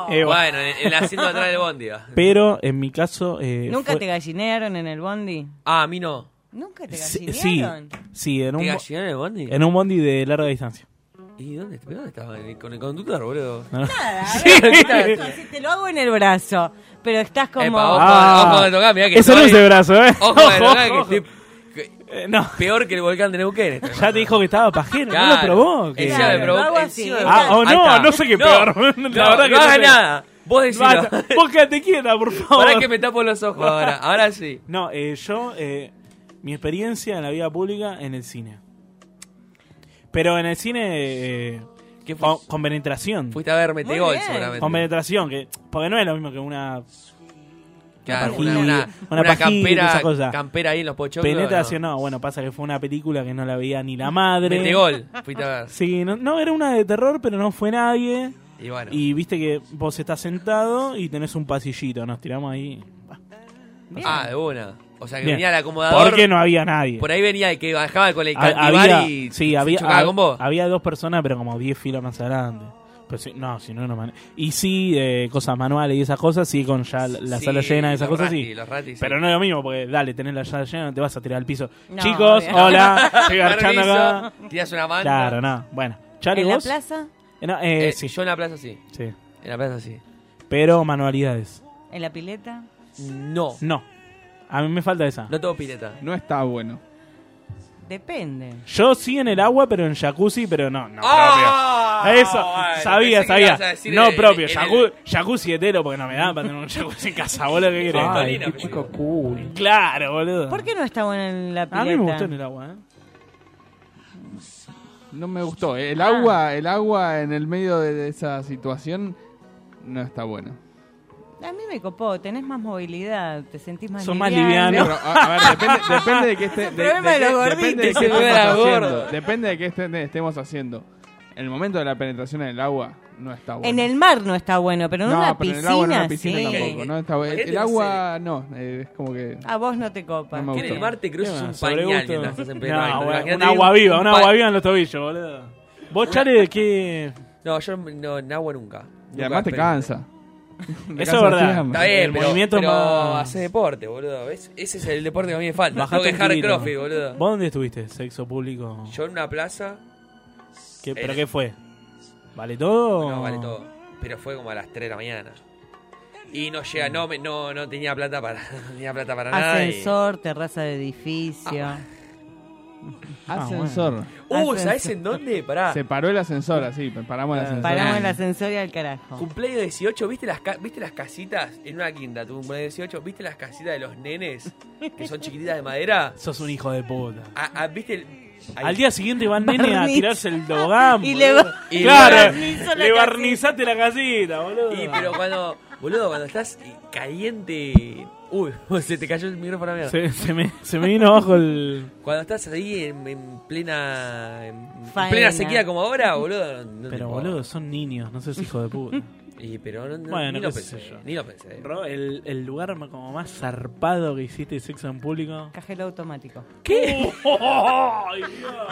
S6: Eh, bueno.
S4: Bueno, en
S6: *laughs*
S4: el asiento de atrás del bondi. va.
S6: Pero en mi caso. eh,
S15: ¿Nunca
S6: fue-
S15: te gallinearon en el bondi?
S4: Ah, a mí no.
S15: ¿Nunca te
S6: Sí,
S15: gallinearon?
S6: Sí, sí, en un,
S4: ¿Te
S6: bo-
S4: gallinearon en el bondi?
S6: en un bondi de larga distancia.
S4: ¿Y dónde, pero dónde estaba? ¿En el- ¿Con el conductor, boludo? *laughs*
S15: Nada,
S4: Sí.
S15: ¿eh? Entonces, te lo hago en el brazo, pero estás como...
S4: Epa, ojo,
S7: Ah.
S4: ojo de tocar, mirá que
S6: eso Ah. no
S4: estoy-
S6: es de brazo, ¿eh?
S4: *laughs* Ojo de tocar,
S6: Ojo,
S4: que
S6: ojo.
S4: estoy- que-
S6: no.
S4: Peor que el volcán de Neuquén. este.
S6: Ya te dijo que estaba pajero, no
S4: Claro.
S6: lo provoques.
S4: Encima me provoca- encima me
S6: Ah,
S4: provoca-
S6: o
S4: Ahí
S6: no,
S4: está.
S6: no sé qué
S4: No,
S6: peor. *laughs*
S4: no,
S6: La verdad que
S4: no haga
S6: sé.
S4: nada. Vos decilo.
S6: Basta. Vos quédate quieta, por favor.
S4: Pará que me tapo los ojos ahora. Ahora sí.
S6: No, eh, yo, eh, mi experiencia en la vida pública en el cine. Pero en el cine. eh, con, con penetración.
S4: Fuiste a ver Metegol, Muy bien. seguramente.
S6: Con penetración, que, porque no es lo mismo que una.
S4: Claro,
S6: pajita,
S4: una- una- una
S6: pajita,
S4: campera-
S6: esa cosa.
S4: campera ahí en los pochoclos,
S6: Penetración, Este, no. bueno, pasa que fue una película que no la veía ni la madre.
S4: Metegol, fuiste a ver.
S6: Sí, no, no, era una de terror, pero no fue nadie.
S4: Y bueno.
S6: Y viste que vos estás sentado y tenés un pasillito, nos tiramos ahí.
S4: Ah, de una. O sea, que
S6: Bien.
S4: venía el acomodador.
S6: Porque no había nadie.
S4: Por ahí venía el que bajaba con el
S6: Ha-
S4: cantibar y
S6: sí,
S4: se
S6: había, ah.
S4: chocaba
S6: hab-
S4: con vos.
S6: había dos personas, pero como 10 filas más adelante. Pero sí, no, si no, no mane- Y sí, eh, cosas manuales y esas cosas, sí, con ya la la
S4: Sí,
S6: sala llena de esas
S4: los
S6: cosas,
S4: ratis,
S6: sí.
S4: los ratis, sí.
S6: Pero no es lo mismo, porque dale, tenés la sala llena, no te vas a tirar al piso.
S15: No,
S6: Chicos,
S15: obvio. *laughs*
S6: hola, estoy garchando
S4: Permiso,
S6: acá.
S4: tirás una banda.
S6: Claro, no. Bueno, Charlie,
S15: ¿En la
S6: vos?
S15: plaza?
S6: Eh, no, eh,
S4: Eh,
S6: sí.
S4: Yo en la plaza sí.
S6: Sí.
S4: En la plaza sí.
S6: Pero manualidades.
S15: ¿En la pileta?
S4: No.
S6: No. A mí me falta esa.
S4: No tengo pileta.
S7: No está bueno.
S15: Depende.
S6: Yo sí en el agua, pero en jacuzzi, pero no, no
S4: Ah,
S6: propio. Eso,
S15: bueno, pensé
S6: sabía,
S15: que
S6: sabía.
S15: ibas a decir
S6: No
S15: en-
S6: propio,
S15: en
S6: jacu- jacuzzi hetero, porque no me da para tener un jacuzzi en casa, boludo, ¿qué querés?
S4: Ah,
S22: Ay, qué chico cool.
S6: Claro, boludo.
S15: ¿Por qué no está bueno en la pileta?
S6: A mí me gustó en el agua, ¿eh?
S7: No me gustó. El
S4: Ah.
S7: agua, el agua en el medio de esa situación no está bueno.
S15: A mí me copó, tenés más movilidad, te sentís más
S6: Son más
S7: Pero, a, a ver, depende,
S6: *laughs*
S15: *laughs*
S7: depende de qué esté-
S15: Es un
S7: de-
S15: problema
S7: de
S15: de
S7: qué-
S15: los
S7: depende de
S15: gorditos.
S7: qué
S15: Se ve
S7: estemos
S15: la gorda.
S7: haciendo. Depende de qué esté- estemos haciendo. En el momento de la penetración en el agua no está bueno.
S15: En el mar no está bueno, pero en
S7: no,
S15: una
S7: pero
S15: piscina,
S7: en el agua no en una piscina
S15: sí.
S7: tampoco. No está bueno. El, el agua Este no, eh, es como que
S15: A vos no te copa.
S7: No me
S4: En el
S7: gustó.
S4: mar te cruzas
S7: Tema,
S4: un
S7: sobre
S4: pañal
S7: gusto.
S4: mientras estás en pleno
S6: No,
S4: acto.
S6: bueno,
S4: Imagínate
S6: un agua
S4: un-
S6: viva, un agua
S4: pa-
S6: viva en los tobillos, boludo. Vos, Charlie, ¿qué...?
S4: No, yo no, en agua nunca.
S7: y además te cansa. Te
S6: Eso
S7: cansa
S6: es verdad.
S7: las piernas.
S4: Está bien,
S6: El
S4: eh, pero,
S6: movimiento
S4: pero
S6: más-
S4: haces deporte, boludo. ¿Ves? Ese es el deporte que a mí me falta.
S6: Bajaste
S4: Tengo que
S6: un
S4: dejar el
S6: kilito.
S4: crossfit, boludo.
S6: ¿Vos dónde estuviste? ¿Sexo público?
S4: Yo en una plaza.
S6: ¿Qué- ¿Pero
S4: Eh,
S6: qué fue? ¿Vale todo?
S4: No, vale todo. Pero fue como a las 3 de la mañana. Y no llega, no, me- no, no tenía plata para, *laughs* no tenía plata para nada. y-
S15: Ascensor, terraza de edificio.
S7: Ah.
S15: Ah,
S7: Ascensor.
S4: Uh, ¿sabes en dónde? Pará.
S7: Se paró el ascensor, así, paramos el ascensor. Ah.
S15: Paramos el ascensor y al carajo.
S4: Cumpleaños 18, ¿viste las, ca- ¿viste las casitas? En una quinta, tu cumpleaños 18, ¿viste las casitas de los nenes? Que son chiquititas de madera.
S6: Sos un hijo de puta.
S4: A- a- ¿Viste el- ahí-
S6: Al día siguiente va el nene a
S4: Barniz.
S6: tirarse el tobogán.
S4: *laughs* Y
S6: boludo.
S4: le ba- y
S6: claro,
S4: le barnizó la
S6: le
S4: casita.
S6: barnizaste la casita, boludo.
S4: Y pero cuando, boludo, cuando estás caliente. Uy, *laughs* se te cayó el micrófono a la mierda.
S6: Se, se me, se me vino abajo el.
S4: Cuando estás ahí en, en plena. En, en
S6: Faena.
S4: plena sequía como ahora, boludo. no- no te
S6: Pero
S4: puedo.
S6: boludo, son niños, no seas hijo de puta.
S4: Y, pero no, no-
S6: Bueno,
S4: ni lo
S6: qué
S4: pensé.
S6: sé yo.
S4: Ni lo pensé.
S6: Ro, el, el lugar ma- como más zarpado que hiciste sexo en público.
S15: Cajero automático.
S6: *laughs*
S4: ¿Qué?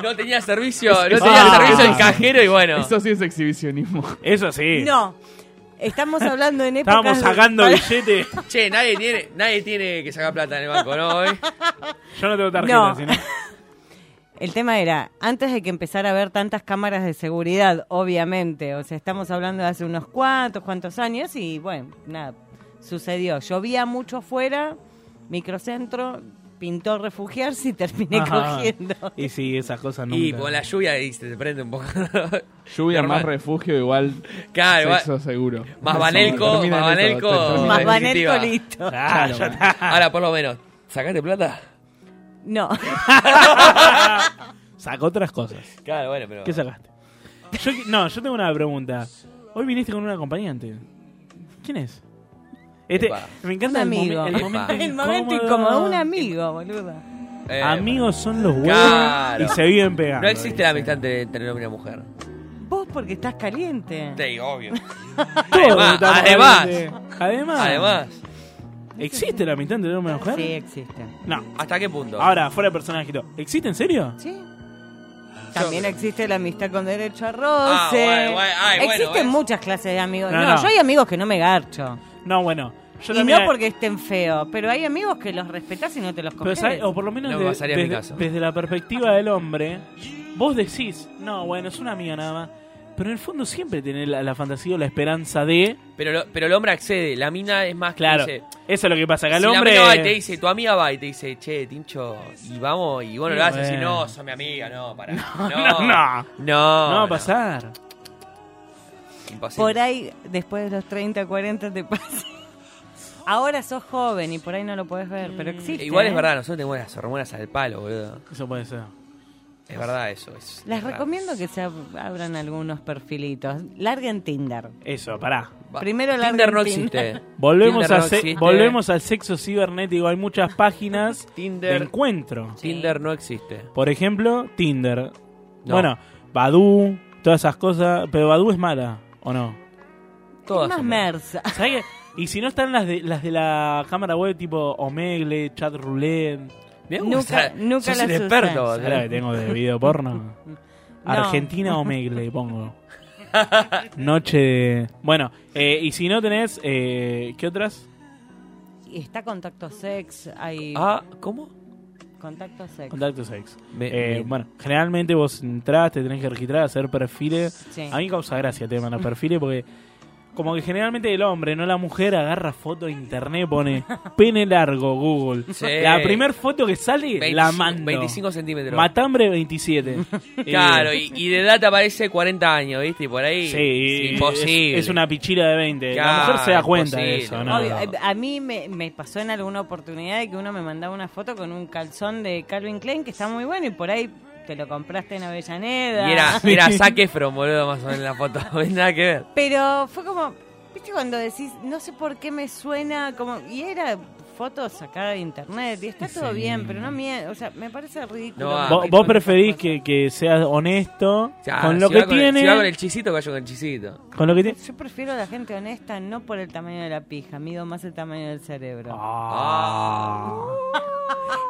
S4: No tenía servicio, no
S6: Es-
S4: tenía
S6: ah.
S4: servicio el cajero y bueno.
S7: Eso sí es exhibicionismo.
S6: Eso sí.
S15: No. Estamos hablando
S6: *laughs*
S15: en épocas...
S6: Estábamos sacando billetes.
S4: *laughs* Che, nadie tiene, nadie tiene que sacar plata en el banco, ¿no? hoy?
S6: Yo no tengo tarjeta,
S15: No.
S6: sino.
S15: *laughs* El tema era, antes de que empezara a haber tantas cámaras de seguridad, obviamente, o sea, estamos hablando de hace unos cuantos, cuantos años y bueno, nada, sucedió. Llovía mucho afuera, microcentro, pintó refugiarse y terminé
S6: Ajá.
S15: cogiendo.
S6: Y sí, esas cosas nunca.
S4: Y con la lluvia y se te prende un poco. *laughs*
S7: Lluvia
S4: Normal.
S7: más refugio, igual.
S4: Claro, igual-
S7: sexo seguro.
S4: Más
S7: Eso,
S4: Banelco,
S7: termina
S4: más
S7: en eso,
S4: Banelco.
S7: termina en definitiva.
S4: Ah,
S7: Claro,
S4: ya
S7: bueno.
S4: está. Ahora, por lo menos,
S6: *laughs*
S4: ¿sacaste plata?
S15: No.
S6: Sacó otras cosas.
S4: Claro, bueno, pero.
S6: ¿Qué sacaste? Yo que- no, yo tengo una pregunta. Hoy viniste con un acompañante. ¿Quién es? Este,
S15: Epa.
S6: me encanta el,
S15: Un
S6: momen-
S15: amigo.
S6: el
S15: *laughs*
S6: momento.
S15: El momento
S6: incómodo.
S15: incómodo, un amigo, boludo.
S6: Amigos son los huevos
S4: Eh, Claro.
S6: y se viven pegando.
S4: No existe la amistad entre, entre el hombre y la mujer.
S15: Vos porque estás caliente.
S4: Sí,
S15: *laughs*
S4: obvio.
S6: Todos
S4: además,
S6: estamos
S4: además.
S6: calientes. además.
S4: Además.
S6: ¿Existe la mitad entre hombre y mujer?
S15: Sí, existe.
S6: No.
S4: ¿Hasta qué punto?
S6: Ahora, fuera de personajito. ¿Existe en serio?
S15: Sí. También existe la amistad con derecho a roce.
S6: Ah, guay, guay. Ay, bueno,
S15: Existen muchas clases de amigos.
S6: No,
S15: No,
S6: no.
S15: yo hay amigos que no me garcho.
S6: No, bueno. Yo
S15: y
S6: también-
S15: no porque estén feos, pero hay amigos que los respetás y no te los
S6: Pero,
S15: coges.
S6: ¿sabes? O por lo menos
S4: No
S6: de-
S4: me pasaría en mi
S6: desde,
S4: caso.
S6: desde la perspectiva del hombre, vos decís, no, bueno, es una amiga nada más. Pero en el fondo siempre tenés la, la fantasía o la esperanza de...
S4: Pero, lo- pero el hombre accede, la mina es más que
S6: Claro,
S4: dice-
S6: eso es lo que pasa. Que al
S4: si
S6: hombre...
S4: La mina va y te dice, tu amiga va y te dice, che, Tincho, y vamos, y bueno,
S6: Y
S4: le vas a decir,
S6: bueno. *laughs*
S4: no, sos mi amiga, no, para. No,
S6: no, no.
S4: No,
S6: No va a
S4: no.
S6: pasar.
S4: Impasible.
S15: Por ahí, después de los 30, 40, te pasa. *laughs* Ahora sos joven y por ahí no lo podés ver, pero existe.
S4: Mm. Igual es
S15: ¿eh?
S4: verdad, nosotros tenemos las hormonas al palo, boludo.
S6: Eso puede ser.
S4: Es verdad eso. Es,
S15: Les
S4: es raro.
S15: recomiendo que se ab- abran algunos perfilitos. Larguen Tinder.
S6: Eso, pará.
S15: Primero larguen
S4: Tinder no
S15: Tinder.
S4: existe.
S6: *laughs* Volvemos,
S4: Tinder
S6: a
S4: no
S6: se-
S4: existe.
S6: volvemos al sexo cibernético. Hay muchas páginas
S4: Tinder.
S6: de encuentro.
S4: Tinder no existe.
S6: Por ejemplo, Tinder.
S4: No.
S6: Bueno, Badu, todas esas cosas. Pero Badu es mala, ¿o no?
S15: Es más mersa.
S6: ¿Sabes qué? Y si no están las de, las de la cámara web tipo Omegle, Chat Roulette.
S4: Bien, Nunca- o sea, nunca sos las un usé. experto, ¿no?
S6: ¿Sabés la que tengo de video
S4: *laughs*
S6: porno? Argentina Omegle, pongo. Noche de... Bueno, eh, y si no tenés... eh, ¿Qué otras?
S15: Y Está contacto sex. Hay...
S4: Ah, ¿cómo?
S15: Contacto sex.
S6: Contacto sex.
S4: Ve-
S6: Eh,
S4: bien.
S6: bueno, generalmente vos entrás, te tenés que registrar, hacer perfiles.
S15: Sí.
S6: A mí causa gracia el tema
S4: *laughs*
S6: de los perfiles porque como que generalmente el hombre, no la mujer, agarra foto de internet, pone pene largo, Google.
S4: Sí.
S6: La primer foto que sale, la
S4: 25
S6: mando.
S4: 25 centímetros.
S6: Matambre 27. Eh,
S4: *laughs* Claro, y, y de edad te aparece 40 años, ¿viste? Y por ahí.
S6: Sí,
S4: es imposible.
S6: Es, es una pichila de 20. la
S4: Claro,
S6: mujer se da cuenta de
S4: imposible.
S6: eso, ¿no?
S15: Obvio, eh, a a mí me, me pasó en alguna oportunidad de que uno me mandaba una foto con un calzón de Calvin Klein que está muy bueno y por ahí te lo compraste en Avellaneda.
S4: Y era,
S15: *laughs*
S6: *laughs*
S4: era Zac Efron, boludo, más o menos en la foto. *laughs* No hay nada que ver.
S15: Pero fue como, viste cuando decís, no sé por qué me suena como... Y era fotos acá de internet y está todo
S6: Sí.
S15: bien, pero no mie- O sea, me parece ridículo.
S4: No, ah,
S6: Vos, vos preferís que, que seas honesto
S4: Claro,
S6: con lo
S4: si
S6: que
S4: Ah, va el-
S6: tiene.
S4: si va con el chisito, vaya con el chisito.
S6: con lo que tiene.
S15: Yo prefiero a la gente honesta no por el tamaño de la pija, mido más el tamaño del cerebro.
S6: Ah.
S15: Ah.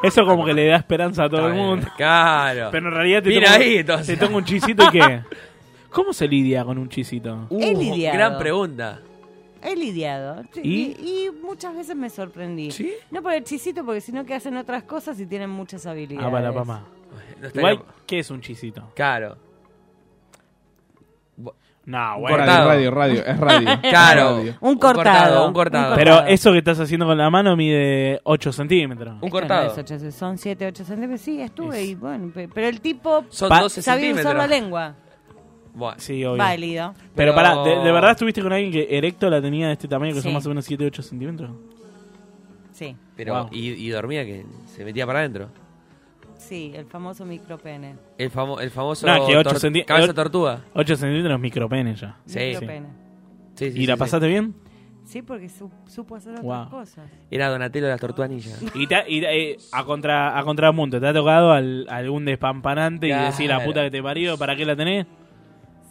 S6: Eso como que le da esperanza a todo
S4: Está
S6: el
S4: bien,
S6: mundo.
S4: Claro.
S6: Pero en realidad *laughs* te
S4: Mira
S6: tomo,
S4: ahí, entonces.
S6: te tomo un chisito y qué. ¿Cómo se lidia con un chisito?
S4: Uh.
S15: He lidiado.
S4: *laughs* gran pregunta.
S15: He lidiado. Sí,
S6: ¿Y?
S15: Y, y muchas veces me sorprendí. No por el chisito, porque sino que hacen otras cosas y tienen muchas habilidades.
S6: Ah, para mamá.
S4: No estaría-
S6: Igual, ¿qué es un chisito?
S4: Claro.
S6: No,
S7: bueno. Cortado. Radio, radio, radio, es
S4: *laughs*
S7: radio.
S4: Claro.
S7: Radio.
S15: Un cortado.
S4: Un cortado.
S6: Pero eso que estás haciendo con la mano mide 8 centímetros.
S4: Un
S15: Esto no
S4: cortado.
S15: es ocho- son 7, 8 centímetros. Sí, estuve y bueno. pe- Pero el tipo
S4: Son
S15: pa-
S4: 12
S15: sabía usar
S4: centímetros.
S15: la lengua.
S4: Bueno.
S6: Sí, obvio.
S15: Válido.
S6: Pero,
S4: Pero-
S6: pará, ¿de, de verdad estuviste con alguien que erecto la tenía de este tamaño, que son
S15: Sí.
S6: más o menos 7-8 centímetros?
S15: Sí,
S4: Pero,
S6: Wow.
S4: y, y dormía que se metía para adentro.
S15: sí, el famoso micropene.
S4: El, famo- el famoso.
S6: No, que 8
S4: tor- Cabeza
S6: centímetros.
S4: tortuga.
S6: 8 centímetros micropene ya.
S4: Sí.
S15: Micropene.
S4: Sí, sí,
S6: ¿Y la
S4: sí, sí.
S6: pasaste bien?
S15: Sí, porque su- supo hacer otras
S6: Wow.
S15: cosas.
S4: Era Donatello de las tortuanillas.
S6: Y, te ha- y te- eh, a contra a contrapunto, ¿te ha tocado al- algún despampanante y
S4: Claro.
S6: decir la puta que te parió, ¿para qué la tenés?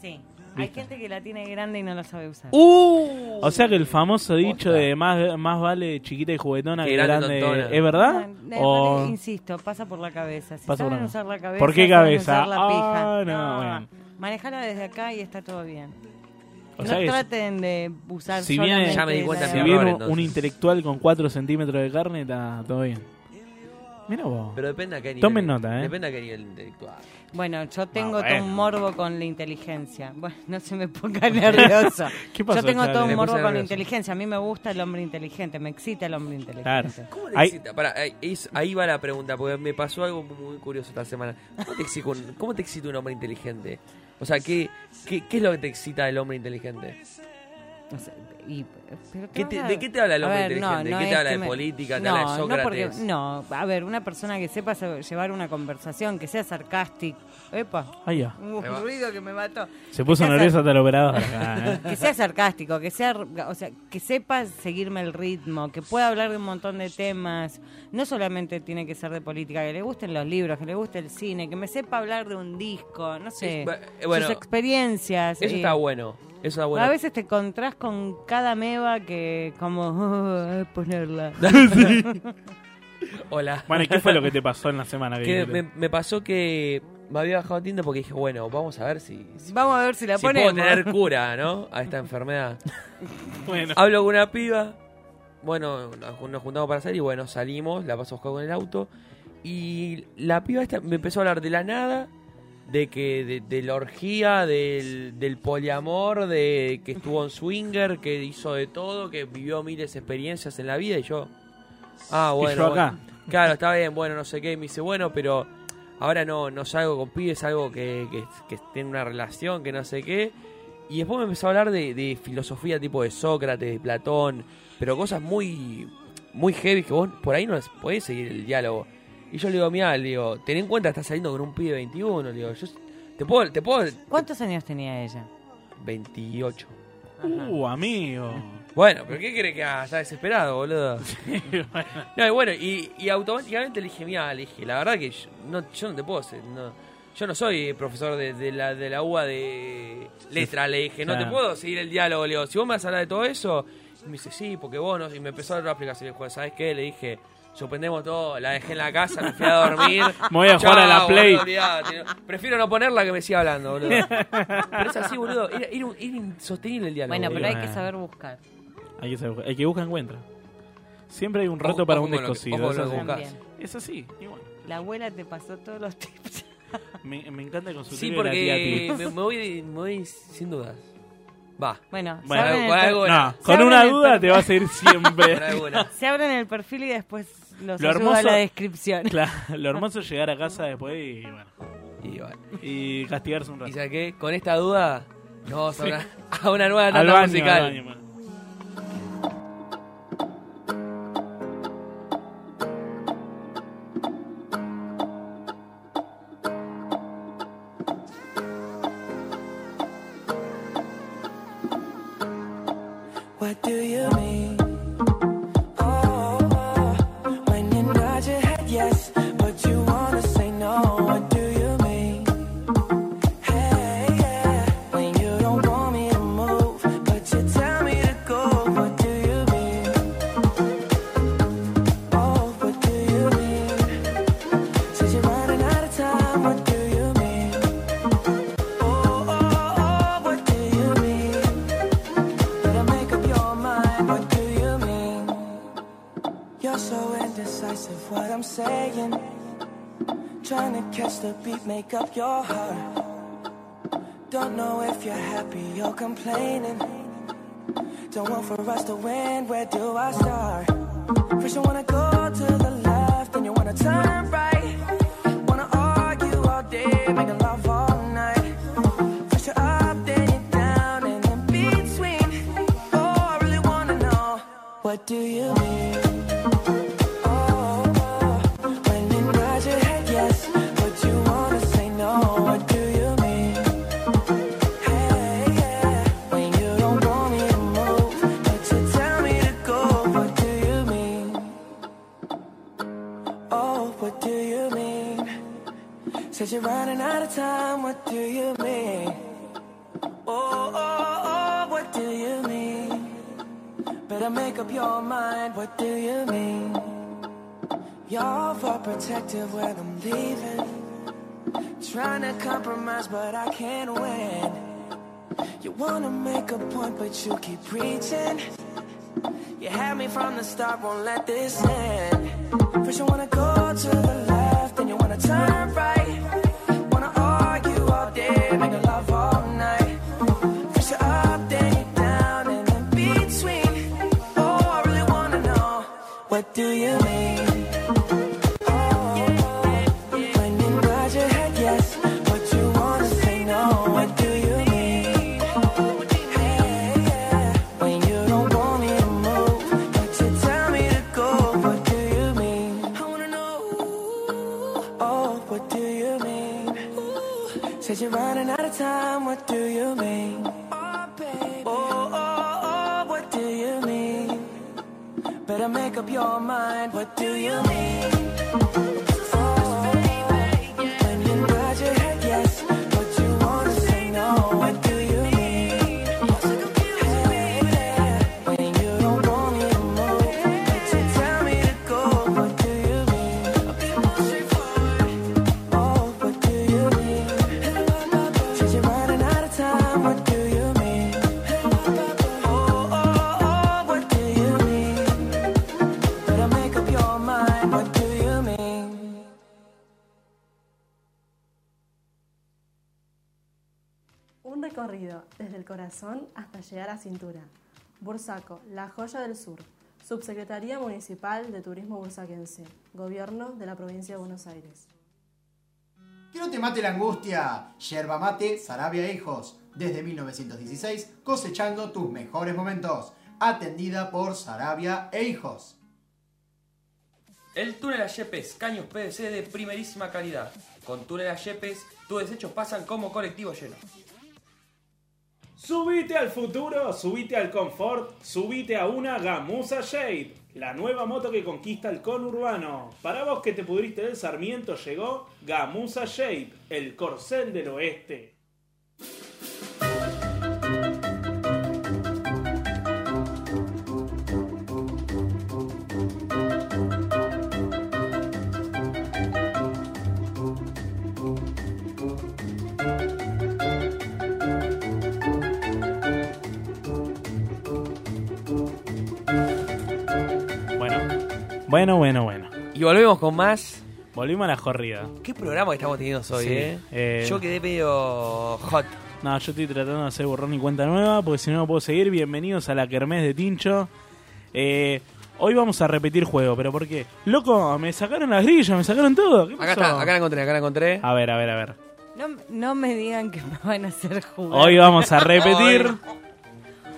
S15: Sí. Hay gente que la tiene grande y no la sabe usar.
S4: ¡Uh!
S6: O sea que el famoso dicho de más, más vale chiquita y juguetona
S4: Que
S6: que
S4: grande
S6: grande,
S4: tontona.
S6: ¿es verdad?
S15: No, no,
S6: ¿Ah? ¿O
S15: Insisto, pasa por la cabeza. Si
S6: Pasa por
S15: saben
S6: la-
S15: usar la cabeza,
S6: ¿Por qué
S15: saben
S6: cabeza?
S15: usar la pija.
S6: Ah, no, bueno.
S15: Manejala desde acá y está todo bien.
S6: O
S15: no
S6: sea que-
S15: traten de usar
S6: si
S15: solamente
S6: viene,
S4: Ya me di cuenta
S15: la
S4: de
S6: si
S4: mi
S15: cabeza.
S6: viene un-
S4: error,
S6: un
S4: entonces.
S6: intelectual con 4 centímetros de carne, está todo bien. Mira vos.
S4: Pero depende a qué nivel.
S6: Tomen nota, ¿eh?
S4: Depende a qué nivel intelectual.
S15: Bueno, yo tengo
S6: Ah, bueno.
S15: todo un morbo con la inteligencia. Bueno, no se me
S6: *laughs*
S15: ponga nervioso.
S6: ¿Qué pasó,
S15: yo tengo
S6: Charlie?
S15: todo
S6: Me
S15: un
S6: puse
S15: morbo con la
S4: nervioso.
S15: inteligencia. A mí me gusta el hombre inteligente, me excita el hombre inteligente.
S6: Claro.
S4: ¿Cómo te
S6: Ahí-
S4: excita? Pará, ahí, es- ahí va la pregunta, porque me pasó algo muy curioso esta semana. ¿Cómo te excita un, cómo te excita un hombre inteligente? O sea, ¿qué, qué, qué es lo que te excita del hombre inteligente?
S15: O sea, y- pero
S4: ¿Qué
S15: vas
S4: te-
S15: a-
S4: ¿de qué te habla el
S15: A
S4: hombre
S15: ver, no,
S4: inteligente?
S15: no
S4: ¿Qué te
S15: es
S4: habla
S15: que
S4: de
S15: me-
S4: política? ¿Te
S15: no,
S4: habla de
S15: No, porque-
S4: Sócrates?
S15: no, a ver, una persona que sepa so- llevar una conversación, que sea sarcástica. Epa.
S6: Ahí va.
S15: Un
S6: Ahí va.
S15: ruido que me mató.
S6: Se puso
S15: Que sea
S6: nerviosa
S15: sar-
S6: hasta el operador
S15: *laughs*
S6: acá, ¿eh?
S15: Que sea sarcástico, que sea, o sea, que sepa seguirme el ritmo, que pueda hablar de un montón de temas. No solamente tiene que ser de política, que le gusten los libros, que le guste el cine, que me sepa hablar de un disco, no sé,
S4: Sí, bu- eh, bueno,
S15: sus experiencias.
S4: Eso
S15: eh.
S4: está bueno. Eso está bueno.
S15: A veces te encontrás con cada meba que como *laughs* "Ah,
S6: *laughs*
S15: ponerla.
S4: Hola.
S6: Bueno, ¿y qué fue lo que
S4: *laughs*
S6: te pasó en la semana que
S4: Que
S6: viniste?
S4: me, me pasó que me había bajado Tinder porque dije, bueno, vamos a ver si, si,
S15: Vamos a ver si la
S4: si
S15: ponemos.
S4: puedo tener cura, ¿no? A esta enfermedad.
S6: *laughs* Bueno.
S4: Hablo con una piba. Bueno, nos nos juntamos para salir y bueno, salimos, la paso a buscar con el auto. Y la piba esta me empezó a hablar de la nada, de que de, de la orgía, del, del poliamor, de que estuvo en swinger, que hizo de todo, que vivió miles de experiencias en la vida y yo... Ah,
S6: Y
S4: bueno.
S6: yo acá.
S4: bueno. claro, está bien, bueno, no sé qué. Y me dice, bueno, pero ahora no, no salgo con pibes, algo que, que, que tiene una relación, que no sé qué. Y después me empezó a hablar de, de filosofía tipo de Sócrates, de Platón, pero cosas muy, muy heavy que vos por ahí no las podés seguir el diálogo. Y yo le digo, mira, le digo, ten en cuenta, estás saliendo con un pibe de 21, le digo, yo te puedo, te puedo,
S15: ¿Cuántos años tenía ella?
S4: 28.
S6: Uh, amigo.
S4: Bueno, pero ¿qué crees que haga? Está desesperado,
S6: *laughs*
S4: boludo. No, y bueno, y, y automáticamente le dije, mira, le dije, la verdad que yo no, yo no te puedo hacer, no, yo no soy profesor de, de la, de la UA de letra, le dije, no
S6: Claro.
S4: te puedo seguir el diálogo, le digo, si vos me vas a hablar de todo eso, y me dice, sí, porque vos no, y me empezó a dar una explicación, le dijo, ¿sabes qué? Le dije, suspendemos todo, la dejé en la casa, me fui a dormir.
S6: *laughs* Me voy a jugar a la
S4: Chao, boludo,
S6: Play.
S4: olvidate, no- prefiero no ponerla que me siga
S6: *laughs*
S4: hablando, boludo. Pero es así, boludo, era, era un- era insostenible el diálogo.
S15: Bueno, pero hay
S4: boludo.
S15: que saber buscar.
S6: Hay que saber- el que busca encuentra. Siempre hay un reto para
S4: ojo
S6: un
S4: con lo que-
S6: descosido.
S4: ojo
S6: eso
S4: con lo
S6: Ah, sí.
S4: que buscas.
S6: Es así, y bueno.
S15: La abuela te pasó todos los *laughs* tips.
S6: Me, me encanta con su
S4: Sí,
S6: trío de la
S4: porque
S6: tía
S4: me,
S6: Pi.
S4: me voy, me voy sin dudas. Va.
S15: Bueno,
S4: con
S6: Bueno,
S4: algo- con algo era.
S6: no, con una duda te vas a
S15: *laughs*
S6: ir siempre.
S4: Con algo era.
S15: Se abren el perfil y después los ayuda
S6: Lo hermoso,
S15: la descripción.
S6: *laughs*
S15: *laughs*
S6: Claro, lo hermoso es llegar a casa después y bueno.
S4: Y, bueno.
S6: y castigarse un rato.
S4: ¿Y saqué? Con esta duda nos vamos a, una, a una nueva
S6: Al
S4: tanda
S6: baño,
S4: musical.
S6: al baño,
S9: What do you mean? Oh, oh, when you nod your head yes, but you wanna say no. What do you mean? Hey, yeah, when you don't want me to move, but you tell me to go. What do you mean? Oh, what do you mean? Said you're running out of time. What do you mean? Oh, oh, oh, what do you mean? Better make up your mind. What do you mean? You're so indecisive. What I'm saying, trying to catch the beat, make up your heart. Don't know if you're happy or complaining. Don't want for us to win. Where do I start? First you wanna go to the left, then you wanna turn right. Wanna argue all day, making love all night. First you're up, then you're down, and in between. Oh, I really wanna know what do you mean? Oh, oh, when you nod your head yes, but you wanna say no. What do you mean? Hey, yeah, when you don't want me to move, but you tell me to go. What do you mean? Oh, what do you mean? Said you're running out of time, what do you mean? Oh, oh, oh, what do you mean? Better make up your mind, what do you mean? Y'all for protective when I'm leaving. Trying to compromise, but I can't win. You wanna make a point, but you keep preaching. You had me from the start, won't let this end. First you wanna go to the left, then you wanna turn right. Wanna argue all day, make love all night. First you're up, then you're down, and in between. Oh, I really wanna know what do you mean? Oh, when you nod your head yes, but you wanna say no. What do you mean? Hey, yeah, when you don't want me to move, but you tell me to go. What do you mean? I wanna know. Oh, what do you mean? Said you're running out of time, what do you mean? Oh, oh, oh, what do you mean? Better make up your mind, what do you mean? Oh, when you nod your head yes, but you wanna say no, what do you mean? Hey, yeah, when you don't want me to move, but you tell me to go, what do you mean? Oh, what do you mean? Since you're running out of time, what do you mean? Oh, oh, oh, what do you mean? Better make up your mind, what do you mean?
S8: Un recorrido desde el corazón hasta llegar a cintura. Bursaco, la joya del sur. Subsecretaría Municipal de Turismo Bursaquense. Gobierno de la Provincia de Buenos Aires.
S23: Que no te mate la angustia. Yerba mate, Sarabia Hijos. desde 1916 cosechando tus mejores momentos. Atendida por Sarabia e Hijos.
S21: El túnel a Yepes, caños PVC de primerísima calidad. Con túnel a Yepes, tus desechos pasan como colectivo lleno.
S24: *laughs* Subite al futuro, subite al confort, subite a una Gamusa Shade, la nueva moto que conquista el conurbano. Para vos que te pudriste del Sarmiento llegó Gamusa Shade, el corcel del oeste.
S6: Bueno, bueno, bueno, bueno.
S4: Y volvemos con más.
S6: Volvimos a la corrida.
S4: ¿Qué programa que estamos teniendo hoy,
S6: Sí,
S4: eh?
S6: eh.
S4: Yo quedé medio hot.
S6: No, yo estoy tratando de hacer borrón y cuenta nueva, porque si no, no puedo seguir. Bienvenidos a la Kermés de Tincho. Eh, hoy vamos a repetir juego, pero ¿por qué? Loco, me sacaron las grillas, me sacaron todo. ¿Qué
S4: Acá
S6: pasó?
S4: está, acá la encontré, acá la encontré.
S6: A ver, a ver, a ver.
S15: No, no me digan que me van a hacer jugar.
S6: Hoy vamos a repetir.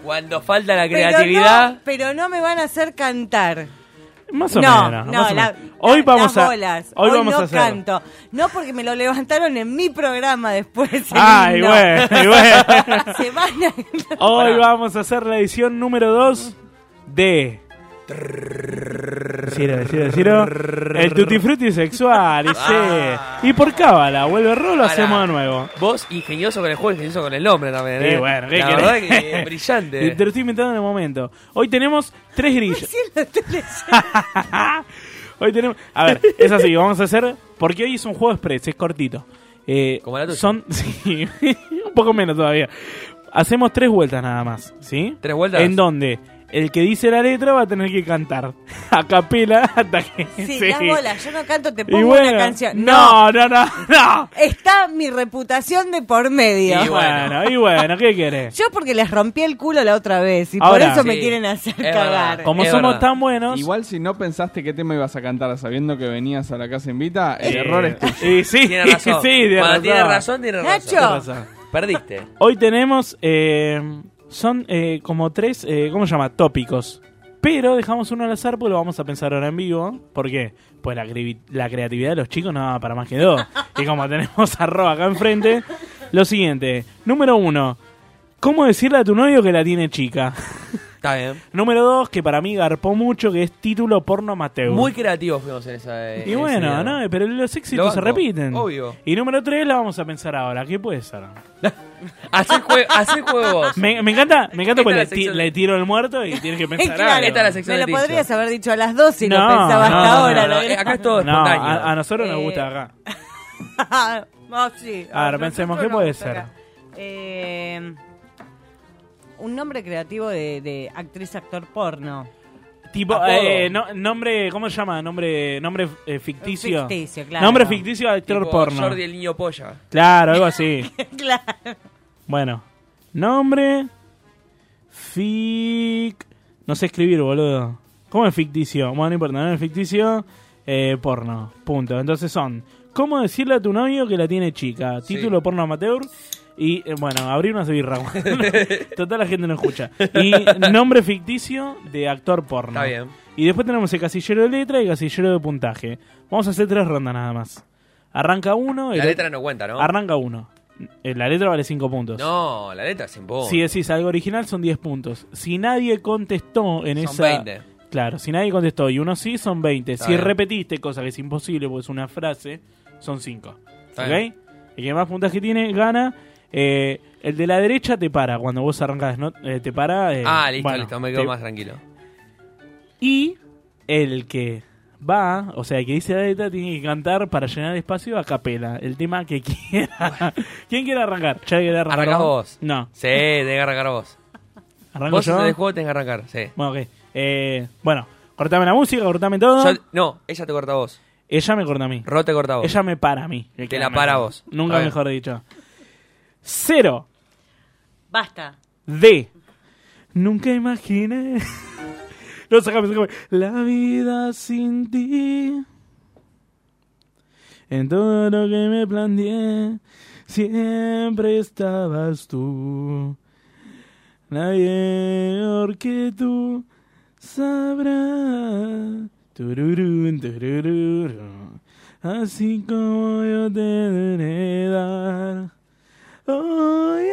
S4: Cuando falta la
S15: Pero
S4: creatividad.
S15: no- Pero no, me van a hacer cantar.
S6: Más o
S15: no,
S6: menos,
S15: No,
S6: más o
S15: la-
S6: menos. Hoy vamos
S15: las
S6: a-
S15: bolas.
S6: hoy vamos
S15: no
S6: a hacer.
S15: canto. No porque me lo levantaron en mi programa
S6: *laughs*
S15: después. el
S6: Ay,
S15: himno.
S6: bueno, Ah,
S4: *laughs*
S6: y bueno.
S15: *laughs* Se van a...
S6: Hoy vamos a hacer la edición número 2 de. Decilo, decilo, decilo. El Tutti Frutti sexual, y
S4: Ah.
S6: sí. Y por cábala, vuelve Rolo, hacemos de nuevo.
S4: Vos ingenioso con el juego, ingenioso con el nombre también,
S6: Sí,
S4: eh.
S6: bueno, ¿qué
S4: la
S6: querés?
S4: verdad
S6: *laughs*
S4: que es brillante.
S6: Te lo estoy inventando en el momento. Hoy tenemos tres
S15: *laughs*
S6: grillas. *laughs* hoy tenemos. A ver, es así, vamos a hacer. Porque hoy es un juego express, es cortito. Eh, Son. *laughs* Sí, un poco menos todavía. Hacemos tres vueltas nada más, ¿sí?
S4: ¿Tres vueltas?
S6: En donde el que dice la letra va a tener que cantar *laughs* a capela hasta que.
S15: Sí,
S6: sí.
S15: las bolas. Yo no canto, te
S6: Y
S15: pongo
S6: bueno,
S15: una canción.
S6: No, no, no, no.
S15: Está mi reputación de por medio.
S6: Y bueno, y bueno, ¿qué querés?
S15: Yo porque les rompí el culo la otra vez y
S6: Ahora.
S15: por eso me
S6: Sí,
S15: quieren hacer
S6: es
S15: cagar.
S6: Como
S7: Es
S6: somos
S7: verdad.
S6: tan buenos.
S7: Igual si no pensaste qué tema ibas a cantar sabiendo que venías a la casa invita, el
S6: Eh,
S7: error es tuyo.
S6: Y *laughs* sí,
S7: Tiene razón.
S6: sí, tiene
S7: Cuando
S6: razón.
S7: tiene
S4: razón, tiene razón. Nacho.
S6: Tiene razón.
S4: Perdiste.
S6: Hoy tenemos. eh, son eh, como tres. eh, ¿Cómo se llama? Tópicos. Pero dejamos uno al azar porque lo vamos a pensar ahora en vivo. ¿Por qué? Pues la, cre- la creatividad de los chicos no va para más que dos. y
S4: *laughs*
S6: como tenemos a Ro acá enfrente. Lo siguiente. Número uno. ¿Cómo decirle a tu novio que la tiene chica?
S4: Está bien.
S6: *laughs* Número dos, que para mí garpó mucho, que es título porno amateur.
S4: Muy creativos fuimos en esa. eh,
S6: y
S4: en
S6: bueno,
S4: ese
S6: no,
S4: día.
S6: pero los éxitos
S4: Lo
S6: se
S4: banco,
S6: repiten.
S4: obvio.
S6: Y número tres la vamos a pensar ahora. ¿Qué puede
S4: *laughs*
S6: ser?
S4: Hacer, jue- hacer juegos.
S6: Me, me encanta, me
S4: *laughs*
S6: encanta porque
S4: Esta
S6: le, ti-
S4: es la sección
S6: le tiro el muerto y
S4: *laughs*
S6: tienes que
S15: Eh,
S6: pensar
S15: claro,
S6: algo.
S15: me lo podrías haber dicho a las 12 y lo pensaba hasta ahora. la verdad.
S6: No, a, a nosotros nos
S15: Eh,
S6: gusta acá.
S15: *laughs* Ah, sí.
S6: A ver,
S15: Ah, nosotros
S6: pensemos, ¿qué
S15: nos
S6: puede
S15: gusta
S6: ser?
S15: acá. Eh, un nombre creativo de, de actriz, actor porno.
S6: Tipo,
S15: Apodo.
S6: eh, no- nombre, ¿cómo se llama? Nombre, nombre eh, ficticio.
S15: Ficticio, claro.
S6: Nombre ficticio de actor
S4: Tipo
S6: porno.
S4: Jordi el niño polla.
S6: Claro,
S15: *laughs*
S6: algo así.
S15: claro.
S6: Bueno, nombre. Fic. No sé escribir, boludo. ¿Cómo es ficticio? Bueno, no importa, no es ficticio. eh, porno, punto. Entonces son. ¿Cómo decirle a tu novio que la tiene chica? Título porno amateur. Y eh, bueno, abrir una birra.
S4: *laughs*
S6: Total, la gente no escucha. Y nombre ficticio de actor porno.
S4: Está bien.
S6: Y después tenemos el casillero de letra y el casillero de puntaje. Vamos a hacer tres rondas nada más. Arranca uno.
S4: La
S6: el-
S4: letra no cuenta, ¿no?
S6: Arranca uno. Eh, La letra vale cinco puntos.
S4: No, la letra es en vos.
S6: Si decís algo original son 10 puntos. Si nadie contestó en
S4: Son
S6: esa...
S4: 20.
S6: Claro, si nadie contestó y uno sí, son 20.
S4: Está
S6: si
S4: bien.
S6: repetiste, cosa que es imposible porque es una frase, son 5.
S4: Está
S6: ¿Ok?
S4: bien.
S6: El que más puntaje tiene, gana. Eh, el de la derecha te para cuando vos arrancás, ¿no? Eh, te para... eh,
S4: ah, listo,
S6: bueno,
S4: listo, me quedo
S6: te-
S4: más tranquilo.
S6: Y el que va, o sea, el que dice la letra, tiene que cantar para llenar espacio a capela. El tema que *laughs* quiera. ¿Quién quiere arrancar? ¿Ya quiere arrancar?
S4: Arrancás vos.
S6: No.
S4: Sí, tenés que arrancar vos.
S6: ¿Arranco
S4: vos
S6: yo?
S4: en el juego tenés que arrancar, sí.
S6: Bueno, ok. Eh, bueno, cortame la música, cortame todo.
S4: Yo- no, ella te corta a vos.
S6: Ella me corta a mí.
S4: Ro te corta a vos.
S6: Ella me para a mí.
S4: Te la para a vos.
S6: Nunca
S4: Está bien.
S6: mejor dicho. Cero
S15: Basta.
S6: de. Nunca imaginé. *laughs* no, sacame, sacame. La vida sin ti. En todo lo que me planteé. Siempre estabas tú. Nadie mejor que tú sabrá. Tururún, turururú. Así como yo te debe dar. Hoy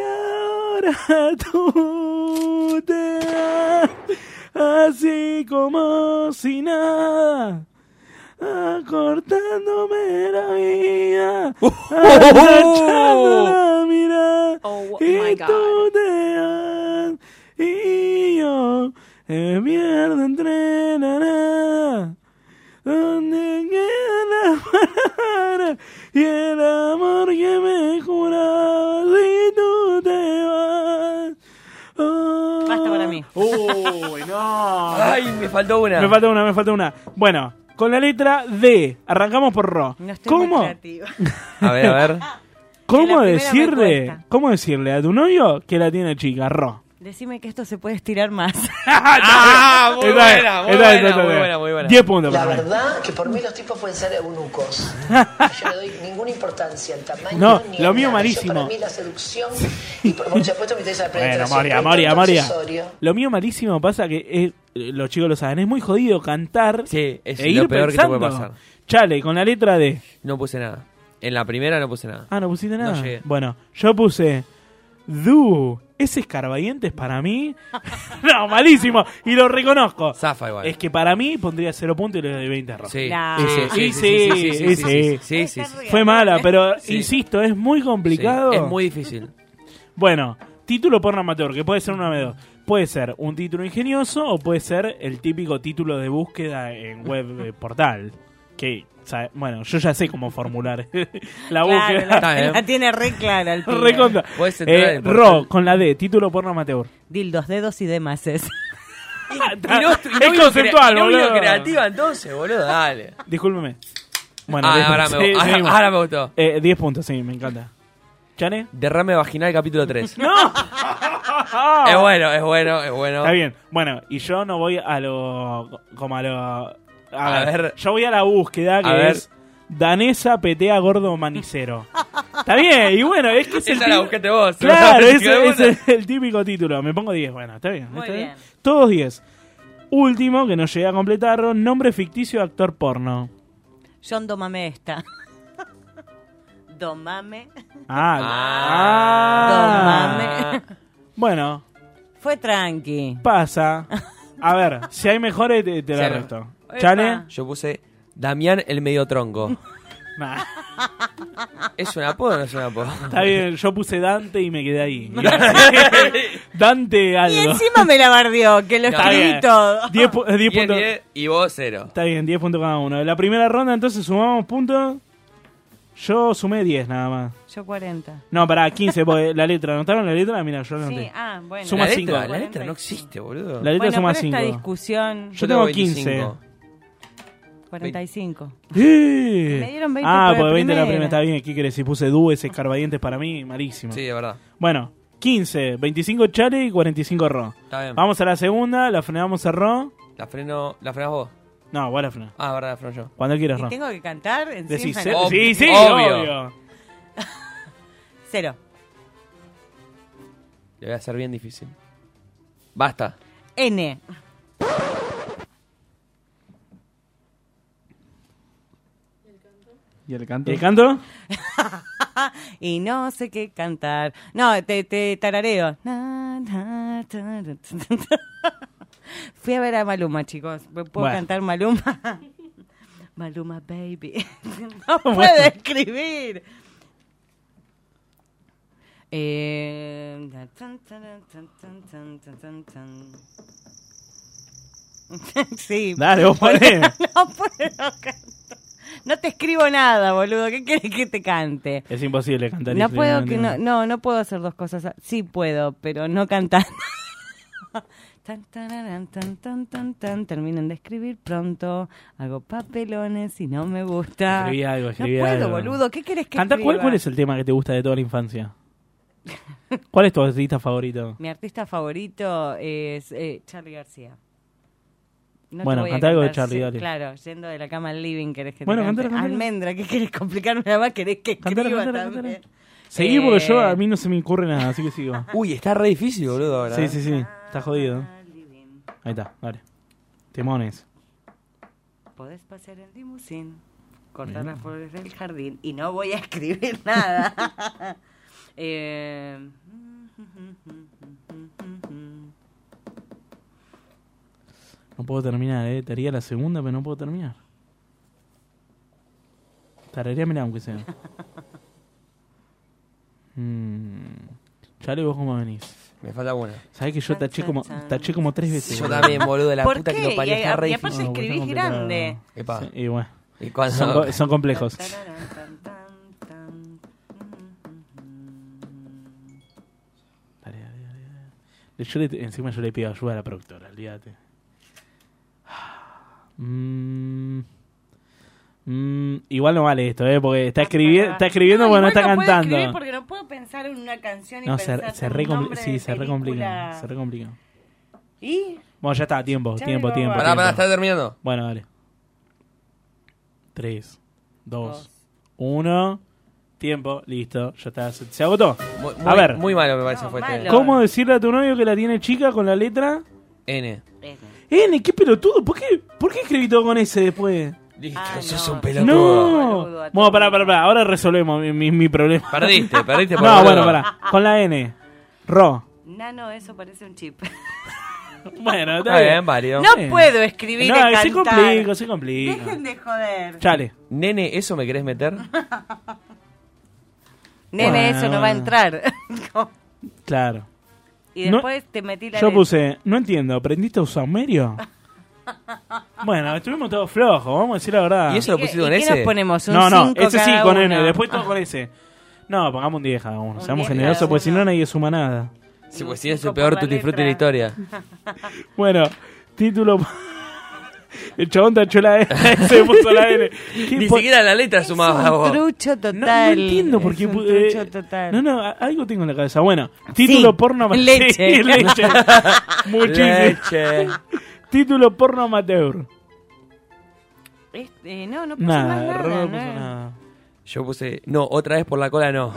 S6: ahora tú te das. Así como si nada. Acortándome la vida. Agachando la mirada. y tú te vas. Y eh, yo me pierdo entre la nada. ¿Dónde queda la palabra y el amor que me juraba si tú te vas? Oh. Basta para
S15: mí.
S6: Uy, no.
S4: Ay, me faltó una.
S6: Me falta una, me falta una. Bueno, con la letra D. Arrancamos por Ro. ¿Cómo? *laughs*
S4: A ver, a ver.
S6: ¿Cómo
S15: primera me
S6: decirle,
S15: cuesta.
S6: ¿Cómo decirle a tu novio que la tiene chica, Ro?
S15: Decime que esto se puede estirar
S6: *laughs*
S15: más. *laughs*
S9: Ah,
S6: muy Está bien, buena, muy está bien, buena, está bien. muy buena, muy buena. Diez puntos
S3: La
S6: para mí.
S3: verdad que por mí los tipos pueden ser eunucos. Yo no le doy ninguna importancia al tamaño.
S6: No,
S3: ni
S6: lo
S3: al
S6: mío
S3: nada. Yo,
S6: malísimo.
S3: Para mí la seducción y por, por supuesto me interesa la
S6: Bueno,
S3: penetración.
S6: Moria,
S3: pero
S6: Moria,
S3: todo
S6: Moria.
S3: accesorio.
S6: Lo mío malísimo pasa que es- los chicos lo saben, es muy jodido cantar
S4: es
S6: e
S4: lo
S6: ir
S4: peor que te
S6: pensando.
S4: puede pasar.
S6: Chale, con la letra D.
S4: *laughs* No puse nada. En la primera no puse nada.
S6: Ah, no pusiste
S4: No
S6: nada.
S4: llegué.
S6: bueno, yo puse Du, ese escarbadientes para mí. *laughs* no, malísimo. Y lo reconozco.
S4: Zafa igual.
S6: Es que para mí pondría 0 puntos y le doy 20 errores.
S4: Sí.
S6: Nah.
S4: Sí, sí,
S6: Y
S4: sí,
S6: sí,
S4: sí, sí, sí,
S6: y sí.
S4: sí, sí, sí, sí, sí.
S6: Fue mala, pero
S4: Sí.
S6: insisto, es muy complicado.
S4: Sí, es muy difícil.
S6: Bueno, título porno amateur, que puede ser una de dos. Puede ser un título ingenioso o puede ser el típico título de búsqueda en web
S4: *laughs*
S6: eh, portal. Que, sabe- bueno, yo ya sé cómo formular *laughs* la
S15: Claro,
S6: búsqueda.
S15: la,
S6: *laughs*
S15: la tiene re clara el pibe.
S6: Recontra. Eh, Ro, con la D, título porno amateur.
S15: Dildos, dedos y demás. Es. *laughs*
S4: Y no, y no
S6: Ah, Es
S4: vino
S6: conceptual,
S4: crea- y no vino
S6: boludo.
S4: creativa entonces, boludo, dale. *laughs*
S6: Discúlpeme. Bueno,
S4: Ah,
S6: diez
S4: ahora
S6: puntos.
S4: me- ahora-
S6: seguimos.
S4: ahora me gustó.
S6: Eh, 10 puntos, sí, me encanta. ¿Chane?
S4: Derrame vaginal capítulo 3.
S6: ¡No!
S4: Es bueno, es bueno, es bueno.
S6: Está bien. Bueno, y yo no voy a lo. como a lo. A,
S4: A
S6: ver,
S4: ver.
S6: Yo voy a la búsqueda que
S4: A ver.
S6: es. Danesa petea gordo
S4: *laughs*
S6: manicero. Está bien, y bueno, es que es el.
S4: Esa la
S6: típico-
S4: buscaste vos. *laughs*
S6: Claro,
S4: ¿no?
S6: ese es,
S4: Bueno.
S6: el típico título. Me pongo 10, bueno, está bien.
S4: Muy
S6: está
S4: bien.
S6: Todos 10. Último, que no llegué a completar, nombre ficticio de actor porno.
S15: John, domame esta. *laughs* Domame.
S6: Ah,
S15: Ah.
S6: ah. Bueno,
S15: Fue tranqui.
S6: pasa. A ver, si hay mejores, te, te la
S4: Cierro.
S6: resto. ¿Chane?
S4: Yo puse Damián el
S6: *laughs*
S4: medio tronco.
S6: Nah.
S4: ¿Es un apodo o no es un apodo?
S6: Está bien, yo puse Dante y me quedé
S4: *laughs*
S6: ahí. *laughs* Dante algo.
S15: Y encima me la bardió, que lo
S6: Está
S15: escribí
S6: bien.
S15: todo.
S6: 10 pu- eh, 10
S4: Diez,
S6: puntos.
S4: diez, y vos cero.
S6: Está bien, 10 puntos cada uno. De la primera ronda, entonces sumamos puntos. Yo sumé 10 nada más.
S15: Yo 40.
S6: No, pará, 15, porque la letra. ¿Notaron la letra? Mira, yo la noté.
S15: Sí, ah, bueno.
S6: Suma
S4: La
S6: 5.
S4: letra, la letra no existe, boludo.
S6: La letra
S15: bueno,
S6: suma
S15: pero
S6: 5.
S15: esta discusión...
S6: Yo tengo 15.
S15: 45.
S6: ¡Eh!
S15: Me dieron 20
S6: Ah,
S15: por la
S6: porque 20 la
S15: primera.
S6: primera. Está bien, ¿qué querés? Si puse dúo, ese escarbadientes para mí, malísimo.
S4: Sí, de verdad.
S6: Bueno, 15, 25 Chale y 45 Ro.
S4: Está bien.
S6: Vamos a la segunda, la frenamos a Ro.
S4: La freno, la frenas vos.
S6: No, vos la frenás.
S4: Ah, verdad, la freno yo.
S6: Cuando quieras,
S15: Y
S6: Ro.
S15: tengo que cantar encima.
S6: Decís,
S15: ¿no?
S6: "Sí,
S4: Ob-
S6: sí, sí,
S4: obvio".
S6: obvio.
S15: *laughs* Cero.
S4: Le voy a hacer bien difícil. Basta.
S15: N. *laughs*
S7: ¿Y el canto?
S6: ¿Y el canto?
S15: y no sé qué cantar. No, te, te tarareo. Na, na, ta, ra, ta, ta, ta. *laughs* Fui a ver a Maluma, chicos. ¿Puedo
S9: Bueno.
S15: cantar Maluma? *laughs* Maluma Baby. *laughs*
S6: *laughs*
S15: no puedo escribir. Eh, *laughs* na, tan, taran, tan, tan, tan, tan, tan, tan. sí.
S6: Dale, vos poné.
S15: *laughs* no puedo cantar. No te escribo nada, boludo. ¿Qué querés que te cante?
S6: Es imposible cantar. y
S15: No
S6: escribir,
S15: puedo que no,
S6: entiendo.
S15: no, no puedo hacer dos cosas. a- Sí puedo, pero no cantar. *laughs* Tan, tararán, tan, tan, tan, tan. Terminan de escribir pronto. Hago papelones y no me gusta.
S6: Escribí algo, escribí
S15: no puedo,
S6: algo.
S15: boludo. ¿Qué querés que
S6: Cantá, ¿cuál,
S15: escriba?
S6: ¿Cuál es el tema que te gusta de toda la infancia? *laughs* ¿Cuál es tu artista favorito?
S15: Mi artista favorito es eh, Charlie García. No te
S6: Bueno,
S15: voy a
S6: cantá algo de
S15: cantar,
S6: Charly,
S15: sí,
S6: dale.
S15: Claro, yendo de la cama al living, querés que
S6: Bueno,
S15: te cante.
S6: cantala, cantala.
S15: Almendra, ¿qué querés complicarme nada más? ¿Querés que escriba
S6: cantala, cantala.
S15: también?
S6: Seguí porque
S4: Eh.
S6: yo a mí no se me incurre nada, así que sigo.
S4: *laughs* Uy, está re difícil, boludo, ahora. eh.
S6: Sí, sí, sí. Está jodido. Ahí está, dale. Temones.
S15: Podés pasar el limusín, cortar las flores del jardín y no voy a escribir *laughs* nada. Eh,
S6: No puedo terminar, eh. Te haría la segunda, pero no puedo terminar. Tarareámela aunque sea. Mm. Chale, vos cómo venís.
S4: Me falta una.
S6: Sabés que yo taché como, taché como tres veces.
S4: Yo también, boludo, la ¿Por puta que qué? lo parió, Y- está re Eh, y
S15: aparte difícil. escribís
S6: está complicado.
S15: grande.
S4: Epa.
S6: Sí, y bueno.
S4: Y cuando-
S6: Son, co- son complejos. Yo le- encima yo le pido ayuda a la productora, olvídate. Mm. Mm, igual no vale esto, ¿eh? Porque está, escribiendo está escribiendo
S15: Ah, No,
S6: cuando
S15: igual
S6: está
S15: no puedo
S6: cantando.
S15: escribir porque no puedo pensar en una canción y
S6: No, se,
S15: pensar
S6: se
S15: en un
S6: re compli-
S15: nombre
S6: sí,
S15: de
S6: se re complica.
S15: película.
S6: Se re complica.
S15: ¿Y?
S6: Bueno, ya está, tiempo,
S15: Ya
S6: tiempo,
S15: no
S6: tiempo.
S15: va. Pará,
S4: pará,
S6: tiempo.
S4: está terminando.
S6: Bueno, dale. Tres, dos, uno. Tiempo, listo, ya está. Se, se agotó. a
S4: muy-
S6: ver.
S4: muy malo me parece No, fue este. malo.
S6: ¿Cómo decirle a tu novio que la tiene chica con la letra?
S4: N.
S6: N, qué pelotudo. ¿Por qué, por qué escribí todo con S después?
S4: Listo, sos un pelotudo.
S6: No. Bueno, pará, pará, pará. Ahora resolvemos mi, mi- mi problema. *laughs*
S4: Perdiste, perdiste por
S6: No,
S4: boludo.
S6: bueno, pará. Con la N. Ro.
S15: Nano, eso parece un chip.
S6: *laughs* Bueno,
S4: Está bien, válido.
S15: No puedo escribir
S6: No,
S15: y cantar.
S6: se complica, se complica.
S15: Dejen de joder.
S6: Chale.
S4: Nene, ¿eso me querés meter?
S15: Nene,
S6: Bueno,
S15: eso no va a
S6: bueno.
S15: entrar. *laughs*
S6: Claro.
S15: y
S6: No-
S15: después te metí la
S6: Yo
S15: letra.
S6: puse, no entiendo, ¿aprendiste a usar
S4: *laughs*
S6: Merio? bueno, estuvimos todos flojos, vamos a decir la verdad.
S4: ¿Y eso lo ¿Y qué- pusiste con y qué S? nos ponemos? ¿Un
S6: No, no,
S4: cinco
S6: ese sí,
S4: cada
S6: con
S4: uno? Ah.
S6: N, después todo con S. No, pongamos un 10 cada uno, seamos generosos, porque si no nadie suma nada.
S4: Sí, pues si es el peor tutti frutti de la historia.
S6: Bueno, título... *laughs* El chabón tachó la N, *laughs* *laughs* se puso la N. ¿Qué
S4: *laughs* Ni
S6: po-
S4: siquiera la letra sumaba vos.
S15: Trucho
S6: No, Ah, no
S15: total.
S6: entiendo por qué...
S15: Es un
S6: pu- eh,
S15: trucho total.
S6: No, no, a- algo tengo en la cabeza. Bueno, título
S15: Sí,
S6: porno... *laughs* sí,
S15: leche. *laughs*
S6: leche. Muchísimo.
S4: Leche.
S6: Título porno amateur.
S15: Este, no, no puse
S6: Nada,
S15: más nada.
S6: Ro no
S15: no
S6: puso
S15: era.
S6: nada.
S4: Yo puse, no, otra vez por *laughs* la cola no.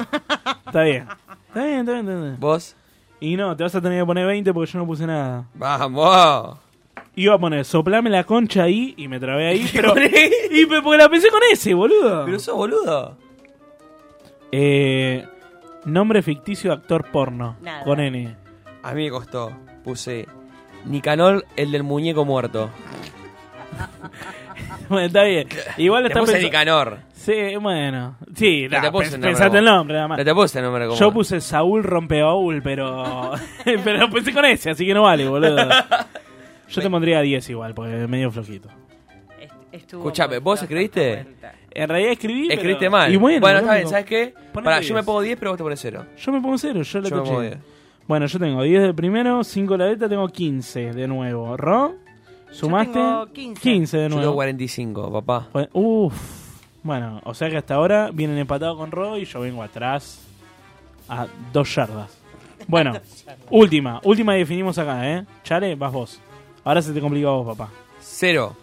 S6: Está bien. Está bien, está bien, está bien.
S4: ¿Vos?
S6: Y no, te vas a tener que poner 20 porque yo no puse nada.
S4: ¡Vamos!
S6: Iba a poner, soplame la concha ahí y me trabé
S4: *laughs*
S6: ahí, pero... *laughs* y pe- porque la pensé con ese, boludo.
S4: Pero sos boludo.
S6: Eh, nombre ficticio de actor porno.
S4: Nada.
S6: Con N.
S4: A mí me costó. Puse Nicanor, el del muñeco muerto.
S6: *laughs* Bueno, está bien. Igual
S4: Le
S6: está
S4: puse
S6: pensa-
S4: Nicanor.
S6: Sí, bueno. Sí,
S4: No
S6: nah,
S4: te puse
S6: pens-
S4: el nombre
S6: pensate
S4: como-
S6: el nombre, nada más.
S4: No te puse el nombre como-
S6: Yo puse Saúl Rompebaúl,
S4: *laughs*
S6: pero... *laughs* pero lo pensé con ese, así que no vale, boludo. Yo te pondría 10 igual, porque es medio flojito.
S4: Escuchame, ¿vos escribiste?
S6: En realidad escribí. pero-
S4: Escribiste mal.
S6: Y bueno,
S4: está
S6: boludo.
S4: bien, ¿sabes qué?
S6: Ponete
S4: Pará, yo me
S6: 10.
S4: pongo 10, pero vos te pones 0.
S6: Yo me pongo cero, yo lo
S4: Yo me pongo
S6: taché.
S4: diez.
S6: Bueno, yo tengo 10 del primero, 5 de la letra, tengo 15 de nuevo. ¿Ro? ¿Sumaste?
S4: tengo
S6: 15.
S4: Yo
S6: de
S4: tengo
S6: nuevo.
S4: 45, papá.
S6: Bueno, Uf. Bueno, o sea que hasta ahora vienen empatados con Ro y yo vengo atrás a dos yardas.
S4: *laughs*
S6: Bueno, última, última y definimos acá, ¿eh? Chale, vas vos. Ahora se te complica a vos, papá.
S4: 0.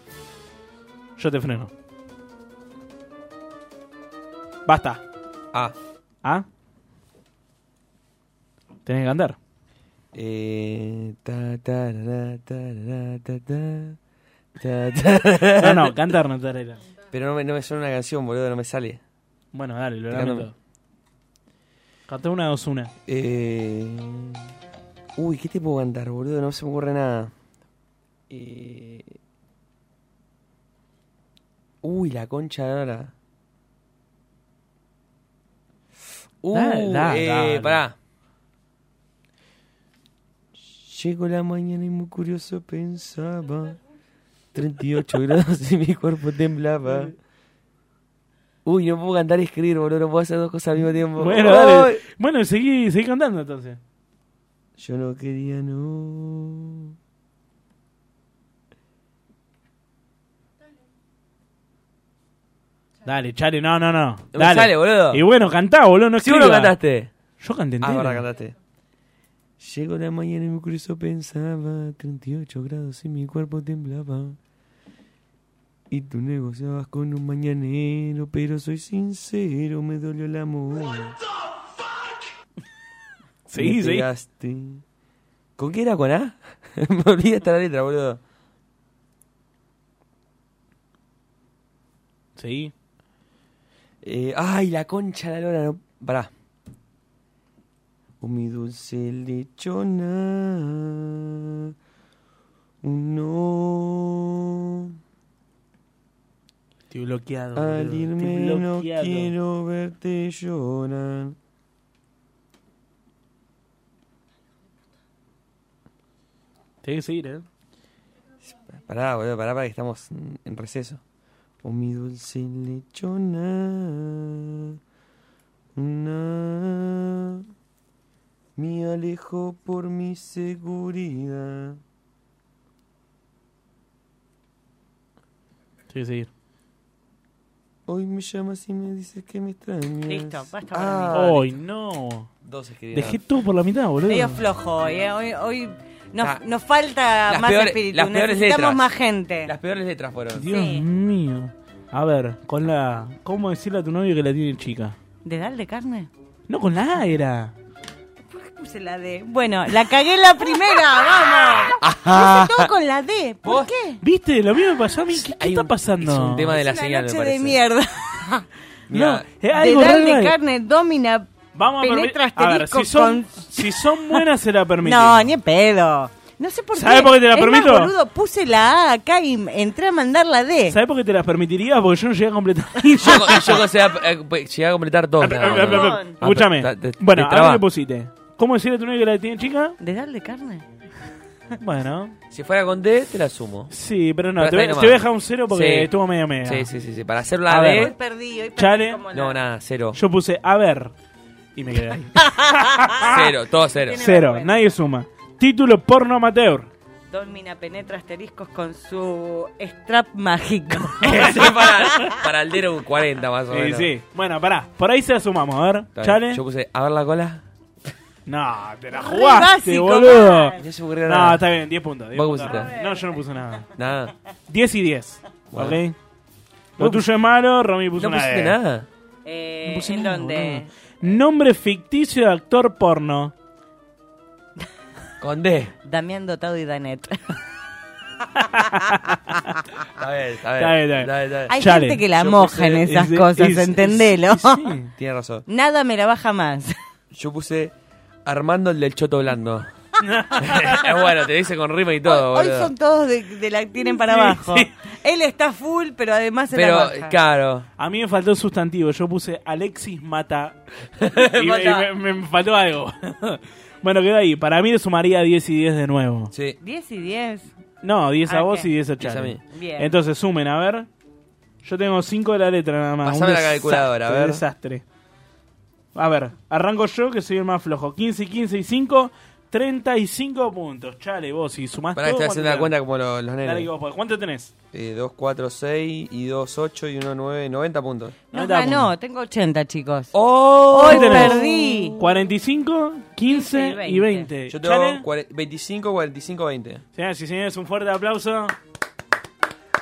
S6: Yo te freno. Basta.
S4: A.
S6: ¿Ah? Tenés que andar.
S4: Eh, ta, ta, ra, ra, ta, ra, ta, ta, ta, ta.
S6: No, no, cantar no te arreglas.
S4: Pero no me, no me suena una canción, boludo, no me sale.
S6: Bueno, dale, lo
S4: Te
S6: lamento.
S4: canto.
S6: Canté una, dos, una.
S4: Eh... Uy, ¿qué te puedo cantar, boludo? No se me ocurre nada. Eh... Uy, la concha de ahora. Uh,
S9: Dale, dale,
S4: eh,
S9: dale.
S4: pará. Llegó la mañana y muy curioso pensaba. 38 *laughs* grados y mi cuerpo temblaba. Uy, no puedo cantar y escribir, boludo. No puedo hacer dos cosas al mismo tiempo.
S6: Bueno,
S4: ¡Ay!
S6: dale. Bueno, seguí, seguí cantando entonces.
S4: Yo no quería, no.
S6: Dale, chale, no, no, no.
S4: me
S6: Dale.
S4: sale, boludo.
S6: Y bueno, cantá, boludo, no
S4: Sí, vos lo
S6: escribas.
S4: cantaste.
S6: Yo canté
S4: Ah,
S6: entero.
S4: verdad, cantaste. Llegó la mañana y me curioso pensaba. 38 grados y mi cuerpo temblaba. Y tú negociabas con un mañanero, pero soy sincero, me dolió el amor. *laughs* Me pegaste. ¿Con qué era? ¿Con A? *laughs* Me olvidé hasta la letra, boludo.
S6: Sí.
S4: eh, ay, la concha de la lora. No... Pará. Oh, mi dulce lechona. No.
S6: Estoy bloqueado.
S4: Al
S6: boludo.
S4: irme
S6: Estoy
S4: no
S6: bloqueado.
S4: quiero verte llorar.
S6: Tenés que seguir, ¿eh?
S4: Pará, boludo, pará, pará, que estamos en- en receso. Oh, mi dulce lechona. na, me alejo por mi seguridad.
S6: Tenés que seguir.
S4: Hoy me llamas y me dices que me extrañas.
S15: Listo, basta
S4: Ah,
S15: para mí.
S6: Ay, no.
S4: Dos escribieron.
S6: Dejé todo por la mitad, boludo.
S15: Medio flojo hoy, eh. Hoy, hoy nos,
S4: Ah.
S15: nos falta
S4: Las
S15: más
S4: peores-
S15: espíritu.
S4: las peores
S15: Necesitamos
S4: letras.
S15: más gente.
S4: Las peores letras fueron.
S6: Dios mío. A ver, con la. ¿Cómo decirle a tu novio que la tiene chica?
S15: ¿De dal de carne?
S6: No, con la A era.
S15: Puse la D. Bueno, la cagué la primera, *laughs* vamos. Puse todo con la D. ¿Por qué?
S6: ¿Viste? Lo mismo me pasó a mí. ¿Qué, qué está pasando?
S4: es un tema de la
S6: Es una
S4: señal, me
S15: Noche de
S4: parece.
S15: mierda.
S6: No, es
S15: de
S6: algo
S15: dal
S6: raro
S15: de
S6: ahí.
S15: carne, domina,
S6: Vamos a permi-
S15: penetra
S6: A ver,
S15: asterisco
S6: si son,
S15: este con...
S6: si son buenas se la
S15: *laughs*
S6: permiten.
S15: No, ni en pedo. No sé por
S6: ¿Sabes
S15: qué.
S6: por qué te la
S15: Es más,
S6: permito? *laughs*
S15: boludo, puse la A acá y entré a mandar la D.
S6: ¿Sabes por qué te las permitiría? Porque yo no llegué a completar. *laughs* yo,
S4: yo conseguí a- eh, pues, llegué a completar dos. nada más. Ah, pero-
S6: Escúchame.
S4: ta- te- te
S6: Bueno, a ver
S4: traba.
S6: qué pusiste. ¿Cómo decirle a tu novio que la tiene chica?
S15: ¿De dal de carne?
S6: *laughs* Bueno.
S4: Si fuera con D, te la sumo.
S6: Sí, pero no, te,
S4: Pero está
S6: voy-
S4: ahí nomás.
S6: te voy a dejar un cero porque
S4: Sí.
S6: estuvo medio medio.
S4: Sí, sí, sí, sí. Para hacer la
S6: A
S4: D.
S6: ver. Hoy perdí, hoy perdí Chale. como
S4: No, nada, cero.
S6: Yo puse a ver y me quedé
S4: *laughs*
S6: ahí.
S4: Cero, todo cero.
S6: Ah. Cero, nadie suma. Título porno amateur.
S15: Domina penetra asteriscos con su strap
S6: *laughs*
S15: mágico.
S4: *laughs* Sí, para, para el Dero 40 más o
S6: Sí,
S4: menos.
S6: sí. Bueno, pará, Ah, por ahí se la sumamos, a ver.
S4: Está bien.
S6: Chale.
S4: Yo puse, a ver la cola.
S6: No, te la
S4: Re
S6: jugaste,
S4: básico,
S6: boludo.
S4: man. No se me ocurrió
S6: No,
S4: nada.
S6: está bien, 10 puntos. 10
S4: Vos
S6: puntos.
S4: pusiste.
S6: No, yo no puse nada.
S4: Nada.
S6: 10 y 10.
S4: Bueno.
S6: ¿Ok? Lo
S4: Vos
S6: tuyo es malo, Romy puso
S4: No
S6: una E.
S4: pusiste
S6: D.
S4: nada.
S15: Eh, ¿En dónde?
S6: Nombre ficticio de actor porno.
S4: Con D.
S15: Damián Dotado y Danet.
S4: Está bien, está bien.
S6: Está bien, está bien.
S15: Hay gente que la
S4: Yo
S15: moja en
S4: puse-
S15: esas cosas, entendelo.
S4: Tiene razón.
S15: *laughs* Nada me la baja más.
S4: Yo puse Armando el del Choto Blando. *laughs* bueno, te dice con rima y todo,
S15: Hoy
S4: boludo.
S15: son todos de, de la tienen para
S6: Sí,
S15: abajo.
S6: sí.
S15: Él está full, pero además se la baja.
S4: claro.
S6: A mí me faltó un sustantivo. Yo puse Alexis
S4: *laughs*
S6: mata. y me,
S15: Mata.
S6: y me- me faltó algo. *laughs* bueno, quedó ahí. Para mí le sumaría 10 y 10 de nuevo.
S4: Sí.
S15: 10 y 10.
S6: No, 10 a
S15: Ah,
S6: vos
S15: ¿qué?
S6: y 10 a
S4: 10 a
S6: Charlie.
S4: mí.
S15: Bien.
S6: Entonces sumen, a ver. Yo tengo 5 de la letra nada más.
S4: Pasame
S6: Un
S4: la calculadora, a ver.
S6: desastre, desastre. A ver, arranco yo que soy el más flojo. 15, 15 y 5, 35 puntos. Chale, vos, si sumás
S4: Pará,
S6: todo,
S4: estoy haciendo la
S6: ¿cuánto
S4: cuenta como lo- los
S6: tenés? Dale, que
S4: nenes.
S6: vos podés. ¿Cuánto tenés?
S4: Eh, 2, 4, 6 y 2, 8 y 1, 9, 90 puntos.
S15: No,
S6: Nada,
S15: ganó, tengo 80, chicos.
S4: ¡Oh!
S15: Hoy
S6: ¿Qué tenés?
S15: perdí.
S6: 45, 15 y 20.
S4: Yo
S6: Chale.
S4: tengo cuare- 25, 45, 20.
S6: Señoras y señores, un fuerte aplauso.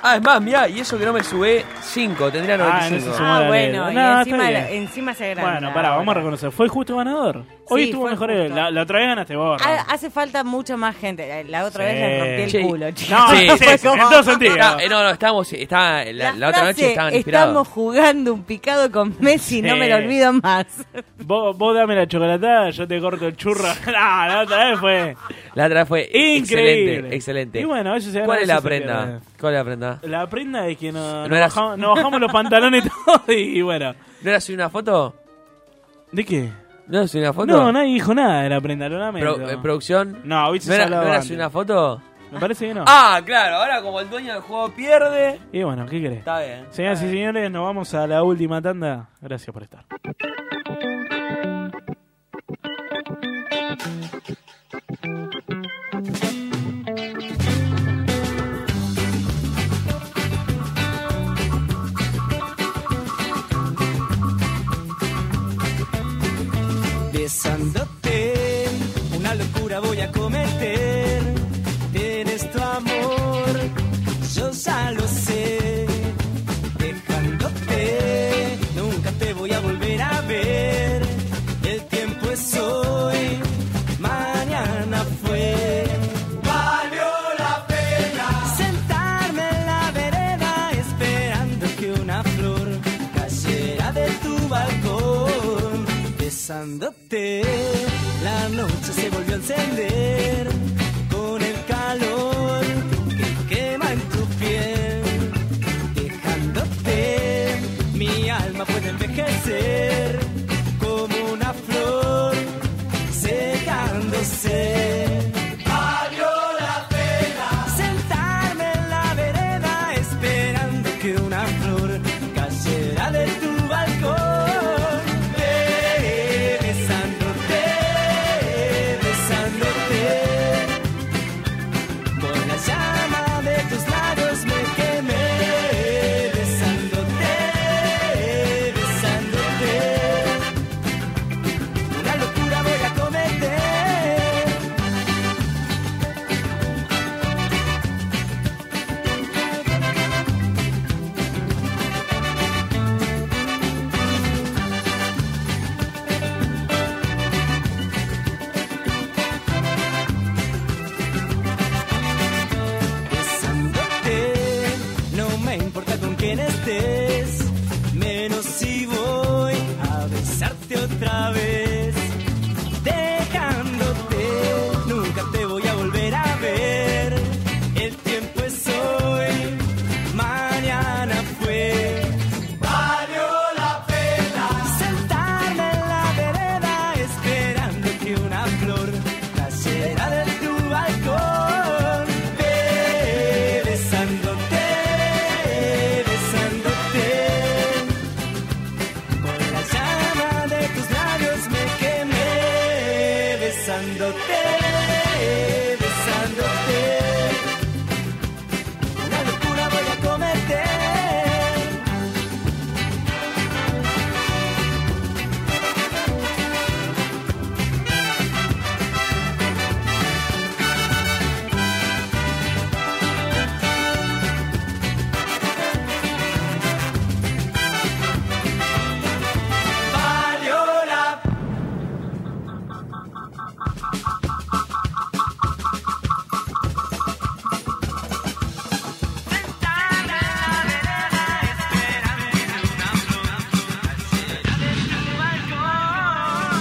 S4: Ah, es más, mirá, y eso que no me sube 5, tendría
S6: Ah, no
S4: 95.
S6: se sumó la
S15: bueno,
S6: letra.
S15: y
S6: No, está
S15: encima,
S6: bien.
S15: la- encima se agranda.
S6: Bueno, pará, vamos a reconocer. Fue el justo ganador. Hoy
S15: Sí,
S6: estuvo
S15: fue
S6: mejor
S15: justo.
S6: él. La, la otra vez ganaste vos. Ron.
S15: Ha- Ah, Hace falta mucha más gente. La- La otra vez le rompí el
S4: Sí.
S15: culo, chicos. *laughs*
S6: No,
S4: Sí,
S6: sí,
S4: fue
S6: sí,
S4: como-
S6: en todo sentido.
S4: Está- eh, no, no, estábamos, está, la, la otra noche
S15: Frase,
S4: estaban
S15: Estamos
S4: inspirados.
S15: jugando un picado con Messi, no
S6: Sí.
S15: me lo olvido más.
S6: Eh, Vos, vos dame la chocolatada, yo te corto
S15: *laughs*
S6: el churro. *laughs* Ah, la otra vez fue.
S4: La otra fue
S6: Increíble.
S4: excelente, excelente.
S6: Y bueno, eso se gana,
S4: ¿Cuál es la
S6: eso se
S4: prenda?
S6: pierde.
S4: ¿Cuál es la prenda?
S6: La prenda es que nos,
S4: No
S6: nos
S4: era-
S6: bajamos, nos bajamos los pantalones todos y bueno.
S4: ¿No era subir una foto?
S6: ¿De qué?
S4: ¿No era subir una foto?
S6: No, nadie dijo nada de la prenda, lo lamento.
S4: Pro- eh, ¿Producción?
S6: No, hubiese
S4: ¿No era,
S6: hablado
S4: no era
S6: antes.
S4: subir una foto?
S6: Me parece que no.
S4: Ah, claro, ahora como el dueño del juego pierde.
S6: Y bueno, ¿qué querés?
S4: Está bien.
S6: Señoras y señores, nos vamos a la última tanda. Gracias por estar.
S9: Besándote, una locura voy a cometer. Tienes tu amor, yo ya lo sé. Dejándote, nunca te voy a volver a ver. El tiempo es hoy,
S25: Besándote, la noche se volvió a encender con el calor que quema en tu piel. Dejándote, mi alma puede envejecer como una flor secándose.
S9: Valió la pena.
S25: Sentarme en la vereda esperando que una flor cayera de tu balcón. Ve besándote, besándote. Con la llama de tus labios me quemé. Besándote, besándote. Una locura voy a cometer. besándote. No me importa con quién estés, menos si voy a besarte otra vez. Dejándote, nunca te voy a volver a ver. El tiempo es hoy, mañana fue. Valió la pena sentarme en la vereda esperando que una flor cayera de tu balcón. Ve besándote, besándote. Con la llama de tus labios me quemé besándote, besándote. Una locura voy a cometer. Valió la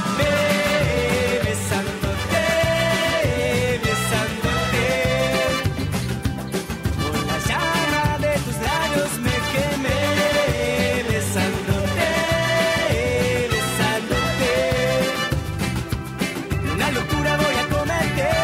S25: Ve besándote, besándote Con la llama de tus labios me quemé Besándote, besándote Una locura voy a cometer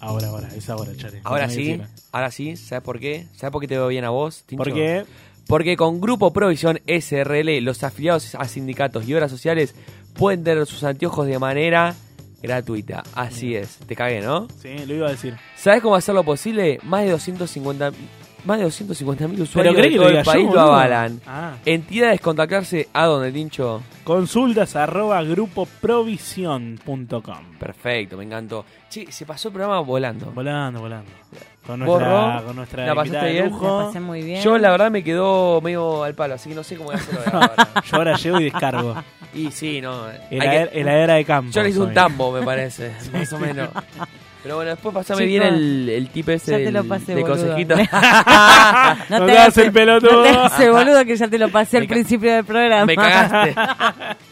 S6: Ahora, ahora, es ahora, Chare.
S4: Ahora
S6: No me
S4: sí,
S6: decime.
S4: ahora sí, ¿sabes por qué? ¿Sabes por qué te veo bien a vos, Tincho?
S6: ¿Por qué?
S4: Porque con Grupo Provisión SRL, los afiliados a sindicatos y obras sociales pueden tener sus anteojos de manera gratuita. Así es, te cagué, ¿no?
S6: Sí, lo iba a decir.
S4: ¿Sabes cómo hacerlo posible? Más de 250 más de 250.000
S6: ¿Pero
S4: usuarios
S6: crees
S4: de
S6: que
S4: todo
S6: lo diga
S4: el país
S6: yo,
S4: lo
S6: boludo?
S4: avalan.
S6: Ah.
S4: Entidades contactarse a donde Tincho.
S6: Consultas arroba grupoprovision.com.
S4: Perfecto, me encantó. Che, se pasó el programa volando.
S6: Volando, volando. Con
S4: Borro,
S6: nuestra, con nuestra
S4: la
S6: invitada
S4: pasaste
S6: de
S4: bien.
S6: lujo.
S4: Yo la verdad me quedó medio al palo, así que no sé cómo voy a hacerlo ahora.
S6: *laughs* Yo ahora llego y descargo.
S4: Y sí, no. eh,
S6: El
S4: hay
S6: aer- el aera de campo
S4: Yo le hice un
S6: soy.
S4: tambo, me
S6: *laughs*
S4: parece,
S6: Sí.
S4: más o menos. Pero bueno, después pasame
S6: Chicos,
S4: bien el, el tip ese
S15: ya te
S4: del-
S15: lo pasé,
S4: de
S15: boludo. *laughs*
S4: consejito. *laughs*
S15: No te hagas el pelotudo. No te hagas el boludo que ya te lo pasé al
S4: Me ca-
S15: principio del programa.
S4: me cagaste.
S15: *laughs*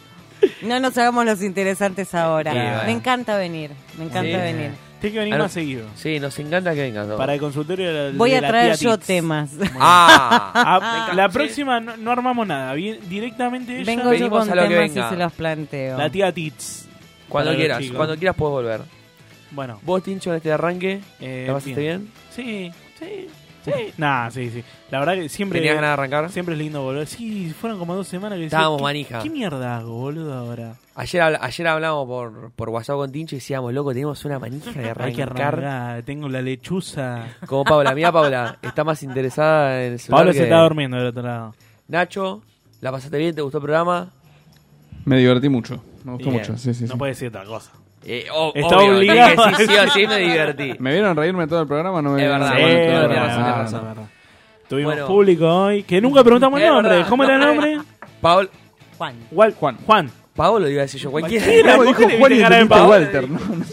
S15: No nos hagamos los interesantes ahora.
S4: Sí, bueno.
S15: Me encanta venir, me encanta
S4: Sí. Ah,
S15: venir.
S6: Tienes que venir más seguido.
S4: Sí, nos encanta que vengas. ¿no?
S6: Para el consultorio de la-
S15: Voy
S6: de
S15: a
S6: la
S15: traer
S6: tía
S15: yo
S6: Tix.
S15: temas.
S6: Muy bien.
S15: Ah.
S6: Ah,
S15: Me encanta,
S6: la
S15: sí.
S6: próxima no, no armamos nada. bien- directamente ella.
S15: Vengo yo con temas y se los planteo.
S6: La tía Tits.
S4: Cuando
S6: Para los
S4: quieras,
S6: chicos.
S4: cuando quieras puedes volver.
S6: Bueno. Eh,
S4: ¿Vos, Tincho, en este arranque? ¿La pasaste bien?
S6: Sí, sí. Sí. Nah, sí, sí. La verdad que siempre.
S4: ¿Tenías ganas de arrancar?
S6: Siempre es lindo volver. Sí, fueron como dos semanas que decía,
S4: Estábamos
S6: ¿qué-
S4: manija.
S6: ¿Qué mierda hago, boludo, ahora?
S4: Ayer, habla- ayer hablamos por, por WhatsApp con Tincho y decíamos, loco, tenemos una manija de
S6: *laughs* Hay que
S4: arrancar.
S6: arrancar. Tengo la lechuza.
S4: Como Paula, mira Paula, está más interesada en el celular
S6: Pablo se
S4: que-
S6: está durmiendo del otro lado.
S4: Nacho, ¿la pasaste bien? ¿Te gustó el programa?
S7: Me divertí mucho. Me gustó
S4: Bien.
S7: mucho. Sí, sí,
S6: No
S7: sí.
S6: puede decir otra cosa.
S4: Eh, o-
S6: Está
S4: obvio,
S6: obligado
S4: dije, sí,
S6: a
S4: sí, o sí,
S6: decir-
S4: me divertí.
S6: *laughs*
S7: ¿Me vieron reírme todo el programa? No me
S4: Es
S7: vieron
S4: verdad,
S7: reírme
S4: bueno,
S7: todo el
S4: tenés
S7: programa.
S4: razón, tenés
S7: Ah,
S4: razón,
S7: no.
S4: es verdad.
S6: Tuvimos
S4: Bueno.
S6: público hoy. Que nunca preguntamos el
S4: Es
S6: nombre.
S4: verdad.
S6: ¿Cómo era el nombre?
S4: *laughs* Paul.
S15: Juan.
S6: Juan. Juan.
S4: Pablo iba a decir yo, cualquiera.
S6: Cualquiera,
S4: Como
S6: vos le viste cara de
S7: entendiste
S6: pavo.
S7: Walter, ¿no?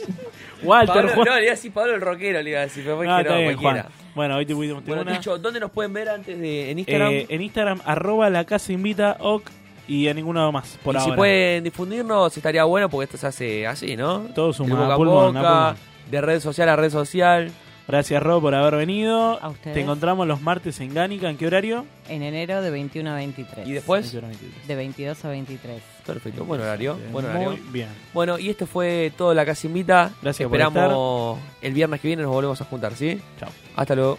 S6: Walter,
S4: Pablo,
S6: Juan.
S4: No, le iba a decir Pablo el rockero, le iba a decir, pero fue
S6: Ah,
S4: que
S6: está
S4: no,
S6: bien,
S4: cualquiera.
S6: Juan. Bueno, hoy tuvimos
S4: Bueno,
S6: una.
S4: Tincho, ¿dónde nos pueden ver antes de en Instagram?
S6: Eh, en Instagram, arroba la casa invita, ok, y a ninguno más por
S4: y
S6: ahora.
S4: si pueden difundirnos, estaría bueno porque esto se hace así, ¿no?
S6: Todo suma,
S4: de boca a
S6: pulmón, a
S4: boca,
S6: pulmón.
S4: de red social a red social.
S6: Gracias, Rob, por haber venido.
S15: A ustedes.
S6: Te encontramos los martes en Gánica. ¿En qué horario?
S15: En enero de 21 a 23.
S4: ¿Y después?
S15: De 22 a 23.
S4: Perfecto, buen horario,
S15: Bien,
S4: buen
S15: muy
S4: horario.
S6: bien.
S4: Bueno, y esto fue todo la casa invita.
S6: Gracias por
S4: Esperamos el viernes que viene nos volvemos a juntar, ¿sí?
S6: Chao.
S4: Hasta luego.